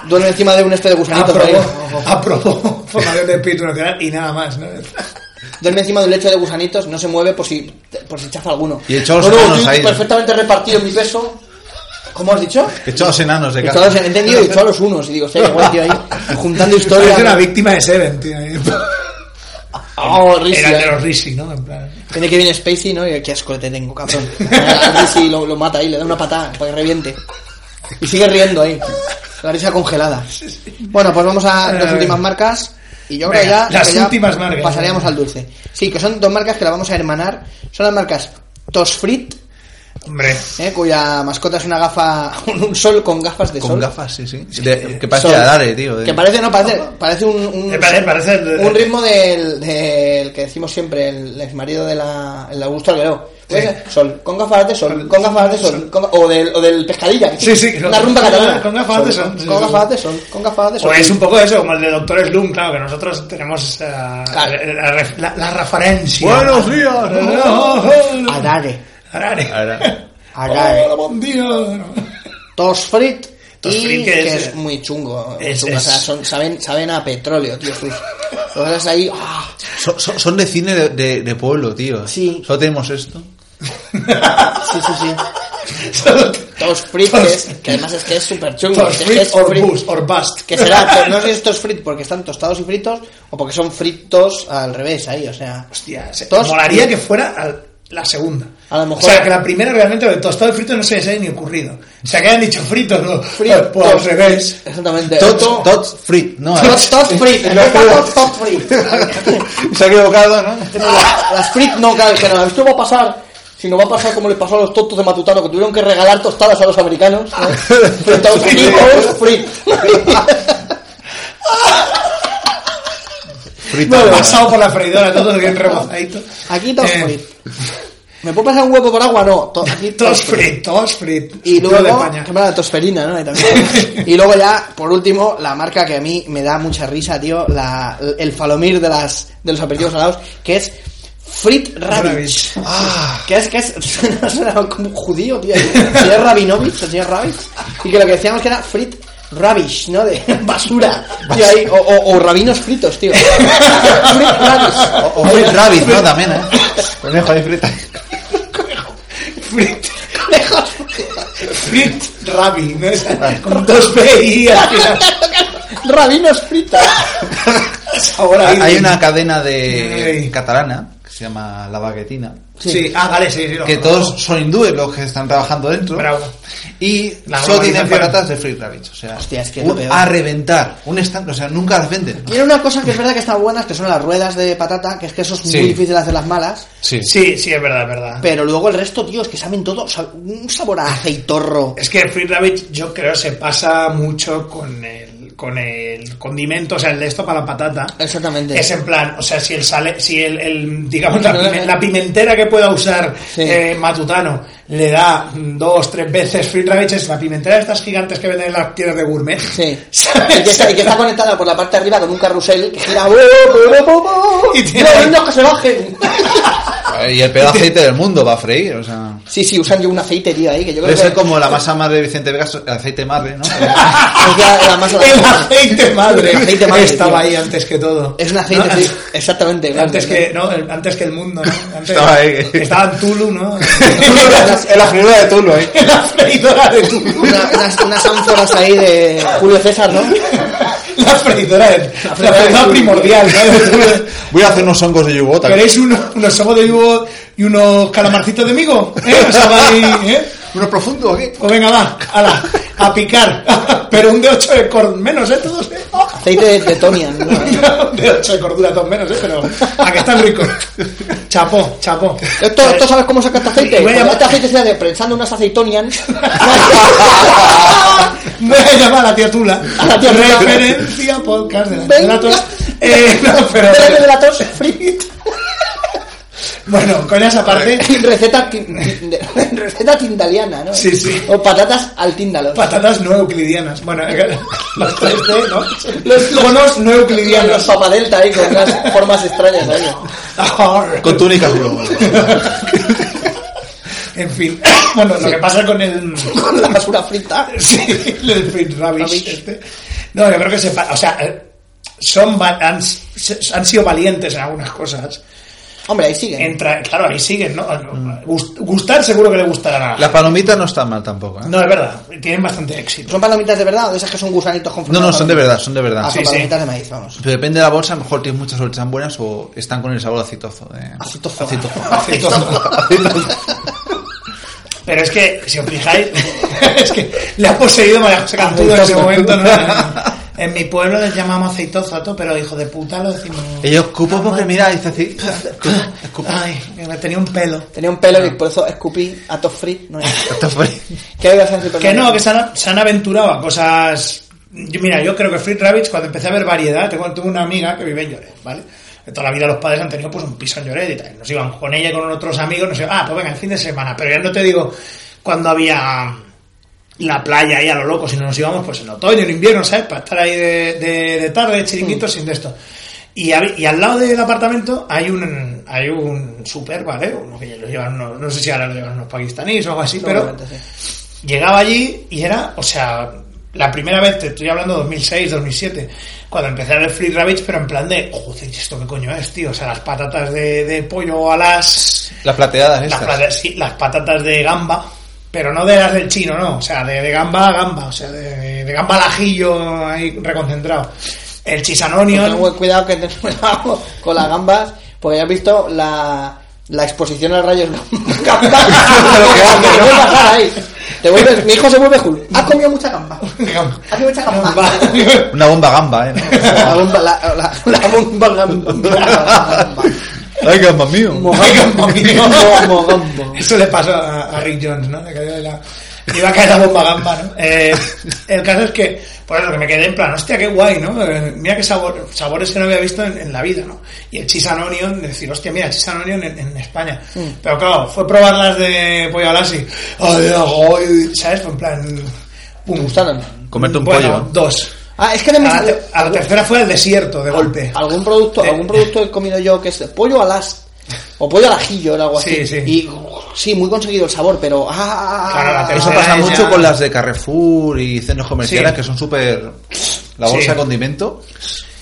S6: duerme encima de un este de gusanito
S5: Ah,
S6: por ahí.
S5: aprobó, aprobó formación de espíritu nacional y nada más, ¿no?
S6: Duerme encima de un lecho de gusanitos, no se mueve por si, por si chafa alguno.
S7: Y echó los
S6: No, no,
S7: enanos
S6: yo
S7: ahí, ¿no?
S6: perfectamente repartido mi peso. ¿Cómo has dicho?
S7: Echados enanos de
S6: Echó a los
S7: casa.
S6: entendido y echó a los unos. Y digo, sí, igual, tío, ahí, juntando historias.
S5: Es una
S6: ¿no?
S5: víctima de Seven, tío. ahí.
S6: Oh, Risi,
S5: Era el de
S6: ahí.
S5: los Risi, ¿no? En plan.
S6: Tiene que venir Spacey, ¿no? Y qué asco te tengo, cabrón. A Risi lo, lo mata ahí, le da una patada para que reviente. Y sigue riendo ahí. La risa congelada. Bueno, pues vamos a
S5: Bueno, a
S6: las
S5: ver.
S6: últimas marcas. Y yo creo que
S5: Venga,
S6: ya,
S5: las
S6: que ya
S5: últimas marcas.
S6: pasaríamos al dulce. Sí, que son dos marcas que las vamos a hermanar. Son las marcas Tosfrit,
S5: Hombre.
S6: ¿eh? cuya mascota es una gafa, un sol con gafas de
S7: Con
S6: sol.
S7: gafas, sí, sí. De- que parece
S6: Sol.
S7: Adare, tío. de-
S6: Que parece, no, parece, parece un, un,
S5: Eh, parece- parece el-
S6: un ritmo del, del que decimos siempre, el ex marido de la, el Augusto Alguero. Puede ser Sol, con gafas de sol, con gafas de sol, con ga- o, del, o del pescadilla.
S5: Sí, sí,
S6: Una rumba
S5: con-
S6: catalana.
S5: con gafas de sol,
S6: Con,
S5: sí,
S6: con
S5: sí.
S6: gafas de sol, con gafas de sol.
S5: O pues es un poco eso, como el de Doctor Slum, claro, que nosotros tenemos eh,
S6: Claro.
S5: la, ref- la- la referencia.
S7: Buenos días.
S6: Adare,
S5: Arare.
S7: Ahora,
S5: Oh.
S6: Adare.
S5: Hola, buen día.
S6: Tosfrit. Y
S5: Tosfrit,
S6: que,
S5: que
S6: es,
S5: es-
S6: muy chungo.
S5: es-
S6: chungo, o sea,
S5: es-
S6: son- saben, saben a petróleo, tío. sus- Lo ves ahí. ¡ah!
S7: son, son- son de cine de, de- de pueblo, tío.
S6: Sí.
S7: Solo tenemos esto.
S6: Sí, sí, sí. Todos
S5: Todos-
S6: frites, que además es que es súper chungo.
S5: Todos frit or bust, or bust.
S6: Que será, pero no sé si esto es frit porque están tostados y fritos o porque son fritos al revés ahí, o sea.
S5: Hostia, se-
S6: Todos-
S5: molaría que fuera al- la segunda.
S6: A lo mejor-
S5: O sea, que la primera realmente de tostado y frito no se les haya ni ocurrido. O sea, que hayan dicho frito, ¿no?
S6: Fritos.
S5: Pues al revés.
S6: Exactamente.
S7: Tots, tots free. No, ahora-
S6: Tots, tots frit. en vez de tots, tots frit.
S7: Se ha equivocado, ¿no?
S6: Las, las frit no caen, pero esto va a pasar. Si no va a pasar como les pasó a los tontos de Matutano, que tuvieron que regalar tostadas a los americanos. ¿no? Frente a los fritos, frit.
S7: Frito.
S5: Todo pasado por la freidora, todo bien remozadito.
S6: Aquí todos
S5: Eh,
S6: frit. ¿Me puedo pasar un hueco por agua? No. to- aquí
S5: Todos
S6: frit.
S5: frit, todos frit.
S6: Y
S5: Todo de
S6: luego,
S5: España.
S6: qué mala tosferina, ¿no? Y, también- y luego ya, por último, la marca que a mí me da mucha risa, tío, la, el falomir de las de los aperitivos salados, que es Frit Rabbit.
S5: Rabbit.
S6: Que es, que es, suena, suena como judío, tío. Si es Rabinovich, o si es Rabbit. Y que lo que decíamos que era Frit Rubbish, ¿no? De basura. Tío, ahí, o, o- o rabinos fritos, tío. Frit Rubbish.
S7: O, o Frit Rabbit, ¿no? También, ¿eh? Conejo ahí frita.
S5: Frit. Frit Rabi, ¿no? O sea, Con dos B y al final.
S6: Rabinos fritos. Ah,
S5: Ahora
S7: Hay
S5: ahí.
S7: hay una cadena de
S5: Ey.
S7: catalana que se llama La Baguetina.
S5: Sí, ah, vale, sí, sí. lo-
S7: Que todos son hindúes los que están trabajando dentro.
S5: Bravo.
S7: Y
S5: La
S7: solo tienen
S5: globalización.
S7: patatas de Frit Rabbit. O sea,
S6: Hostia, es que es
S7: un-
S6: lo peor.
S7: a reventar. Un stand, o sea, nunca las venden.
S6: Tiene una cosa que es verdad que está buena, que son las ruedas de patata, que es que eso es
S7: Sí.
S6: muy difícil hacer las malas.
S5: Sí, sí, es verdad, es verdad.
S6: Pero luego el resto, tío, es que saben todo, o sea, un sabor a aceitorro.
S5: Es que Free Rabbit yo creo se pasa mucho con el, con el condimento, o sea, el de esto para la patata.
S6: Exactamente.
S5: Es en plan, o sea, si el sale, si el, el, digamos la, pime- la pimentera que pueda usar
S6: Sí.
S5: eh, Matutano le da dos, tres veces Free Rabbit, es la pimentera de estas gigantes que venden en las tiendas de gourmet.
S6: Sí.
S5: ¿Sabes?
S6: Y que, está, y que está conectada por la parte de arriba con un carrusel que gira. ¡oh, "Bu, bu, bu, bu".
S5: Y tiene-
S6: ¡No, no, que se bajen!
S7: Y el peor aceite del mundo va a freír. O sea,
S6: Sí, sí, usan yo un aceite, tío, ahí, que yo creo
S7: debe
S6: que...
S7: ser como la masa madre de Vicente Vegas, el aceite madre, ¿no?
S6: Es la- la masa-
S5: El aceite madre.
S6: El aceite madre,
S5: Estaba
S6: tío.
S5: ahí antes que todo.
S6: Es un aceite,
S5: No,
S6: sí, exactamente. grande,
S5: Antes que, no, el- antes que el mundo, ¿no? Antes-
S7: Estaba ahí.
S5: Estaba en Tulu, ¿no?
S7: En la figura de Tulo, ¿eh?
S5: la freidora de Tulu.
S6: ¿no? Una- unas, unas ánforas ahí de Julio César, ¿no?
S5: La freidora de La
S6: freidora de
S5: freidora
S6: Tulu.
S5: primordial, ¿no?
S7: Voy a hacer unos hongos de yugota.
S5: ¿Queréis uno- unos ojos de yugo y unos calamarcitos de migo? ¿Eh? Os hago ahí, ¿eh?
S1: ¿Uno profundo o qué?
S5: Pues venga, va, ala, a picar. Pero un de 8 de cordura, menos, ¿eh? Todos, ¿eh?
S6: Aceite de, de Tonian. ¿no?
S5: Un de 8 de cordura, todos menos, ¿eh? Pero a que están ricos. Chapó, chapó.
S6: ¿Esto, esto sabes cómo sacar este aceite?
S5: Voy a
S6: Cuando
S5: llamar-
S6: este aceite se hace prensando unas aceitonian.
S5: Voy a llamar a la tía Tula.
S6: A la tía Tula.
S5: Referencia podcast de la
S6: Venga.
S5: de la tos. Eh, no, pero.
S6: Espérate de la tos frita.
S5: Bueno, con esa parte.
S6: Receta, tin- tin- receta tindaliana, ¿no?
S5: Sí, sí.
S6: O patatas al tíndalo.
S5: Patatas no euclidianas. Bueno, eh, los 3D, ¿no?
S6: Los- los-
S5: conos no
S6: los
S5: euclidianos.
S6: papadelta ahí ¿eh? con unas formas extrañas ahí.
S5: Ahora.
S7: Con túnicas globos.
S5: En fin. Bueno, lo que pasa con el.
S6: Con la basura frita.
S5: Sí, el Fritz Rabish.
S6: Rabish.
S5: este. No, yo creo que se. fa- O sea, eh, son, va- han, se- han sido valientes en algunas cosas.
S6: Hombre, ahí siguen.
S5: Entra, claro, ahí siguen, ¿no? Gust- Gustar seguro que le gustará. a la-
S7: La palomita no está mal tampoco, ¿eh?
S5: No, es verdad, tienen bastante éxito.
S6: ¿Son palomitas de verdad o de esas que son gusanitos con
S7: No, no, son de verdad, son de verdad.
S6: Ah,
S5: Sí,
S6: son
S5: sí.
S6: palomitas de maíz, vamos.
S7: Pero depende de la bolsa, a lo mejor tienes muchas bolsas tan buenas o están con el sabor aceitoso. De...
S6: Aceitoso.
S7: Aceitoso.
S5: Aceitoso. Pero es que, si os fijáis, es que le ha poseído María José Cantudo en ese
S6: Aceitoso.
S5: momento, ¿no? En mi pueblo les llamamos aceitoso a todo, pero hijo de puta lo decimos.
S7: Ellos cupo porque mira, dice así. escupo, escupo.
S5: Ay, me tenía un pelo.
S6: Tenía un pelo y
S5: Ah.
S6: por eso escupí a tos free. No es.
S7: Esto fue-
S6: ¿Qué hay que hacer?
S5: Que no, que se han, se han aventurado a cosas. Yo, mira, yo creo que Fritz Rabbits, cuando empecé a ver variedad, tengo, tuve una amiga que vive en Lloret, ¿vale? Que Toda la vida los padres han tenido pues un piso en Lloret y tal. Nos iban con ella y con otros amigos, nos iban, ah, pues venga, el fin de semana. Pero ya no te digo cuando había la playa ahí a lo loco, si no nos íbamos pues en otoño, en invierno, ¿sabes? Para estar ahí de, de- de tarde, de chiringuitos, sin de esto. Y, hab- y al lado del apartamento hay un hay un super, ¿vale? Uno que ya lo llevan, unos- no sé si ahora lo llevan unos pakistaníes o algo así, pero
S6: Seguramente, sí.
S5: llegaba allí y era, o sea, la primera vez, te estoy hablando 2006, 2007, cuando empecé a ver Free Rabbits, pero en plan de, joder, ¿esto qué coño es, tío? O sea, las patatas de, de pollo a las...
S7: Las plateadas
S5: Las,
S7: estas.
S5: plata- sí, las patatas de gamba, pero no de las del chino, no, o sea, de, de gamba a gamba, o sea, de, de gamba al ajillo ahí reconcentrado. El
S6: Ten
S5: chisanonio,
S6: buen cuidado que ten cuidado con las gambas, porque ya has visto la, la exposición a rayos gambas.
S7: Lo que hace, ¿no?
S6: Te puede pasar ahí. Te vuelves, mi hijo se vuelve Julio. Ha comido mucha gamba. Ha comido mucha gamba.
S7: Una bomba gamba, ¿eh?
S6: La bomba, la, la, la bomba gamba. gamba.
S7: Ay, gamba mío.
S5: Mogambo, mío.
S6: Mogambo.
S5: Eso le pasó a, a Rick Jones, ¿no? Le cayó de la- le Iba a caer la bomba gamba, ¿no? Eh, el caso es que, por eso que me quedé en plan, hostia, qué guay, ¿no? Eh, mira qué sabor- sabores que no había visto en, en la vida, ¿no? Y el cheese and onion, decir, hostia, mira, cheese and onion en, en España.
S6: Mm.
S5: Pero claro, fue probar las de pollo al asi. Ay, ay, ¿sabes? Fue en plan... pum.
S6: ¿Te gustaron?
S7: Comerte un
S5: Bueno,
S7: pollo.
S5: dos.
S6: Ah, es que de
S5: A la, te- a la tercera fue el desierto, de golpe.
S6: Algún producto,
S5: Eh,
S6: algún producto he comido yo que es pollo alas o pollo al ajillo o algo
S5: Sí,
S6: así.
S5: sí.
S6: Y uh, sí, muy conseguido el sabor, pero ah,
S5: Claro, la
S7: Eso
S5: tercera
S7: pasa
S5: ya-
S7: mucho con las de Carrefour y centros comerciales
S5: Sí.
S7: que son súper... La bolsa
S5: Sí.
S7: de condimento.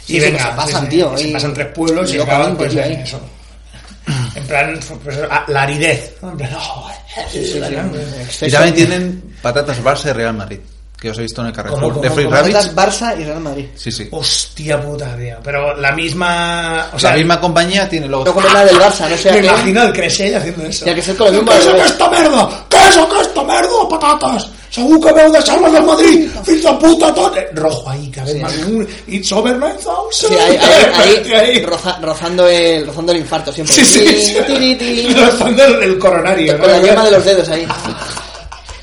S6: Sí, se nos pasan, tío,
S5: Se
S6: y-
S5: pasan tres pueblos y,
S6: y
S5: acaban
S6: locamente,
S5: pues, en
S6: tío, ahí.
S5: eso. En plan, pues, ah, la aridez. ¿no? En plan, oh,
S7: Y también tienen patatas Barça de Real Madrid, que os he visto en el Carrefour.
S5: ¿Cómo, cómo,
S7: de Free
S5: cómo?
S7: Rabbit.
S6: Patatas Barça y Real Madrid.
S7: Sí, sí.
S5: hostia puta, tío. Pero la misma. O sea,
S7: la misma compañía tiene luego...
S6: No comer la del Barça, no sé.
S5: Me
S6: a qué.
S5: imagino al Cresell haciendo eso.
S6: Ya que se con lo mismo
S5: ¿Qué
S6: al
S5: es
S6: revés.
S5: esta merda? ¿Qué es que esta merda? Patatas. Según que veo de Salvas del Madrid. Filtra puta. Todo. Rojo ahí, cada vez más. Un- It's over my thousand.
S6: Sí, ahí, ahí,
S5: Tío,
S6: ahí, roza- rozando, el, rozando el infarto siempre.
S5: Sí, sí,
S6: Tin,
S5: sí.
S6: tiri, tiri.
S5: Rozando el- el coronario.
S6: Con la
S5: ¿no?
S6: yema de los dedos ahí.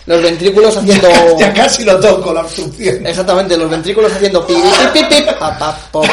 S6: Los ventrículos haciendo.
S5: Ya casi lo toco, la obstrucción.
S6: Exactamente, los ventrículos haciendo pi, pi, pi, pi, pa, pa, po, po.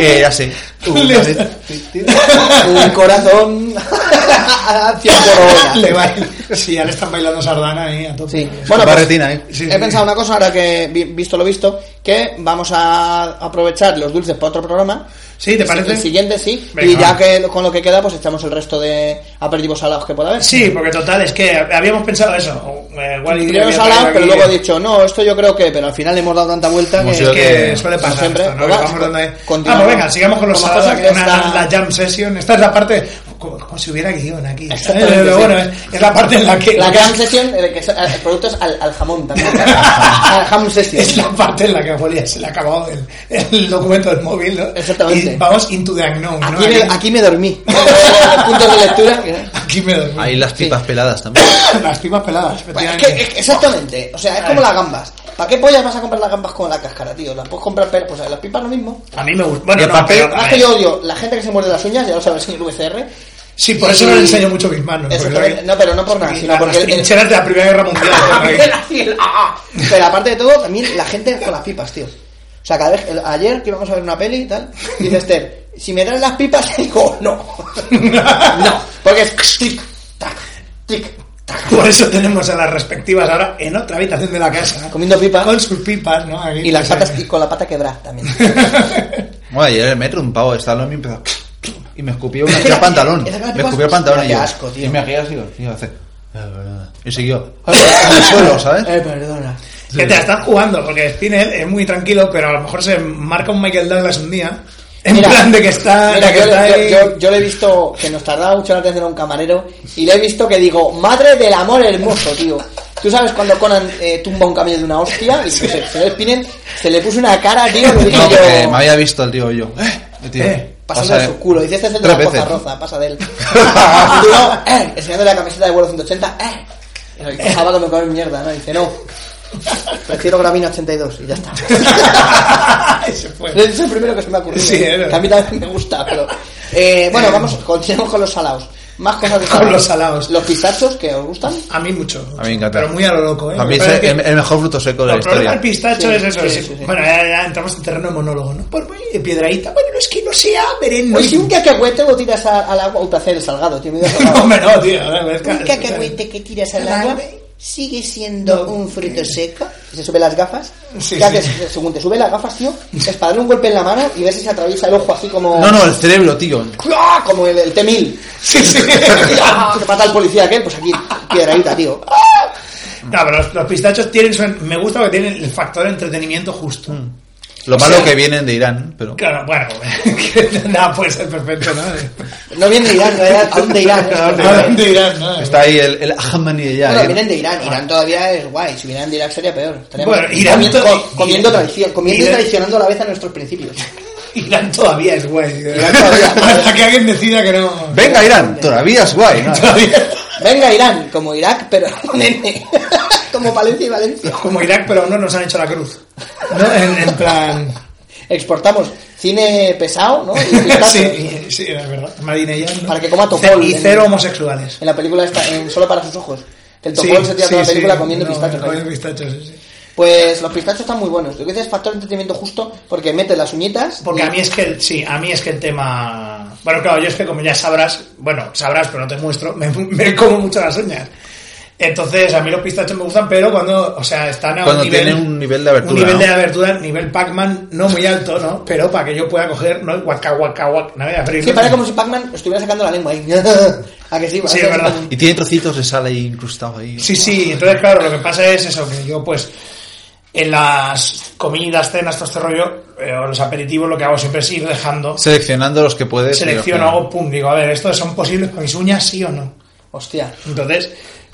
S7: Eh, ya sé.
S5: Le-
S6: Un corazón hacia corona.
S5: Le baila. Sí, ya le están bailando sardana ahí a tope.
S6: Sí. Bueno, pues,
S7: Barretina, ¿eh?
S5: Sí, sí,
S6: he
S5: sí.
S6: pensado una cosa ahora que vi- visto lo visto, que vamos a aprovechar los dulces para otro programa.
S5: Sí, ¿te parece?
S6: El siguiente sí.
S5: Venga.
S6: Y ya que con lo que queda, pues echamos el resto de aperitivos salados que pueda haber.
S5: Sí, porque total, es que habíamos pensado eso. Eh, igual y
S6: Primero
S5: había
S6: salado,
S5: traído
S6: pero
S5: aquí-
S6: luego he dicho, no, esto yo creo que, pero al final le hemos dado tanta vuelta
S7: Hemos
S6: que,
S7: ido
S5: Es que suele
S6: como
S5: pasar
S6: siempre,
S5: esto, ¿no?
S6: pues va,
S5: Vamos dando ahí. Ah,
S6: continuamos.
S5: pues venga, sigamos con los
S6: Con más
S5: salados,
S6: cosas que
S5: que una-
S6: está-
S5: la jam session. Esta es la parte... ¿Cómo, si hubiera guión aquí.
S6: Exactamente,
S5: Pero
S6: sí.
S5: bueno, es, es la parte en la que...
S6: La Ham Session, eh, que es, eh, productos al, al jamón también. Al Ham Session.
S5: Es la parte en la que a Julia se le ha acabado el, el documento del móvil, ¿no?
S6: Exactamente.
S5: Y vamos into the unknown, ¿no?
S6: Aquí me, aquí me dormí. Puntos de lectura. que-
S5: aquí me dormí.
S7: Ahí las
S6: Sí.
S7: pipas peladas también.
S5: Las pipas peladas,
S6: Bueno, Pues es
S5: efectivamente.
S6: que, es que- exactamente, o sea, es como las gambas. ¿Para qué pollas vas a comprar las gambas con la cáscara, tío? Las puedes comprar, pero pues las pipas lo mismo.
S5: A mí me gusta. Bueno,
S7: Y
S5: no,
S7: aparte-
S5: pero-
S6: Además que yo odio la gente que se muerde las uñas, ya lo sabes en el VCR.
S5: Sí, por eso no le enseño mucho mis manos. porque
S6: Exactamente,
S5: creo que-
S6: no, pero no por nada,
S5: y
S6: sino
S5: las-
S6: porque
S5: Las
S6: el- el-
S5: trincheras de la Primera Guerra Mundial. ¿no?
S6: ah, Pero aparte de todo, también la gente con las pipas, tío. O sea, cada vez, el- ayer que íbamos a ver una peli y tal, dice Esther, si me traes las pipas, digo, no. no, porque es tic, tac, tic, tac.
S5: Por eso tenemos a las respectivas ahora en otra habitación de la casa.
S6: Ah, Comiendo pipa.
S5: Con sus pipas, ¿no? Aquí,
S6: Y las
S5: pues,
S6: patas,
S5: eh,
S6: y con la pata quebrada también.
S7: Bueno, ayer en el metro un pavo estaba en mí y empezó... Y me escupió, una- el pantalón.
S6: Esa cara de
S7: Me
S6: pipas,
S7: escupió el pantalón y
S6: qué
S7: yo...
S6: asco, tío.
S7: Y me aquella así, y yo hace... Y siguió... Al suelo, ¿sabes?
S6: Eh, perdona.
S5: Que te la están jugando, porque Spinel es muy tranquilo, pero a lo mejor se marca un Michael Douglas un día. En
S6: Mira,
S5: plan de que está.
S6: mira,
S5: de que
S6: yo,
S5: está
S6: yo-
S5: ahí-
S6: yo- yo le he visto que nos tardaba mucho en atender a un camarero y le he visto que digo, madre del amor hermoso, tío. Tú sabes cuando Conan eh, tumba un camello de una hostia y se, se le espinen, se le puso una cara, tío, que dije
S7: No, porque
S6: yo.
S7: me había visto el tío y yo... Eh, Y tío,
S5: Eh,
S6: Pasando de su culo, dice este es el de
S7: Tres
S6: la cosa
S7: veces.
S6: roza, pasa de él. Y tú no, eh, enseñando la camiseta de vuelo 180, eh. Pero el java que me come mierda, ¿no? Dice, no. Prefiero Gravina 82 y ya está.
S5: Se fue.
S6: Ese es el primero que se me ha ocurrido.
S5: Sí, es verdad.
S6: Que a mí también me gusta, pero. Eh, bueno, vamos, continuemos con los salados. Más cosas de
S5: Con los salados.
S6: Los pistachos que os gustan.
S5: A mí mucho, mucho.
S7: A mí me encanta.
S5: Pero muy a lo loco, ¿eh?
S7: A mí
S5: Me
S7: es
S5: parece
S7: el,
S5: que-
S7: el mejor fruto seco de la
S5: El problema del
S7: historia.
S5: pistacho
S6: Sí,
S5: es eso.
S6: sí,
S5: sí.
S6: sí, sí.
S5: Bueno, ya, ya entramos en terreno de monólogo, ¿no? Por muy de piedradita. Bueno, no es que no sea merenda.
S6: Oye, si un cacahuete lo tiras a- al agua, o te hace el salgado, tío. Me dio
S5: No,
S6: salgado.
S5: hombre, no, tío. no, no, es que-
S6: un cacahuete que tiras al
S5: Claro.
S6: agua sigue siendo
S5: No.
S6: un fruto seco. Y Se sube las gafas.
S5: Sí,
S6: ¿Qué haces?
S5: sí.
S6: Según te sube las gafas, tío, es para darle un golpe en la mano y ver si se atraviesa el ojo así como.
S7: No, no, el cerebro, tío.
S6: ¡Ah! Como el, el T-1000.
S5: Sí, sí.
S6: Se mata al policía aquel, pues aquí, piedradita, tío.
S5: No, pero los, los pistachos tienen su- Me gusta porque tienen el factor entretenimiento justo.
S7: Lo malo
S5: sea-
S7: que vienen de Irán, pero...
S5: Claro, bueno, que nada puede ser perfecto, ¿no?
S6: No vienen de Irán, en realidad, ¿a dónde irán?
S5: ¿A dónde irán? No?
S7: Está ahí el, el Ahmadi de allá.
S6: Bueno,
S7: ¿eh?
S6: vienen de Irán. Irán todavía es guay. Si vinieran de Irak sería peor. Estaríamos
S5: Bueno, Irán
S6: comiendo,
S5: to-
S6: co- comiendo traición, comiendo y
S5: Irán-
S6: traicionando a la vez a nuestros principios.
S5: Irán todavía es guay.
S6: Irán todavía.
S5: Hasta que alguien decida que no.
S7: Venga, Irán, todavía es guay. ¿no?
S5: Todavía.
S6: Venga, Irán, como Irak, pero con N. como Valencia y Valencia.
S5: Como Irak, pero aún no nos han hecho la cruz. ¿No? En, en plan.
S6: Exportamos cine pesado, ¿no? Y pistachos.
S5: Sí, sí, es verdad. Madine y Jan, ¿no?
S6: Para que coma ¿eh?
S5: Ce-
S6: topol
S5: Y
S6: en-
S5: cero homosexuales.
S6: En la película está en Solo para sus ojos. Que el
S5: Sí,
S6: topol se tira
S5: sí,
S6: toda la
S5: sí,
S6: película comiendo
S5: no,
S6: pistachos. ahí.
S5: Comiendo pistachos, sí, sí.
S6: Pues los pistachos están muy buenos. Lo que dices es factor de entretenimiento justo porque mete las uñitas.
S5: Porque a mí es que el, sí, a mí es que el tema. Bueno, claro, yo es que como ya sabrás, bueno, sabrás, pero no te muestro, me, me como mucho las uñas. Entonces, a mí los pistachos me gustan, pero cuando, o sea, están a
S7: Cuando
S5: un nivel.
S7: tienen un nivel de abertura,
S5: Un nivel
S7: ¿no?
S5: de abertura, nivel Pac-Man, no muy alto, ¿no? Pero para que yo pueda coger, ¿no? Guaca, guaca, guaca, no voy a abrir.
S6: Sí, parece como si Pac-Man estuviera sacando la lengua ahí. ¿A que sí? Parece
S5: es
S6: así
S5: verdad.
S6: como-
S7: Y tiene trocitos de sal ahí incrustados ahí.
S5: Sí, sí, entonces claro, lo que pasa es eso, que yo pues en las comidas, cenas, todo este rollo, eh, o los aperitivos, lo que hago siempre es ir dejando,
S7: Seleccionando los que puedes. y los que
S5: selecciono,
S7: no.
S5: hago pum, digo, a ver, ¿estos son posibles para mis uñas, sí o no?
S6: Hostia.
S5: Entonces,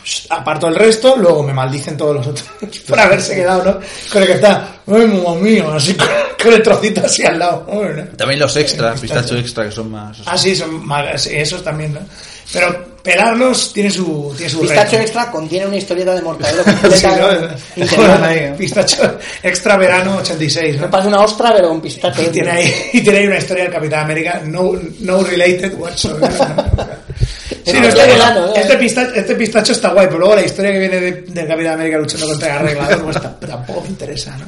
S5: sh- aparto el resto, luego me maldicen todos los otros por haberse quedado, ¿no? Con el que está, ¡ay, mamá mío! Así con, con el trocito así al lado. Bueno.
S7: También los extras, pistacho extra, que son más...
S5: Ah, sí, son mal- sí, esos también, ¿no? Pero pelarlos tiene su, tiene su
S6: Pistacho
S5: reto.
S6: extra contiene una historieta de mortadelo
S5: Sí, ¿no?
S6: completa.
S5: Joder,
S6: integral.
S5: Pistacho extra verano 86,
S6: Me
S5: ¿no?
S6: pasa una ostra, pero con pistacho.
S5: Y tiene ahí, y tiene ahí una historia del Capitán América, no, no related whatsoever. Sí, no, está bien.
S6: verano, ¿eh?
S5: este, pistacho, este pistacho está guay, pero luego la historia que viene de- del Capitán América luchando contra el arreglador no está, tampoco me interesa, ¿no?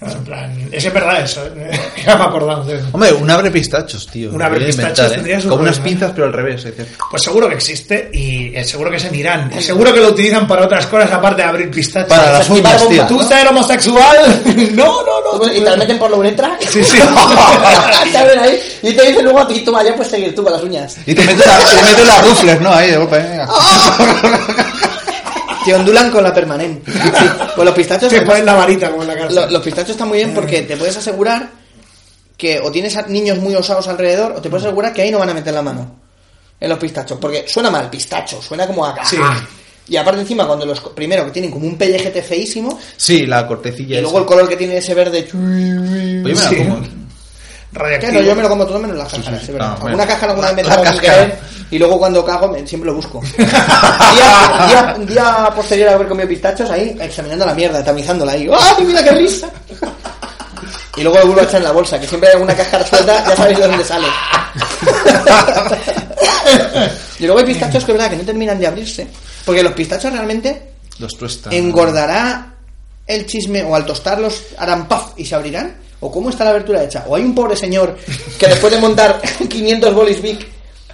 S5: En plan, es que es verdad eso, ¿eh? ya me he acordado de eso.
S7: Hombre, un abre pistachos, tío.
S5: Un abre
S7: Lo voy a
S5: pistachos
S7: inventar, ¿eh?
S5: tendría su
S7: Como unas
S5: problema.
S7: pinzas, pero al revés. es decir,
S5: Pues seguro que existe y eh, seguro que es en Irán. Y seguro que lo utilizan para otras cosas aparte de abrir pistachos.
S7: Para las
S6: Esquivar
S7: uñas, tío.
S6: bombas,
S5: ¿Tú
S6: ¿no?
S5: ser homosexual? No, no, no.
S6: Y te la meten por la uretra.
S5: Sí, sí.
S6: ¿Saben ahí? Y te dicen luego a ti, toma, ya puedes seguir tú con las uñas.
S7: Y te metes, la- te metes las rufles, ¿no? Ahí, de golpe. venga.
S6: Oh, Te ondulan con la permanente. Sí. Pues los pistachos.
S5: Te
S6: además,
S5: ponen la varita como en la cárcel.
S6: lo- los pistachos están muy bien porque te puedes asegurar que o tienes a niños muy osados alrededor o te puedes asegurar que ahí no van a meter la mano. en los pistachos, porque suena mal pistacho, suena como a...
S5: Sí.
S6: Y aparte encima, cuando los... co- Primero, que tienen como un pellejete feísimo,
S7: Sí, la cortecilla
S6: y luego el
S7: esa.
S6: color que tiene ese verde...
S7: Pues yo me la
S5: Sí.
S7: como.
S6: Que
S5: Radiactivo.
S6: no, yo me lo como todo menos las
S7: sí.
S6: cáscaras, es verdad.
S7: Ah, bueno.
S6: Alguna cáscara alguna vez me
S7: La
S6: trago sin
S7: cáscara.
S6: querer, y luego cuando cago me- siempre lo busco. día, día- día posterior a haber comido pistachos, ahí examinando la mierda, tamizándola ahí. ¡Ay, mira qué risa! Y luego lo vuelvo a echar en la bolsa, que siempre hay alguna cáscara suelta, ya sabéis de dónde sale. y luego hay pistachos que es verdad que no terminan de abrirse, porque los pistachos realmente
S7: Los tuestas.
S6: ¿Engordará el chisme o al tostarlos harán puff y se abrirán? ¿O cómo está la abertura hecha? ¿O hay un pobre señor que después de montar 500 bolis big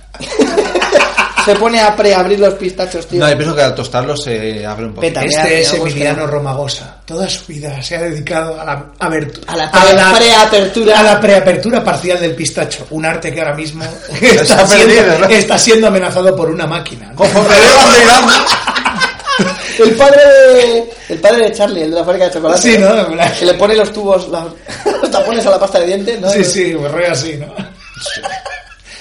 S6: se pone a preabrir los pistachos, tío?
S7: No, yo pienso que al tostarlo se abre un poco.
S6: Peta.
S5: Este es
S6: Algo que
S5: Emiliano
S6: no.
S5: Romagosa. Toda su vida se ha dedicado a la, abertu-
S6: A la pre- preapertura.
S5: A la preapertura parcial del pistacho. Un arte que ahora mismo
S7: Está
S5: está,
S7: perdido,
S5: siendo,
S7: ¿no?
S5: está siendo amenazado por una máquina. ¿no?
S6: El padre de, el padre de Charlie, el de la fábrica de chocolate.
S5: Sí, ¿no? En plan-
S6: Que le pone los tubos, los, los tapones a la pasta de dientes, ¿no?
S5: Sí, sí, pues rollo así, ¿no?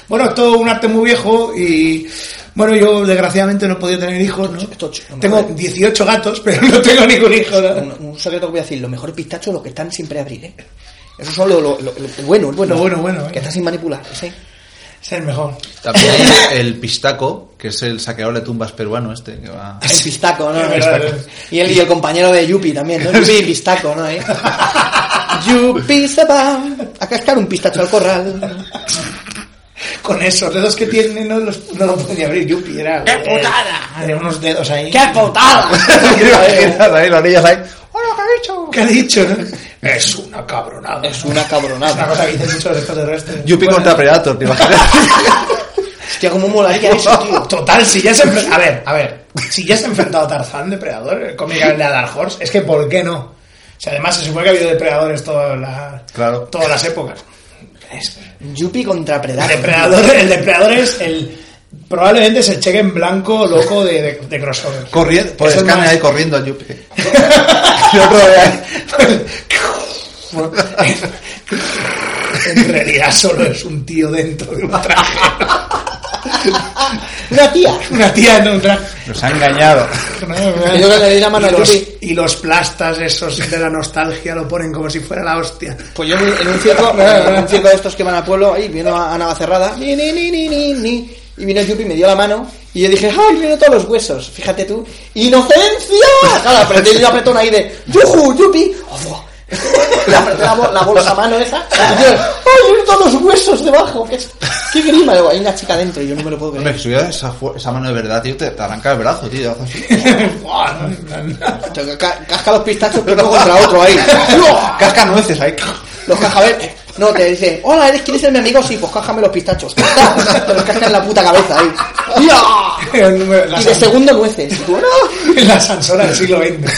S5: Bueno, es todo un arte muy viejo y... Bueno, yo desgraciadamente no he podido tener hijos, ¿no?
S6: tocho, no me
S5: Tengo
S6: jodas.
S5: 18 gatos, pero no tengo ningún hijo, ¿no?
S6: Un, un secreto que voy a decir, los mejores pistachos los que están sin preabrir, ¿eh? Eso son lo, lo- lo- lo bueno, el bueno.
S5: Lo bueno, bueno, ¿eh?
S6: Que está sin manipular, sí.
S5: Es el mejor.
S7: También hay el pistaco, que es el saqueador de tumbas peruano este, que va...
S6: El pistaco, ¿no?
S5: Es verdad,
S6: Pistaco.
S5: es verdad.
S6: Y el, y el compañero de Yupi también, ¿no? Yupi y pistaco, ¿no? ¿Eh? Yupi se va a cascar un pistacho al corral.
S5: Con esos dedos que tiene no los, no lo podía abrir Yupi, era... ¡Qué putada! Era unos dedos ahí.
S6: ¡Qué putada!
S7: ahí, las orillas ahí.
S5: ¿Qué ha dicho? no? Es una cabronada.
S6: es una
S5: Es una
S6: cabronada.
S5: cosa que dicen muchos extraterrestres.
S7: Yupi
S5: Bueno,
S7: contra Predator, ¿te imaginas?
S6: Hostia, cómo molaría
S5: Pues,
S6: eso, tío.
S5: Total, si ya se enfre- A ver, a ver. Si ya se ha enfrentado Tarzán, Depredador, eh, cómicamente a Dark Horse, es que ¿por qué no? O sea, además se supone que ha habido depredadores todas las,
S7: Claro.
S5: todas las épocas. Es-
S6: Yupi contra
S5: el,
S6: Predator.
S5: depredador, el depredador es el... Probablemente es el cheque en blanco loco de, de, de crossover.
S7: Corriendo, por
S5: Eso
S7: escáner
S5: no es-
S7: ahí corriendo al Yupi.
S5: Y otro en realidad solo es un tío dentro de un traje.
S6: Una tía.
S5: Una tía en un traje.
S7: Nos ha engañado.
S6: Y yo creo que le di la mano
S5: y,
S6: al
S5: los,
S6: Yupi.
S5: y los plastas esos de la nostalgia lo ponen como si fuera la hostia.
S6: Pues yo en un circo, en un circo de estos que van al pueblo, ahí vino a a Navacerrada, ni, ni, ni, ni, ni, ni, y vino Yupi, me dio la mano, y yo dije, ¡ay, viene todos los huesos! Fíjate tú, ¡inocencia! Claro, apreté el apretón ahí de, ¡yuju, Yupi! ¡Ojo! Le apreté la, bo- la bolsa a mano esa, y yo, ¡ay, vienen todos los huesos debajo! ¡Qué, qué grima! Luego, hay una chica dentro y yo no me lo puedo
S7: Hombre,
S6: creer.
S7: que si hubiera esa, fu- esa mano de verdad, tío, te, te arranca el brazo, tío. haces así.
S5: Buah, ¿no? En plan,
S6: Ca- ca- Casca los pistachos uno contra otro ahí. ¡Uah!
S7: Casca nueces ahí.
S6: Los cajabetes. No, te dice, hola, ¿eres, ¿quieres ser mi amigo? Sí, pues cájame los pistachos. Te los cascan en la puta cabeza ahí. ¡Ya!
S5: en la,
S6: Y de
S5: san-
S6: segundo nueces. Y tú, "No".
S5: en la sansona del siglo XX.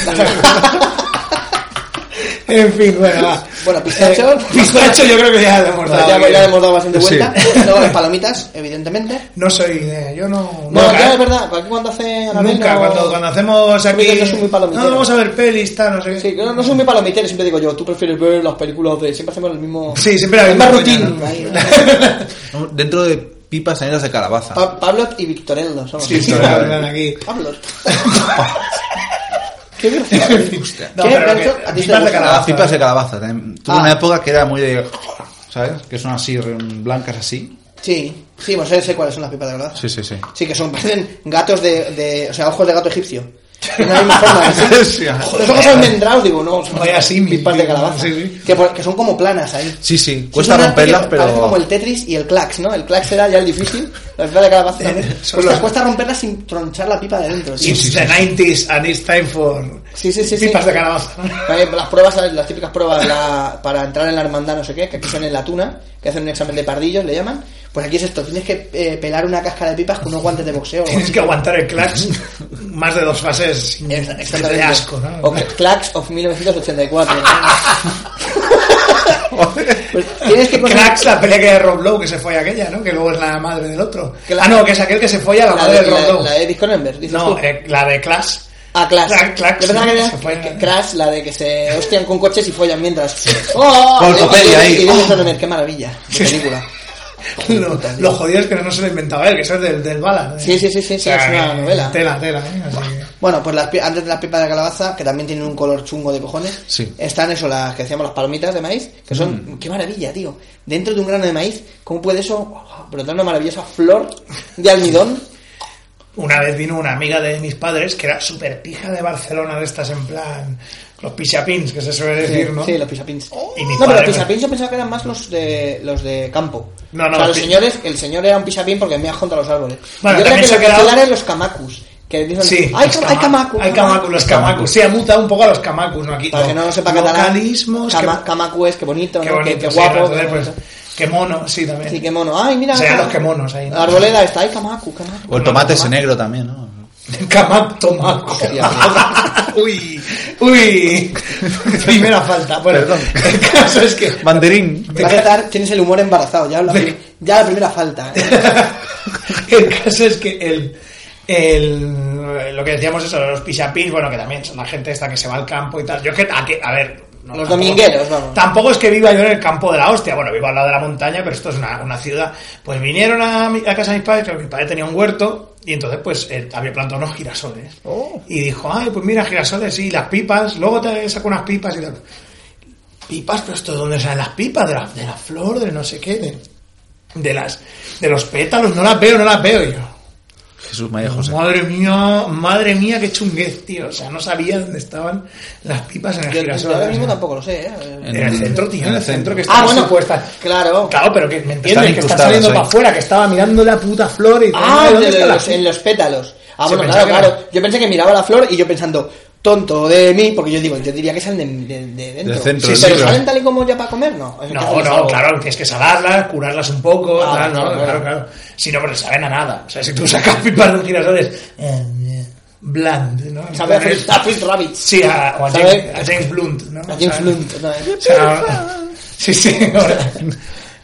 S5: en fin, bueno, va.
S6: Bueno, pistacho.
S5: Eh, pistacho yo creo que ya lo hemos dado.
S6: Pues Ya,
S5: bien.
S6: ya hemos dado bastante vuelta.
S7: Sí.
S6: Luego las palomitas, evidentemente.
S5: No soy... eh, yo no...
S6: No,
S5: nunca,
S6: ya es
S5: ¿eh?
S6: verdad, aquí cuando hace Anabel
S5: Nunca,
S6: no-
S5: cuando, cuando hacemos aquí...
S6: Mira, yo soy muy palomitero.
S5: No, vamos a ver pelis, tal, no sé qué.
S6: Sí, yo no soy muy palomitero, siempre digo yo, tú prefieres ver las películas de... Siempre hacemos el mismo...
S5: Sí, siempre la
S6: el
S5: misma
S6: más
S5: coña,
S6: rutina.
S5: ¿no?
S6: ahí, ¿no?
S7: No, Dentro de pipas salidas de calabaza.
S6: Pa- Pablo y Victorello somos.
S5: Sí, sí, la verdad, aquí.
S6: Pablo. Qué gracioso.
S5: No,
S6: ¿Qué,
S5: pero
S6: Nacho?
S5: que-
S6: ¿A ti te
S5: pipas de
S6: gusta?
S5: calabaza.
S7: Ah, pipas de calabaza. eh. también. Tuve
S6: Ah.
S7: una época que era muy de... ¿Sabes? Que son así, re- blancas así.
S6: Sí, sí, pues sé, sé cuáles son las pipas de verdad.
S7: sí, sí.
S6: Sí, que son, parecen gatos de, de. O sea, ojos de gato egipcio. De la misma forma. ¿sí?
S7: Sí, ajá.
S6: Los ojos almendrados, digo, no. Son
S5: Vaya símil,
S6: pipas de
S5: tío.
S6: calabaza.
S5: Sí, sí.
S6: Que, por- que son como planas ahí.
S7: Sí, sí.
S6: Sí,
S7: Cuesta
S6: son arte que
S7: romperlas,
S6: Parece como el
S7: pero...
S6: Tetris y el Clax, ¿no? El Clax era ya el difícil. La pipa de calabaza también.
S5: Son
S6: Cuesta,
S5: los-
S6: cuesta romperla sin tronchar la pipa de dentro. tío.
S5: It's the 90s and it's time for
S6: Sí, sí, sí, sí.
S5: pipas de calabaza.
S6: También Las pruebas, ¿sabes? las típicas pruebas la- para entrar en la hermandad, no sé qué, que aquí son en la tuna, que hacen un examen de pardillos, le llaman. Pues aquí es esto: tienes que eh, pelar una cáscara de pipas con unos guantes de boxeo. o algo
S5: Tienes
S6: así.
S5: que aguantar el clash más de dos fases sin
S6: Ex-
S5: que te dé
S6: Exactamente.
S5: asco, ¿no?
S6: O Clacks of 1984. ¿no? Pues tienes que conseguir-
S5: Clacks, la pelea que de Rob Lowe que se fue aquella, ¿no? Que luego es la madre del otro.
S6: Claro.
S5: Ah, no, que es aquel que se folla a la,
S6: la
S5: madre
S6: de,
S5: del
S6: la,
S5: Rob
S6: de-
S5: Lowe.
S6: la de Disconember, dices
S5: no,
S6: tú.
S5: eh, la de Clash.
S6: Ah, Clash.
S5: Cla- Clacks,
S6: Yo pensaba que era
S5: se fue en-
S6: que- Crash, la de que se hostian con coches y follan mientras. ¡Oh!
S7: Cortopedia
S6: Y-
S7: ahí.
S6: y- y- y- y- y- y- ¡Qué maravilla! de película.
S5: lo, lo jodido es que no se lo inventaba él, que eso es del, del Ballard. ¿eh?
S6: Sí, sí, sí, sí, sí, es una
S5: que-
S6: novela.
S5: Tela, tela. ¿eh? Así que-
S6: Bueno, pues las, pi- antes de las pipas de calabaza, que también tienen un color chungo de cojones,
S7: Sí.
S6: están eso, las que decíamos las palomitas de maíz, que son,
S5: Mm.
S6: qué maravilla, tío. Dentro de un grano de maíz, ¿cómo puede eso oh, brotar una maravillosa flor de almidón?
S5: Una vez vino una amiga de mis padres que era súper pija de Barcelona, de estas en plan los pisapins, que se suele decir,
S6: sí,
S5: ¿no? Oh.
S6: sí, los pisapins.
S5: Y mi
S6: no, pero
S5: padre-
S6: los pisapins yo pensaba que eran más los de, los de campo.
S5: No, no,
S6: o sea, los
S5: pi-
S6: señores, el señor era un pisapín porque me contra los árboles.
S5: Bueno,
S6: yo creo
S5: también
S6: que
S5: se
S6: los
S5: ha quedado-
S6: titulares eran los camacus. Que dicen,
S5: Sí,
S6: hay,
S5: los
S6: cam-
S5: cama-
S6: hay camacu.
S5: Hay camacu, los camacus. Sí, ha mutado un poco a los camacus, ¿no? Aquí,
S6: Para que no lo sepa catalán,
S5: Localismos,
S6: cama-
S5: que-
S6: camacu es que bonito,
S5: qué
S6: ¿no?
S5: bonito,
S6: que, que
S5: sí,
S6: guapo.
S5: entonces,
S6: que
S5: pues,
S6: bonito.
S5: qué mono, sí, también.
S6: Sí, qué mono. Ay, mira.
S5: Serían
S6: acá.
S5: Eh. los que monos ahí, ¿no?
S6: La arboleda está. Ay, Kamaku, Kamaku.
S7: O el tomate ese negro también, ¿no?
S5: Camac tomaco.
S6: Hostia,
S5: uy, uy. Primera falta. Bueno,
S7: Perdón.
S5: el caso es que.
S7: Mandarín.
S6: Vas a estar, tienes el humor embarazado. Ya la, prim- ya la primera falta. ¿eh?
S5: el caso es que el, el- lo que decíamos eso, los pisapins, bueno, que también son la gente esta que se va al campo y tal. Yo es que, a, que- a ver... no,
S6: Los domingueros, vamos.
S5: Tampoco es que viva yo en el campo de la hostia. Bueno, vivo al lado de la montaña, pero esto es una, una ciudad. Pues vinieron a, mi- a casa de mis padres, que mi padre tenía un huerto, y entonces pues él había plantado unos girasoles.
S6: Oh.
S5: Y dijo, ay, pues mira, girasoles, sí, las pipas, luego te saco unas pipas y tal. Pipas, pero esto de dónde salen las pipas, de la, de la flor, de no sé qué, de, de las de los pétalos, no las veo, no las veo Y yo.
S7: Jesús María José.
S5: Madre mía, madre mía, qué chunguez, tío. O sea, no sabía dónde estaban las pipas en el
S6: Yo,
S5: girasol.
S6: yo ahora mismo
S5: o sea.
S6: tampoco lo sé. ¿eh?
S5: En el centro, tío, en el centro que
S6: Ah,
S5: estaba
S6: bueno,
S5: puesta.
S6: Claro.
S5: Claro, pero que
S7: Están
S5: me entiendes, que está
S7: incrustadas
S5: saliendo
S7: ahí.
S5: para afuera, que estaba mirando la puta flor y
S6: Ah,
S5: ¿dónde
S6: de- de-
S5: está la
S6: los- en los pétalos. Ah,
S5: Sí,
S6: bueno,
S5: pensaba
S6: claro,
S5: que
S6: claro.
S5: era-
S6: Yo pensé que miraba la flor y yo pensando, tonto de mí, porque yo digo, yo diría que salen de, de- de dentro.
S7: Del centro,
S6: Sí,
S7: del
S6: pero
S7: centro.
S6: salen tal y como ya para comer, ¿no? Es que
S5: No,
S6: hacen
S5: no,
S6: algo.
S5: claro, tienes que salarlas, curarlas un poco,
S6: Ah,
S5: tal, ¿no?
S6: claro,
S5: Claro,
S6: claro.
S5: claro. Si no, pues saben a nada. O sea, si tú sacas pipas de un girasol es... eh, eh, Bland, ¿no?
S6: Sabe a
S5: Entonces-
S6: Fritz- a Fritz Rabbit.
S5: Sí, a, o a,
S6: Sabe-
S5: James, a James Blunt, ¿no?
S6: A James
S5: ¿Sabes?
S6: Blunt, ¿no?
S5: O sea, sí, sí. ahora-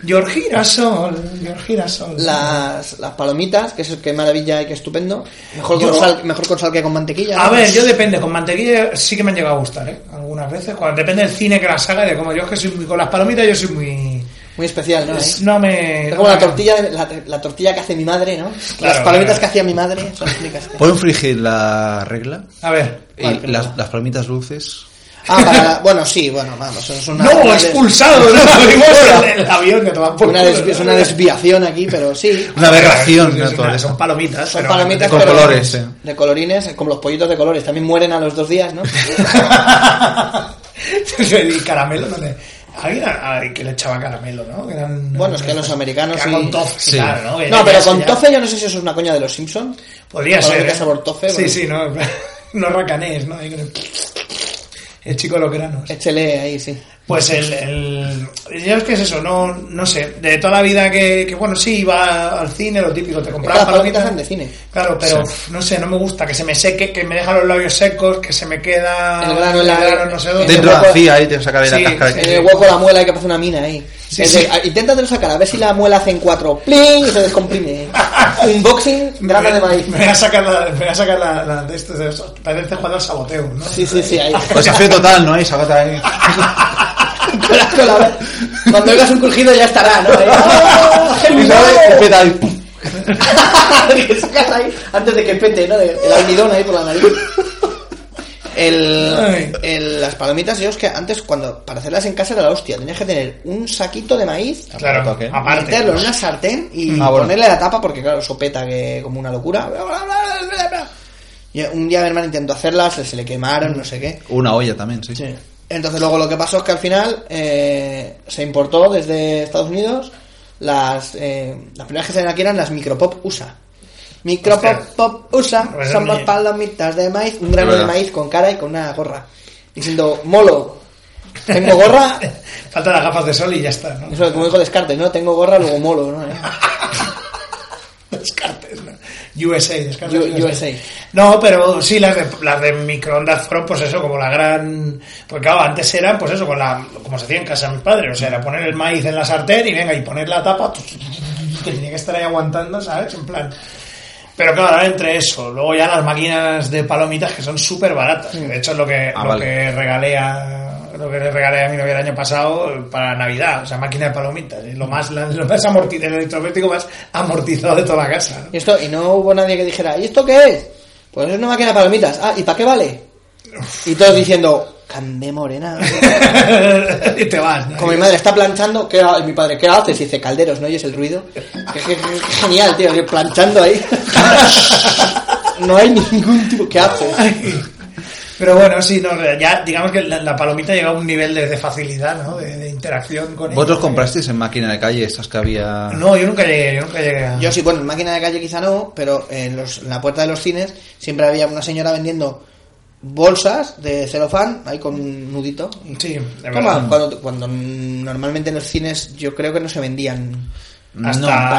S5: Your girasol, your girasol.
S6: Las, las palomitas, que es qué maravilla y qué estupendo. Mejor con,
S5: Yo-
S6: sal, mejor con sal que con mantequilla.
S5: A
S6: ¿no?
S5: ver, yo depende, con mantequilla sí que me han llegado a gustar, ¿eh? Algunas veces, cuando depende del cine que las haga y de cómo yo es que soy muy, con las palomitas yo soy muy...
S6: Muy especial, ¿no?
S5: es-
S6: ¿Eh?
S5: No me...
S6: Es como la tortilla, de- la, la tortilla que hace mi madre, ¿no?
S5: Claro,
S6: las palomitas
S5: claro.
S6: que hacía mi madre son las únicas que-
S7: ¿Pueden frigir la regla?
S5: A ver.
S7: Y
S6: Vale,
S7: las, las palomitas dulces.
S6: Ah, para la- bueno, sí, bueno, vamos, eso es una...
S5: ¡No!
S6: una des-
S5: ¡Expulsado! ¡No salimos del avión que toman por
S6: Una,
S5: culo,
S6: des-
S5: ¿no?
S6: es una desviación aquí, pero sí.
S7: Una aberración
S5: Es una-
S7: natural.
S5: Son palomitas.
S6: Son
S5: pero-
S6: palomitas
S7: con
S6: pero-
S7: colores, eh.
S6: De colorines, como los pollitos de colores. También mueren a los dos días, ¿no?
S5: y caramelo no le... Alguien a- a- que le echaba caramelo, ¿no? Que eran-
S6: Bueno, es que los americanos
S5: Que era
S6: sí.
S5: Con tofe,
S7: Sí.
S5: claro, ¿no? Que
S6: No,
S5: ya-
S6: pero
S5: ya-
S6: con
S5: ya-
S6: tofe yo no sé si eso es una coña de los Simpson
S5: Podría ser.
S6: palomita
S5: ¿eh?
S6: sabor tofe,
S5: Sí,
S6: bueno.
S5: sí, no. No racanés, ¿no? Ahí con El el chico de los granos.
S6: Échele ahí, sí.
S5: Pues el, el- Yo es que es eso, no, no sé. De toda la vida que, que, bueno, sí, iba al cine, lo típico, te compraba
S6: las palomitas eran de cine.
S5: Claro, pero uf, no sé, no me gusta que se me seque, que me deja los labios secos, que se me queda.
S6: El grano en la-
S5: grano no sé dónde.
S7: Dentro de la
S6: poco-
S7: encía, ahí te saca de
S5: Sí,
S7: la cáscara.
S5: sí.
S7: que-
S6: En el hueco de la muela hay que pasar una mina ahí.
S5: Sí,
S6: Es
S5: sí.
S6: de, a- inténtatelo sacar, a ver si la muela hace en cuatro ¡pling! y se descomprime. Unboxing, grano de maíz.
S5: Me voy a sacar la, me voy a sacar la, la de estos, de esos. Parece jugar al saboteo, ¿no?
S6: Sí, sí, sí, ahí.
S7: O desafío total, ¿no? Ahí, sacata ahí.
S6: Con la- con la- Cuando oigas un crujido ya estará, ¿no? ¡Ah,
S7: Y
S6: genial!
S7: sale, escopeta ahí. ¡pum!
S6: que sacas ahí antes de que pete, ¿no? El, el almidón ahí por la nariz. El,
S5: Ay.
S6: el- las palomitas, yo es que antes, cuando para hacerlas en casa era la hostia, tenías que tener un saquito de maíz,
S5: Claro,
S7: Aparte, ¿qué?
S5: aparte.
S6: meterlo en una sartén y
S7: Ah, bueno.
S6: ponerle la tapa, porque claro, sopeta que como una locura. Y un día mi hermano intentó hacerlas, se le quemaron, no sé qué.
S7: Una olla también, sí.
S6: Sí. Entonces luego lo que pasó es que al final eh, se importó desde Estados Unidos las eh, las primeras que salieron aquí eran las micropop USA. Micropop
S5: Hostia.
S6: pop USA
S5: Pues
S6: son
S5: ni-
S6: las palomitas de maíz, un grano
S7: Es
S6: de
S7: verdad.
S6: maíz con cara y con una gorra. Diciendo, molo, tengo gorra,
S5: Falta las gafas de sol y ya está, ¿no?
S6: eso como dijo Descartes, ¿no? Tengo gorra, luego molo, ¿no? Eh,
S5: Descartes, ¿no? USA, Descartes.
S6: U- USA.
S5: No, pero sí, las de, las de microondas fueron, pues eso, como la gran. Porque claro, antes eran, pues eso, con la, como se hacía en casa de mis padres, o sea, era poner el maíz en la sartén y venga, y poner la tapa, que tenía que estar ahí aguantando, ¿sabes? En plan. Pero claro, ahora entre eso, luego ya las máquinas de palomitas que son súper baratas, que de hecho es lo que,
S7: Ah,
S5: lo
S7: vale.
S5: que regalé a. lo que le regalé a mi novia el año pasado para Navidad, o sea, máquina de palomitas. Es lo más, lo más amortizado, el electrodoméstico más amortizado de toda la casa.
S6: Y, esto, y no hubo nadie que dijera, ¿y esto qué es? Pues es una máquina de palomitas. Ah, ¿y para qué vale? Y todos diciendo, Candé Morena.
S5: y te vas. ¿no?
S6: Como mi madre está planchando, ¿qué ha- y mi padre, ¿qué haces? Y dice, calderos, ¿no oyes el ruido? Qué, qué- qué- qué genial, tío, que planchando ahí. no hay ningún tipo, ¿qué haces?
S5: Pero bueno, sí, no, ya digamos que la, la palomita llega a un nivel de, de facilidad, ¿no? De, de interacción con ella.
S7: ¿Vosotros comprasteis en máquina de calle esas que había?
S5: No, yo nunca llegué, yo nunca llegué a...
S6: Yo sí, bueno, en máquina de calle quizá no, pero en, los, en la puerta de los cines siempre había una señora vendiendo bolsas de celofán, ahí con un nudito. Y-
S5: Sí, de
S6: Toma,
S5: verdad.
S6: cuando, cuando normalmente en los cines yo creo que no se vendían.
S5: Hasta
S6: No,
S5: ya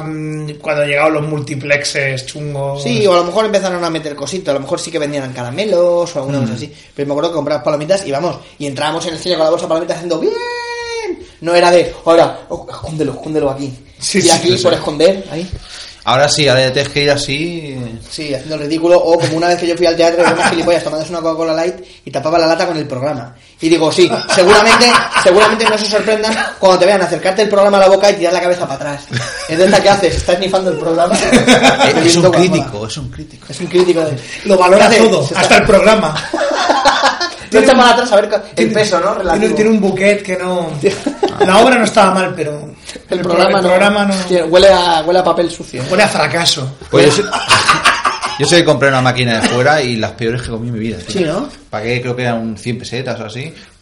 S6: palomitas.
S5: mm, cuando llegaron los multiplexes chungos.
S6: Sí, o a lo mejor empezaron a meter cositas, a lo mejor sí que vendían caramelos o
S5: Mm.
S6: alguna cosa así. Pero me acuerdo que comprabas palomitas y vamos, y entrábamos en el cine con la bolsa de palomitas haciendo bien. No era de, ahora, oh, escóndelo, escóndelo aquí.
S5: Sí, sí,
S6: y aquí
S5: sí,
S6: por esconder, ahí.
S7: Ahora sí, ahora ya tienes que ir así.
S6: Sí, haciendo el ridículo. O como una vez que yo fui al teatro y unas gilipollas tomándose una Coca-Cola Light y tapaba la lata con el programa. Y digo, sí, seguramente, seguramente no se sorprendan cuando te vean acercarte el programa a la boca y tirar la cabeza para atrás. Entonces, ¿qué haces? Estás nifando el programa.
S7: Es, es
S6: Bebiendo
S7: un
S6: Coca-Cola.
S7: crítico, es un crítico.
S6: Es un crítico. de-
S5: Lo valora
S6: ¿Qué hace?
S5: todo,
S6: Se está-
S5: hasta el programa.
S6: Lo
S5: Tiene
S6: echa
S5: un-
S6: para atrás a ver ca- el
S5: Tiene-
S6: peso, ¿no?
S5: tiene-
S6: Relativo.
S5: Tiene, un buquet que no... La obra no estaba mal, pero...
S6: el
S5: pro-
S6: programa,
S5: el programa no...
S6: Tiene- Huele, a, huele a papel sucio.
S5: Huele a fracaso.
S7: Pues yo sé, yo sé que compré una máquina de fuera y las peores que comí en mi vida. tío.
S6: Sí, ¿no?
S7: Pagué, creo que eran un 100 pesetas o así.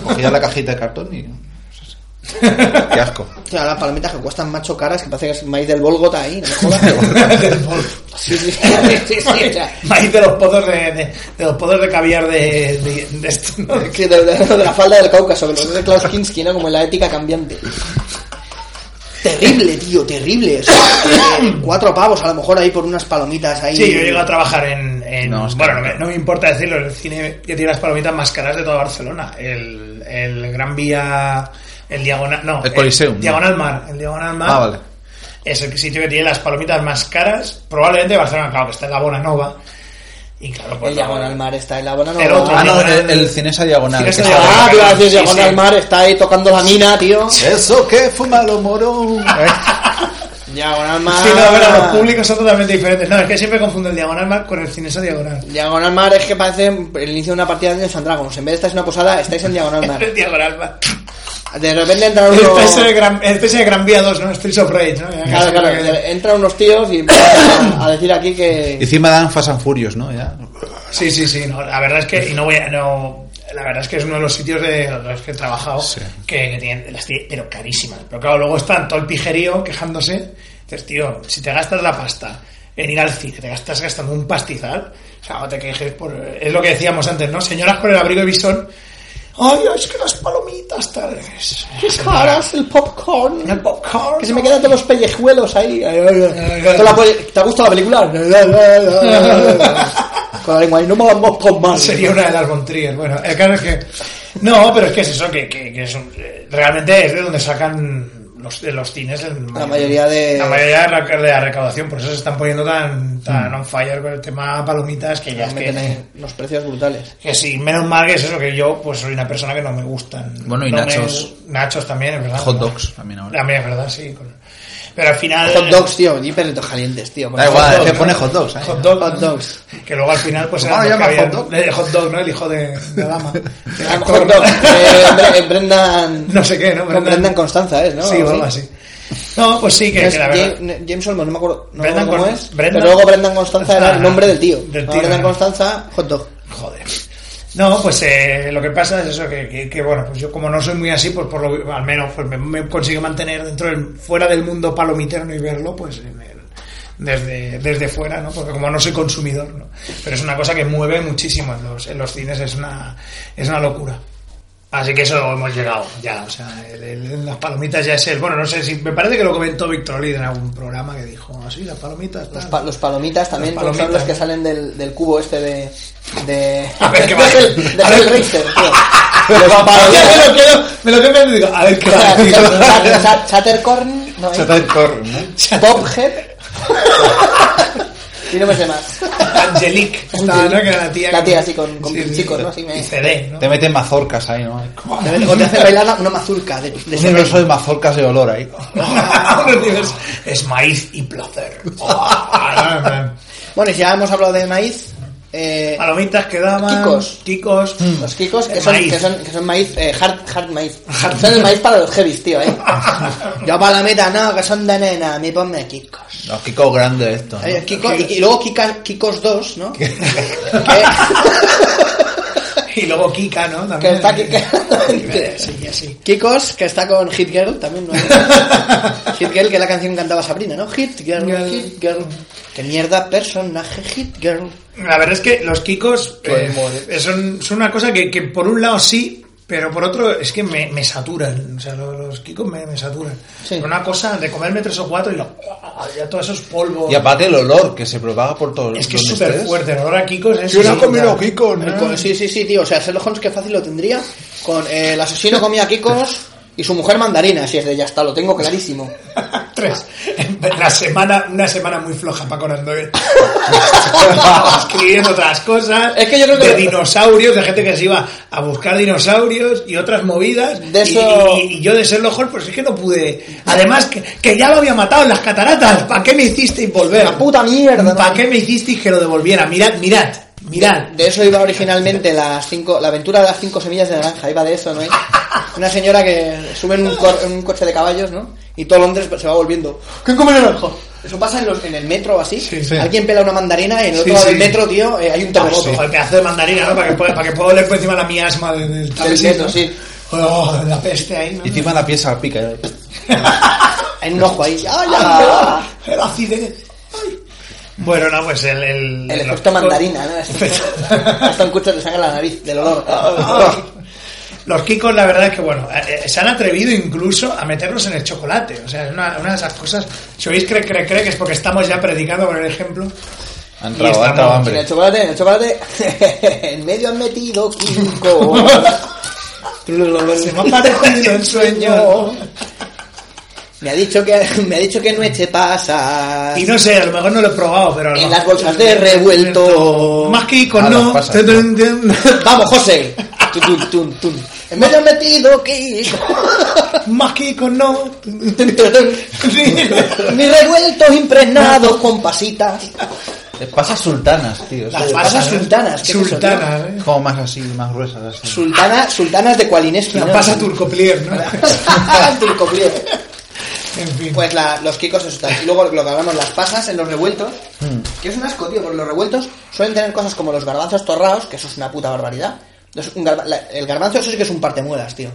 S7: cogías la cajita de cartón y. Qué asco.
S6: O sea, las palomitas que cuestan macho caras, que parece que es maíz del Volgota ahí, no me jodas. sí, sí, sí, sí, o sea,
S5: Maíz de los pozos de, de- de los pozos de caviar de, de, de esto, ¿no?
S6: sí, de, de- de la falda del Cáucaso, que lo dice Klaus Kinski, ¿no? Como en la ética cambiante. Terrible, tío, terrible. O sea, eh, cuatro pavos a lo mejor ahí por unas palomitas ahí.
S5: Sí, yo he llegado a trabajar en... en-
S7: No, es
S5: bueno,
S7: que-
S5: no me, no me importa decirlo, el cine que tiene las palomitas más caras de toda Barcelona. El, el Gran Vía... El Diagonal... No,
S7: El Coliseum, ¿no?
S5: Diagonal Mar. El Diagonal Mar.
S7: Ah, vale.
S5: Es el sitio que tiene las palomitas más caras, probablemente de Barcelona, claro, que está en la Bonanova. Y claro, pues...
S6: El Diagonal Mar está en la buena
S5: El otro.
S7: Ah, no, el,
S5: Diagonal.
S7: el Cinesa Diagonal.
S5: Cinesa
S7: Que-
S5: Diagonal.
S6: Ah, claro, sí, el
S5: Sí,
S6: Diagonal
S5: sí.
S6: Mar está ahí tocando la mina, tío.
S7: Eso que fuma lo morón. ¿eh?
S6: Diagonal Mar.
S5: Sí, no, a ver, los
S6: Ah.
S5: públicos son totalmente diferentes. No, es que siempre confundo el Diagonal Mar con el Cinesa Diagonal.
S6: Diagonal Mar es que parece el inicio de una partida de Dungeons and Dragons. En vez de estar en una posada, estáis en Diagonal Mar.
S5: El Diagonal Mar.
S6: De repente entran unos...
S5: Estáis en el Gran, estáis en el Gran Vía 2, ¿no? Streets of Rage, ¿no? Ya
S6: Claro,
S5: casi
S6: claro,
S5: creo que-
S6: entran unos tíos y empiezan a, a decir aquí
S7: Y
S6: que...
S7: Encima dan Fast and Furious, ¿no? Ya.
S5: Sí, sí, sí. no, la verdad es que y no voy a- no, la verdad es que es uno de los sitios de los que he trabajado
S7: Sí.
S5: que, que tienen las tienen, pero carísimas. Pero claro, luego están todo el pijerío quejándose. Dices, tío, si te gastas la pasta en ir al cine, te gastas gastando un pastizal, o sea, no te quejes por es lo que decíamos antes, ¿no? Señoras con el abrigo de bisón. Ay, es que las palomitas tal vez.
S6: ¡Qué caras! ¡El popcorn!
S5: El popcorn.
S6: Que se me quedan todos los pellejuelos ahí. Ay, ay, ay.
S5: ay.
S6: ¿Te, la puede- ¿Te ha gustado la película? Con la lengua ahí, no me van con más.
S5: Sería una de las Bontrier. Bueno, el caso es que. No, pero es que es eso, que, que, que es un- eh, realmente es de donde sacan los, de los cines. el mayor-
S6: mayoría de-
S5: La mayoría de la, de la recaudación, por eso se están poniendo tan, tan on fire con el tema palomitas que ya es
S6: Mm. Realmente
S5: que.
S6: tiene unos precios brutales.
S5: Que sí, menos mal que es eso, que yo pues soy una persona que no me gustan.
S7: Bueno, y
S5: No me-
S7: nachos.
S5: nachos también, es verdad.
S7: Hot dogs también ahora.
S5: También es verdad, sí. con- Pero al final.
S6: Hot dogs, tío, y perritos calientes, tío.
S7: Da igual,
S5: dogs,
S7: es que
S5: ¿no?
S7: pone hot dogs. ¿eh?
S5: Hot dogs.
S6: Hot
S5: ¿no?
S6: dogs.
S5: Que luego al final, pues.
S7: ¿Cómo
S5: eran
S7: lo
S5: los
S7: llama
S5: que
S7: hot
S5: habían-
S7: dog?
S5: eh, Hot dog, ¿no? El hijo de, de la dama. El actor,
S6: Hot
S5: ¿no?
S6: dogs. Eh, Brendan...
S5: No sé qué, ¿no?
S6: Con Brendan Constanza es, ¿no?
S5: Sí,
S6: Algo
S5: algo
S6: así.
S5: así. No, pues sí, que,
S6: No es
S5: que la verdad.
S6: James- James Olmos, no me acuerdo, no me
S5: Brendan
S6: acuerdo cómo
S5: Con-
S6: es.
S5: Brendan-
S6: Pero luego Brendan Constanza era el nombre del tío.
S5: Del
S6: Ahora
S5: tío,
S6: Brendan
S5: ¿no?
S6: Constanza, hot dog.
S5: Joder. No, pues eh, lo que pasa es eso, que, que- que, bueno, pues yo como no soy muy así, pues por lo que- al menos pues me, me consigo mantener dentro del, fuera del mundo palomiterno y verlo, pues en el- desde, desde fuera, ¿no? Porque como no soy consumidor, ¿no? Pero es una cosa que mueve muchísimo en los, en los cines, es una, es una locura. Así que eso hemos llegado ya, o sea, el- el- las palomitas ya es el... Bueno, no sé si... Me parece que lo comentó Víctor Lid en algún programa que dijo, así, las palomitas...
S6: Los,
S5: tal".
S6: pa- los palomitas también
S5: Los palomitas.
S6: son los que salen del, del cubo este de. de.
S5: A ver qué va.
S6: de, de
S5: A ver.
S6: Hellraiser, tío.
S5: Pero
S6: Los
S5: va, para- ya me
S6: palomitas.
S5: lo quedo, me lo quedo y digo, a ver qué
S6: O sea,
S5: va, tío.
S6: Chat- Chat- Chattercorn, no,
S7: Se
S6: ¿eh?
S7: está el corro, ¿no?
S6: Pophead. y no me sé más.
S5: Angelique, estaba, ¿no? Que era la tía.
S6: La
S5: que-
S6: tía así con- con
S5: Sí,
S6: pinchicos,
S5: sí.
S6: ¿no? Así me-
S5: Y CD, ¿no?
S7: Te meten mazorcas ahí, ¿no?
S6: O te hace bailar la- una mazurca de, de
S7: Un verso de mazorcas de olor ahí.
S5: Ahora, tío, es, es maíz y placer. Oh, ah,
S6: Bueno, y si ya hemos hablado de maíz. Eh,
S5: Palomitas que daban.
S6: Kikos. Mm.
S5: Kikos.
S6: los kikos, que
S5: El
S6: son,
S5: maíz.
S6: que son, que son maíz, eh, hard, hard maíz. Son el maíz para los heavies, tío, ¿eh? Yo para la meta, no, que son de nena, a mí ponme kikos.
S7: Los Kiko grande esto.
S6: Eh, Kiko- y, y luego Kika- Kikos 2, ¿no? que,
S5: Y luego Kika, ¿no?
S6: que
S5: También.
S6: está Kika-
S5: Sí, así.
S6: Kikos, que está con Hit Girl también, ¿no? Hit Girl, que es la canción que cantaba Sabrina, ¿no? Hit Girl,
S5: Girl.
S6: Hit Girl. Qué mierda personaje, Hit Girl.
S5: La verdad es que los Kikos eh, son, son una cosa que, que por un lado sí. Pero por otro, es que me, me saturan. O sea, los, los kikos me, me saturan.
S6: Sí.
S5: Una cosa de comerme tres o cuatro y lo, ya todos esos polvos.
S7: Y aparte el olor que se propaga por todo
S5: Es que es
S7: donde
S5: súper
S7: estés.
S5: fuerte, el olor a Kikos es...
S7: Yo no he
S5: sí,
S7: comido
S5: claro.
S7: Kiko,
S6: El
S7: ¿no?
S6: co- Sí, sí, sí, tío. O sea, Sherlock Holmes qué fácil lo tendría. Con eh, el asesino comía Kikos y su mujer mandarina. Si es de ya está, lo tengo clarísimo.
S5: Tres. La semana, una semana muy floja para Conan Doyle. Escribiendo otras cosas.
S6: Es que yo creo que-
S5: De dinosaurios, de gente que se iba a buscar dinosaurios y otras movidas.
S6: De
S5: Y-
S6: eso-
S5: y, y yo de Sherlock Holmes, pues es que no pude... Además, que, que ya lo había matado en las cataratas. ¿Para qué me hicisteis volver?
S6: La puta mierda, ¿no?
S5: ¿Para qué me hicisteis que lo devolviera? Mirad, mirad, mirad.
S6: De eso iba originalmente las cinco, la aventura de las cinco semillas de naranja, iba de eso, ¿no? Una señora que sube en un, cor- en un coche de caballos, ¿no? Y todo Londres se va volviendo. ¿Quién come naranja? Eso pasa en, los- en el metro o así.
S5: Sí, sí.
S6: Alguien pela una mandarina y en el
S5: Sí,
S6: otro lado
S5: sí. Ah,
S6: del metro, tío, eh, hay un terremoto.
S5: Pues, Joder, el pedazo de mandarina, ¿no? Para que, pueda- para que pueda oler por encima la miasma del, del taxi,
S6: metro,
S5: ¿no?
S6: sí.
S5: Oh, la peste ahí, ¿no?
S7: Y encima la pieza pica. ¿eh?
S6: Hay un ojo ahí. ¡Ay,
S5: Ah,
S6: ay,
S5: el accidente. Ay. Bueno, no, pues el... El,
S6: ay! El
S5: los-
S6: efecto mandarina, ¿no? Hasta un cucho te sangra la nariz del olor.
S5: Ah. Los Kikos, la verdad es que, bueno, eh, eh, se han atrevido incluso a meterlos en el chocolate. O sea, es una, una de esas cosas... Si oís cre, cre, cre, que es porque estamos ya predicando con el ejemplo.
S7: Ha
S5: Y
S7: entrado,
S5: estamos-
S7: ha entrado
S6: En el
S7: hambre.
S6: chocolate, en el chocolate, en medio han metido cinco.
S5: Se me ha parecido el sueño.
S6: Me ha dicho que me ha dicho que no eche pasas.
S5: Y no sé, a lo mejor no lo he probado, pero... a lo
S6: En
S5: mejor-
S6: las bolsas de revuelto.
S5: Más Kikos,
S7: Ah,
S5: no.
S7: las pasas.
S5: Tun, tun, tun.
S6: Vamos, José. Tun, tun, tun, tun. En medio han metido que
S5: Más Kikos, no.
S6: mis revueltos impregnados con pasitas.
S7: Pasas sultanas, tío.
S5: Las
S7: Eso-
S5: pasas
S6: pasas sultanas, ¿qué es eso, tío?
S5: Sultanas, ¿eh?
S7: Como más así, más gruesas así.
S6: Sultana, sultanas de Cualines.
S5: La
S6: ¿no?
S5: pasa Turcoplier, ¿no?
S6: Turco pliego.
S5: En fin.
S6: Pues la- los kikos eso tal. Y luego lo que hablamos, las pasas en los revueltos.
S5: Mm.
S6: Que es un asco, tío, porque los revueltos suelen tener cosas como los garbanzos torrados, que eso es una puta barbaridad. Es un garba- la- el garbanzo eso sí que es un partemuelas, tío.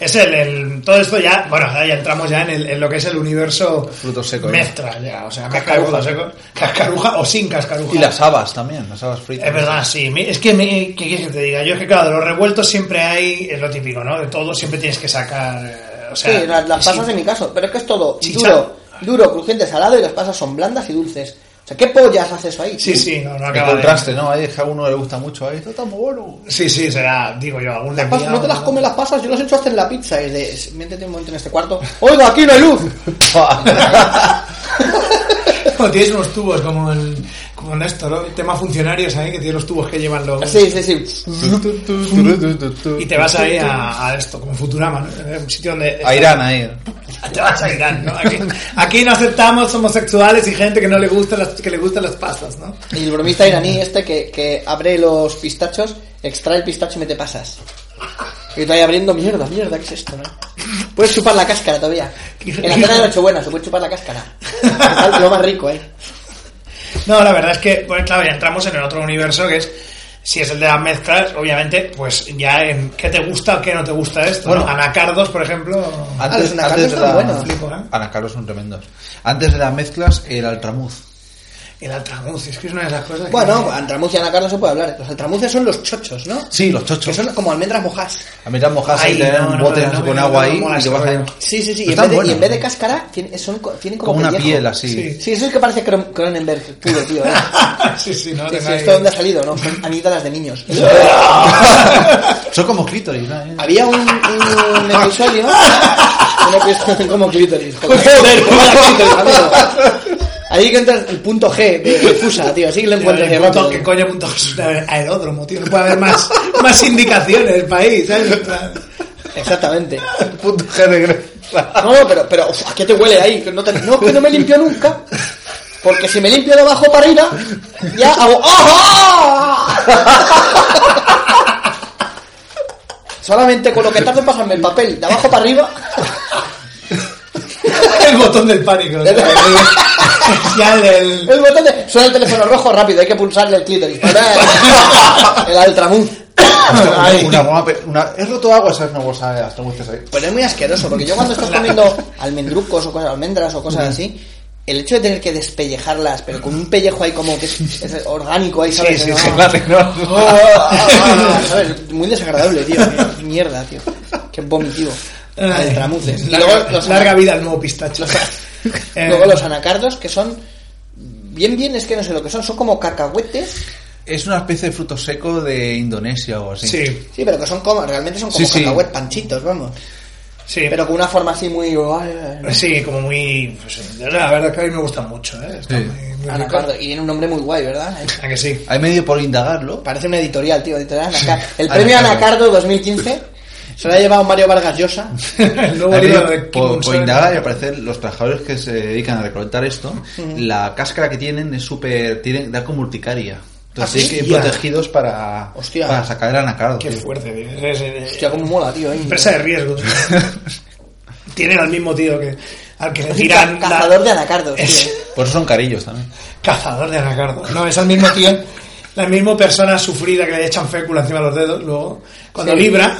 S5: Es el, el- todo esto ya, bueno, ahora ya entramos ya en, el- en lo que es el universo
S7: Fruto seco, ¿eh?
S5: mezcla, ya, o sea, cascaruja, seco, cascaruja o sin cascaruja.
S7: Y las habas también, las habas fritas.
S5: Es verdad, sí. Mi- Es que, mi- ¿qué quieres que te diga? Yo es que, claro, de los revueltos siempre hay, es lo típico, ¿no? De todo siempre tienes que sacar, eh, o sea...
S6: sí, las, las
S5: sí.
S6: pasas en mi caso. Pero es que es todo
S5: Chicha.
S6: duro, duro, crujiente, salado y las pasas son blandas y dulces. O sea, ¿qué pollas haces ahí?
S5: Sí, sí, no, no
S7: El
S5: acaba de-
S7: contraste, ¿no? Ahí es que a uno le gusta mucho. Ahí esto está muy bueno.
S5: Sí, sí, será, digo yo, algún
S6: Las pasas,
S5: desviado,
S6: no te las comes las pasas, yo las he hecho hasta en la pizza. Y es de, es- métete un momento en este cuarto. ¡Oiga, aquí no hay luz!
S5: O tienes unos tubos como el, como Néstor, ¿no? El tema funcionarios ahí, que tiene los tubos que llevan los...
S6: Sí, sí, sí.
S5: Y te vas ahí a, a esto, como Futurama, ¿no? Un sitio donde...
S7: A Irán, ahí.
S5: Te vas a Irán, ¿no? Aquí, aquí no aceptamos homosexuales y gente que no le gusta las, que le gustan las pastas, ¿no?
S6: Y el bromista iraní este que, que abre los pistachos, extrae el pistacho y mete pasas. Y tú ahí abriendo, mierda, mierda, ¿qué es esto, no? Puedes chupar la cáscara todavía. En la cena de Nochebuena se puede chupar la cáscara. Es lo más rico, ¿eh?
S5: No, la verdad es que, pues claro, ya entramos en el otro universo que es, si es el de las mezclas, obviamente, pues ya en qué te gusta o qué no te gusta esto. Bueno,
S7: Bueno.
S5: anacardos, por ejemplo.
S6: los
S7: Antes,
S6: anacardos
S7: antes de
S6: están
S7: la...
S6: buenos.
S5: Flipo, ¿eh?
S7: Anacardos son tremendos. Antes de las mezclas, el altramuz.
S5: El altramuz, es que es una de las cosas. que-
S6: Bueno, Altramuz y Anacardo se puede hablar. Los altramuces son los chochos, ¿no?
S7: Sí, los
S6: Que
S7: chochos.
S6: son como almendras mojadas.
S7: A mitad mojas
S5: Ay,
S7: y tener
S5: no,
S7: un
S5: no,
S7: bote
S5: no,
S7: así
S5: no,
S7: con
S5: no,
S7: agua
S5: no,
S7: ahí
S5: no, no,
S7: y te
S5: no,
S7: vas a...
S5: no.
S6: Sí, sí, sí.
S7: Pero
S6: Y en,
S7: están
S6: vez de, y
S7: buenos.
S6: en vez de cáscara, tiene- son, co- tienen como,
S7: Como una
S6: pellejo.
S7: piel así.
S6: Sí, eso es que parece Cron- Cronenberg puro, tío. ¿eh?
S5: sí, sí, no
S6: Sí, sí,
S5: tengáis-
S6: ¿Esto dónde ha salido? No, son amígdalas de niños.
S7: Son como clítoris, ¿no? ¿Eh?
S6: Había un, un episodio. un episodio como clítoris.
S7: Joder.
S6: Clítoris, amigo. Ahí que entra el punto G de refusa, tío. Así que lo encuentro
S5: ¿Qué
S6: así rápido.
S5: punto- qué coño punto Jesús? A ver, aeródromo, tío? No puede haber más, más indicaciones para ahí, ¿sabes? En plan,
S6: Exactamente.
S7: Punto G de grasa.
S6: No, no, pero, pero uf, ¿a qué te huele ahí? Que No, te- no, que no me limpio nunca. Porque si me limpio de abajo para arriba, ya hago. ¡Ajá! Solamente con lo que tardo en pasarme el papel de abajo para arriba.
S5: El botón del pánico. ¿sabes? El- Ya el del-
S6: El botón de... Suena el teléfono rojo rápido, hay que pulsarle el clítoris. El altramuz.
S7: Ay, una goma... pe- Una... He roto agua, esa es una bolsa de astrobuces ahí.
S6: Pero Pues es muy asqueroso, porque yo cuando estás comiendo almendrucos o cosas, almendras o cosas así, el hecho de tener que despellejarlas, pero con un pellejo ahí como que es, es orgánico ahí, ¿sabes? No. Ah, ¿sabes? Muy desagradable, tío. Qué Mierda, tío. Qué vomitivo. Altramuces. Y
S5: Larga,
S6: luego los,
S5: larga vida al nuevo pistacho. Eh,
S6: luego los anacardos, que son... Bien, bien, es que no sé lo que son. Son como cacahuetes.
S7: Es una especie de fruto seco de Indonesia o así.
S5: Sí,
S6: Sí, pero que son como, realmente son como
S7: Sí, sí.
S6: cacahuet panchitos, vamos.
S5: sí.
S6: Pero con una forma así muy... oh, ay, ay, ay.
S5: Sí, como muy. pues, la verdad es que a mí me gusta mucho, ¿eh? Está
S7: Sí.
S5: muy- muy
S6: Anacardo.
S5: rico.
S6: Y tiene un nombre muy guay, ¿verdad?
S5: ¿A que sí?
S7: Hay medio por indagarlo.
S6: Parece una editorial, tío. Editorial Anacardo. El premio
S7: Anacardo.
S6: Anacardo 2015 se lo ha llevado Mario Vargas Llosa.
S5: El nuevo
S7: Hay
S5: libro
S7: medio
S5: de Kim
S7: por, por
S5: Monsuel.
S7: indagar y al parecer los trabajadores que se dedican a recolectar esto, la cáscara que tienen es súper... Tienen, da como urticaria.
S6: ¿Ah,
S7: Entonces
S6: sí?
S7: tienen que ir
S5: Ya.
S7: protegidos para,
S6: Hostia.
S7: para sacar el anacardo.
S5: Qué fuerte, tío. Es- es-
S6: Hostia, cómo mola, tío. ahí.
S5: Empresa de riesgo. Tienen al mismo tío que al que le tiran. la-
S6: Cazador de anacardos,
S5: Es-
S6: tío.
S7: Por eso son carillos también.
S5: cazador de anacardo. No, es al mismo tío, la misma persona sufrida que le echan fécula encima de los dedos. Luego, cuando
S6: Sí.
S5: libra,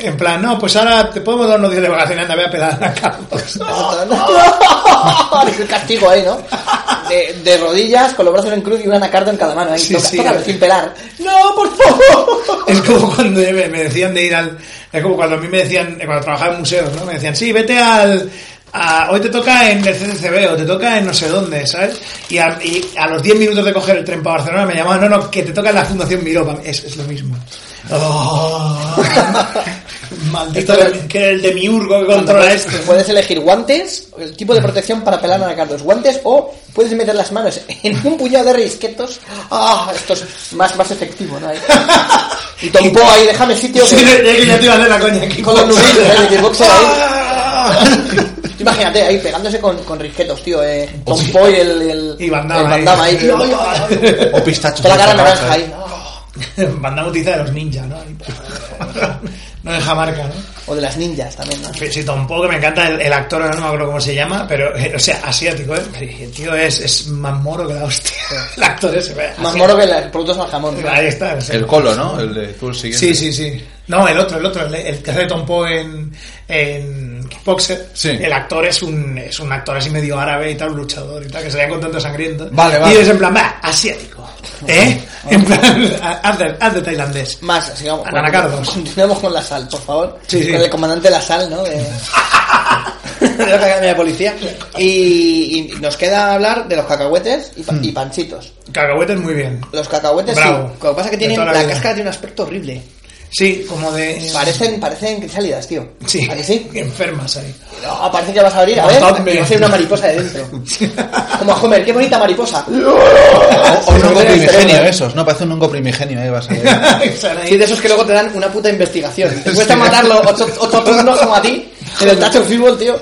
S5: en plan, no, pues ahora te podemos dar unos días de vacaciones, anda, voy a pegar anacardos.
S6: el castigo ahí, ¿no? De, de rodillas, con los brazos en cruz y un anacardo en cada mano. Ahí
S5: Sí,
S6: toca,
S5: sí.
S6: tócalo sin pelar. ¡No, por favor!
S5: Es como cuando me, me decían de ir al. Es como cuando a mí me decían, eh, cuando trabajaba en museos, ¿no? Me decían, sí, vete al. a- hoy te toca en el CCCB o te toca en no sé dónde, ¿sabes? Y a, y a los 10 minutos de coger el tren para Barcelona me llamaban, no, no, que te toca en la Fundación Miró. Para mí Es, es lo mismo. Oh, maldito
S6: Esto-
S5: que- que el de Miurgo que controla esto.
S6: Puedes elegir guantes, el tipo de protección para pelar anacardos, guantes o puedes meter las manos en un puñado de risquetos. ¡Ah! Esto es más, más efectivo, ¿no? Ahí. Y tompó ahí, déjame sitio.
S5: Sí,
S6: que-
S5: ya que ya te iba a hacer la coña aquí. Ah.
S6: con los nudillos ¿eh? ahí, de boxeo ahí. Imagínate ahí pegándose con, con risquetos, tío. Eh. Tompó y el, el,
S5: Y Van Damme
S6: el
S5: ahí.
S6: Damme ahí. tío. Ay, ay, ay.
S7: O pistachos.
S6: Toda la cara
S7: de chocolate.
S6: naranja ahí. Ah.
S5: Mandamos tiza de los ninjas, ¿no? Ahí, No deja marca, ¿no?
S6: O de las ninjas también, ¿no?
S5: Sí, tampoco me encanta el, el actor, ahora no me acuerdo cómo se llama, pero, eh, o sea, asiático, ¿eh? Pero El tío es, es más moro que la hostia. El actor ese, ¿eh?
S6: Más
S5: Así-
S6: moro que los productos al jamón. ¿no?
S5: Ahí está. o sea.
S7: El ¿eh? colo, ¿no? El de tú el siguiente.
S5: Sí, sí, sí. No, el otro, el otro, el, el que hace Tom Poe en, en Kickboxer.
S7: Sí.
S5: El actor es un, es un actor así medio árabe y tal, un luchador y tal, que salía con tanto sangriento.
S7: Vale, vale.
S5: Y es en plan, va, asiático. ¿Eh? En plan, haz de, haz de tailandés.
S6: Más, sigamos.
S5: Al anacardos.
S6: Continuemos con la sal, por favor.
S5: Sí, sí.
S6: Con el comandante de la sal, ¿no? De, de la Academia de Policía. Y, y nos queda hablar de los cacahuetes y, pa- y panchitos.
S5: Cacahuetes muy bien.
S6: Los cacahuetes,
S5: Hmm. Bravo.
S6: sí. Lo que pasa es que
S5: De
S6: tienen,
S5: toda
S6: la,
S5: la vida.
S6: cáscara tiene un aspecto horrible.
S5: Sí, como de...
S6: Parecen, parecen crisálidas, tío.
S5: Sí,
S6: ¿A que sí?
S5: enfermas ahí.
S6: No, parece que vas a abrir, a ver.
S5: Bastante.
S6: Y va a ser una mariposa de dentro. Como a Homer, qué bonita mariposa.
S7: O un hongo
S6: Sí,
S7: primigenio,
S6: cerebro.
S7: esos. No, parece un hongo primigenio, ahí vas a ver.
S5: Están ahí.
S6: Sí, de esos que luego te dan una puta investigación. Te cuesta matarlo ocho, ocho turnos como a ti en el Tacho Fútbol, tío.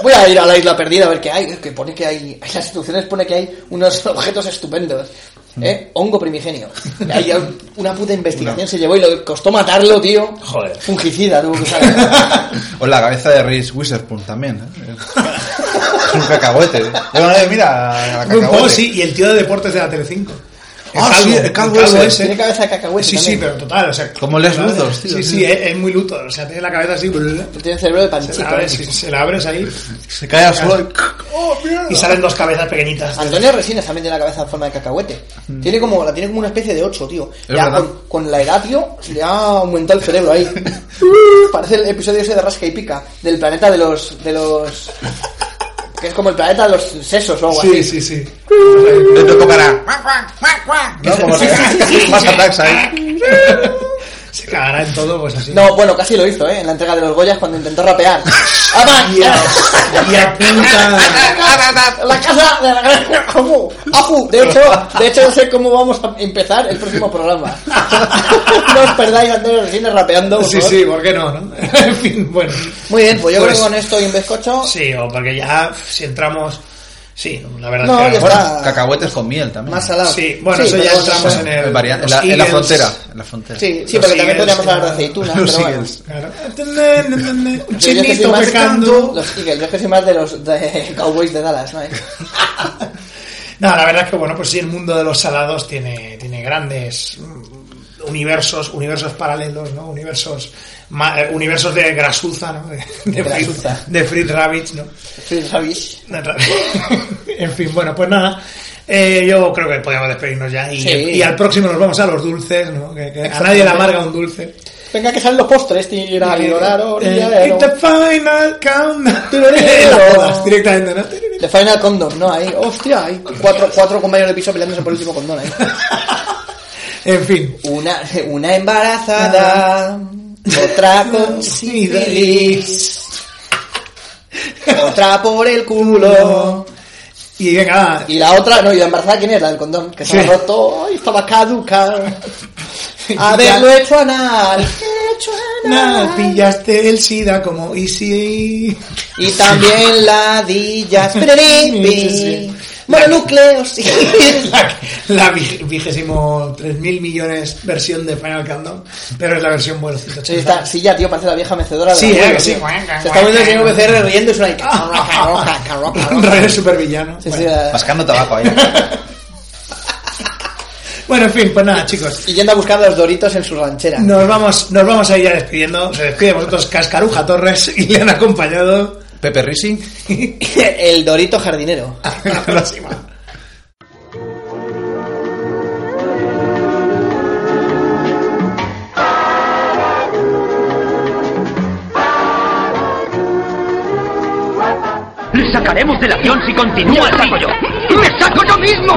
S6: Voy a ir a la isla perdida a ver qué hay. Es Que pone que hay. En las instituciones pone que hay unos objetos estupendos. ¿Eh?
S7: Mm.
S6: Hongo primigenio. Y ahí ya una puta investigación se llevó y le costó matarlo, tío.
S5: Joder.
S6: Fungicida tuvo que usar.
S7: O la cabeza de Reese Witherspoon también. ¿eh? Es un cacahuete. Bueno, eh, mira, la
S5: Un
S7: cacahuete.
S5: poco, sí, y el tío de deportes de la Telecinco.
S7: Ah, sí, el calvo ese.
S6: Tiene cabeza de cacahuete
S5: Sí, sí,
S6: también.
S5: pero total, o sea...
S7: Como Les
S5: ¿sabes?
S7: Luthor, tío, sí.
S5: Sí, sí, es, es muy luto, o sea, tiene la cabeza así... bla,
S6: Tiene cerebro de
S5: Se
S6: panchito. ¿eh?
S5: la abres, si- se la abres ahí
S7: Se cae al suelo y...
S5: y salen dos cabezas pequeñitas.
S6: Antonio Resines también tiene la cabeza en forma de cacahuete.
S5: Mm.
S6: Tiene como, la tiene como una especie de ocho, tío.
S7: Es
S6: Ya
S7: verdad.
S6: con, con la edad, tío, se le ha aumentado el cerebro ahí. Parece el episodio ese de Rasca y Pica, del planeta de los. de los. que es como el planeta de los sesos o algo
S5: Sí,
S6: así.
S5: sí, sí.
S7: Le tocó cara. ¿No? Como se- más attacks ahí.
S5: Se cagará en todo, pues así.
S6: No, bueno, casi lo hizo, ¿eh? En la entrega de los Goyas cuando intentó rapear. ¡Ama!
S5: Y apunta...
S6: La casa de la gran comú. Apu, de hecho, de hecho no sé cómo vamos a empezar el próximo programa. No os perdáis a Antonio Resines rapeando. por
S5: Sí,
S6: favor.
S5: sí, ¿por qué no, no? En fin, bueno.
S6: Muy bien, pues yo
S5: Pues-
S6: creo que con esto y un bizcocho.
S5: Sí, o porque ya si entramos... Sí, la verdad
S6: No,
S5: es que...
S6: ya
S5: bueno,
S6: está.
S7: Cacahuetes con miel también.
S6: Más salado.
S5: Sí, bueno, eso
S6: pero
S5: ya entramos
S6: no sé.
S5: en el...
S7: En varia- en
S5: los
S7: la, en la
S5: Eagles.
S7: frontera. En la frontera.
S6: Sí, sí,
S5: Los
S6: pero también
S5: Eagles,
S6: podríamos hablar de
S5: claro.
S6: aceitunas,
S7: Los
S6: pero bueno.
S7: Eagles.
S5: Claro. Un
S6: Yo, yo es que
S5: chinito
S6: soy más
S5: pecando.
S6: Los Eagles, yo es que soy más de los de Cowboys de Dallas, ¿no?
S5: No, la verdad es que bueno, pues sí, el mundo de los salados tiene, tiene grandes mm, universos, universos paralelos, ¿no? Universos ma- eh, universos de grasuza, ¿no? De, de
S6: Grasuza.
S5: Fritz- de Fritz Rabbits, ¿no?
S6: Sí, ¿sabéis?
S5: De ra- en fin, bueno, pues nada. Eh, yo creo que podemos despedirnos ya. Y,
S6: Sí.
S5: y al próximo nos vamos a los dulces, ¿no? Que, que a
S6: Exactamente.
S5: nadie le amarga un dulce.
S6: Venga, que salen los postres, tiraroraro,
S5: Eh,
S6: tiraroraro.
S5: It's the final countdown.
S6: Tiraroraro.
S5: Las bodas, directamente, ¿no?
S6: The Final Condom, ¿no? Ahí, hostia, hay cuatro, cuatro compañeros de piso peleándose por el último condón ahí.
S5: En fin.
S6: Una, una embarazada,
S5: Ah.
S6: otra con sífilis, otra por el culo.
S5: Y venga,
S6: Y la otra, no, y la embarazada, ¿quién es? La del condón, que se
S5: Sí.
S6: ha roto y estaba caduca. Haberlo hecho anal. Hecho
S5: Nada, pillaste el SIDA como Easy.
S6: Y también ladillas.
S5: Sí,
S6: Pererepi.
S5: sí.
S6: Mononucleosis.
S5: La, la vi- vigésimo tres mil millones versión de Final Countdown, pero es la versión buena.
S6: Sí, está, sí, ya, tío, parece la vieja mecedora. de
S5: Sí,
S6: la
S5: eh,
S6: abuela,
S5: que sí.
S6: tío. Se está viendo el señor BCR riendo y suena ahí. Carroca, carroca, carroca,
S5: Un
S6: carroca.
S5: rollo supervillano.
S6: Sí, sí,
S5: bueno.
S6: la-
S7: Mascando tabaco ahí.
S5: Bueno, en fin, pues nada, chicos.
S6: Y yendo a buscar los doritos en su ranchera.
S5: Nos vamos, nos vamos a ir ya despidiendo. Se despide de vosotros Cascaruja Torres y le han acompañado.
S7: Pepe Risi.
S6: El dorito jardinero.
S5: Hasta la próxima.
S8: Le sacaremos del avión si continúa así. ¡Me saco yo mismo!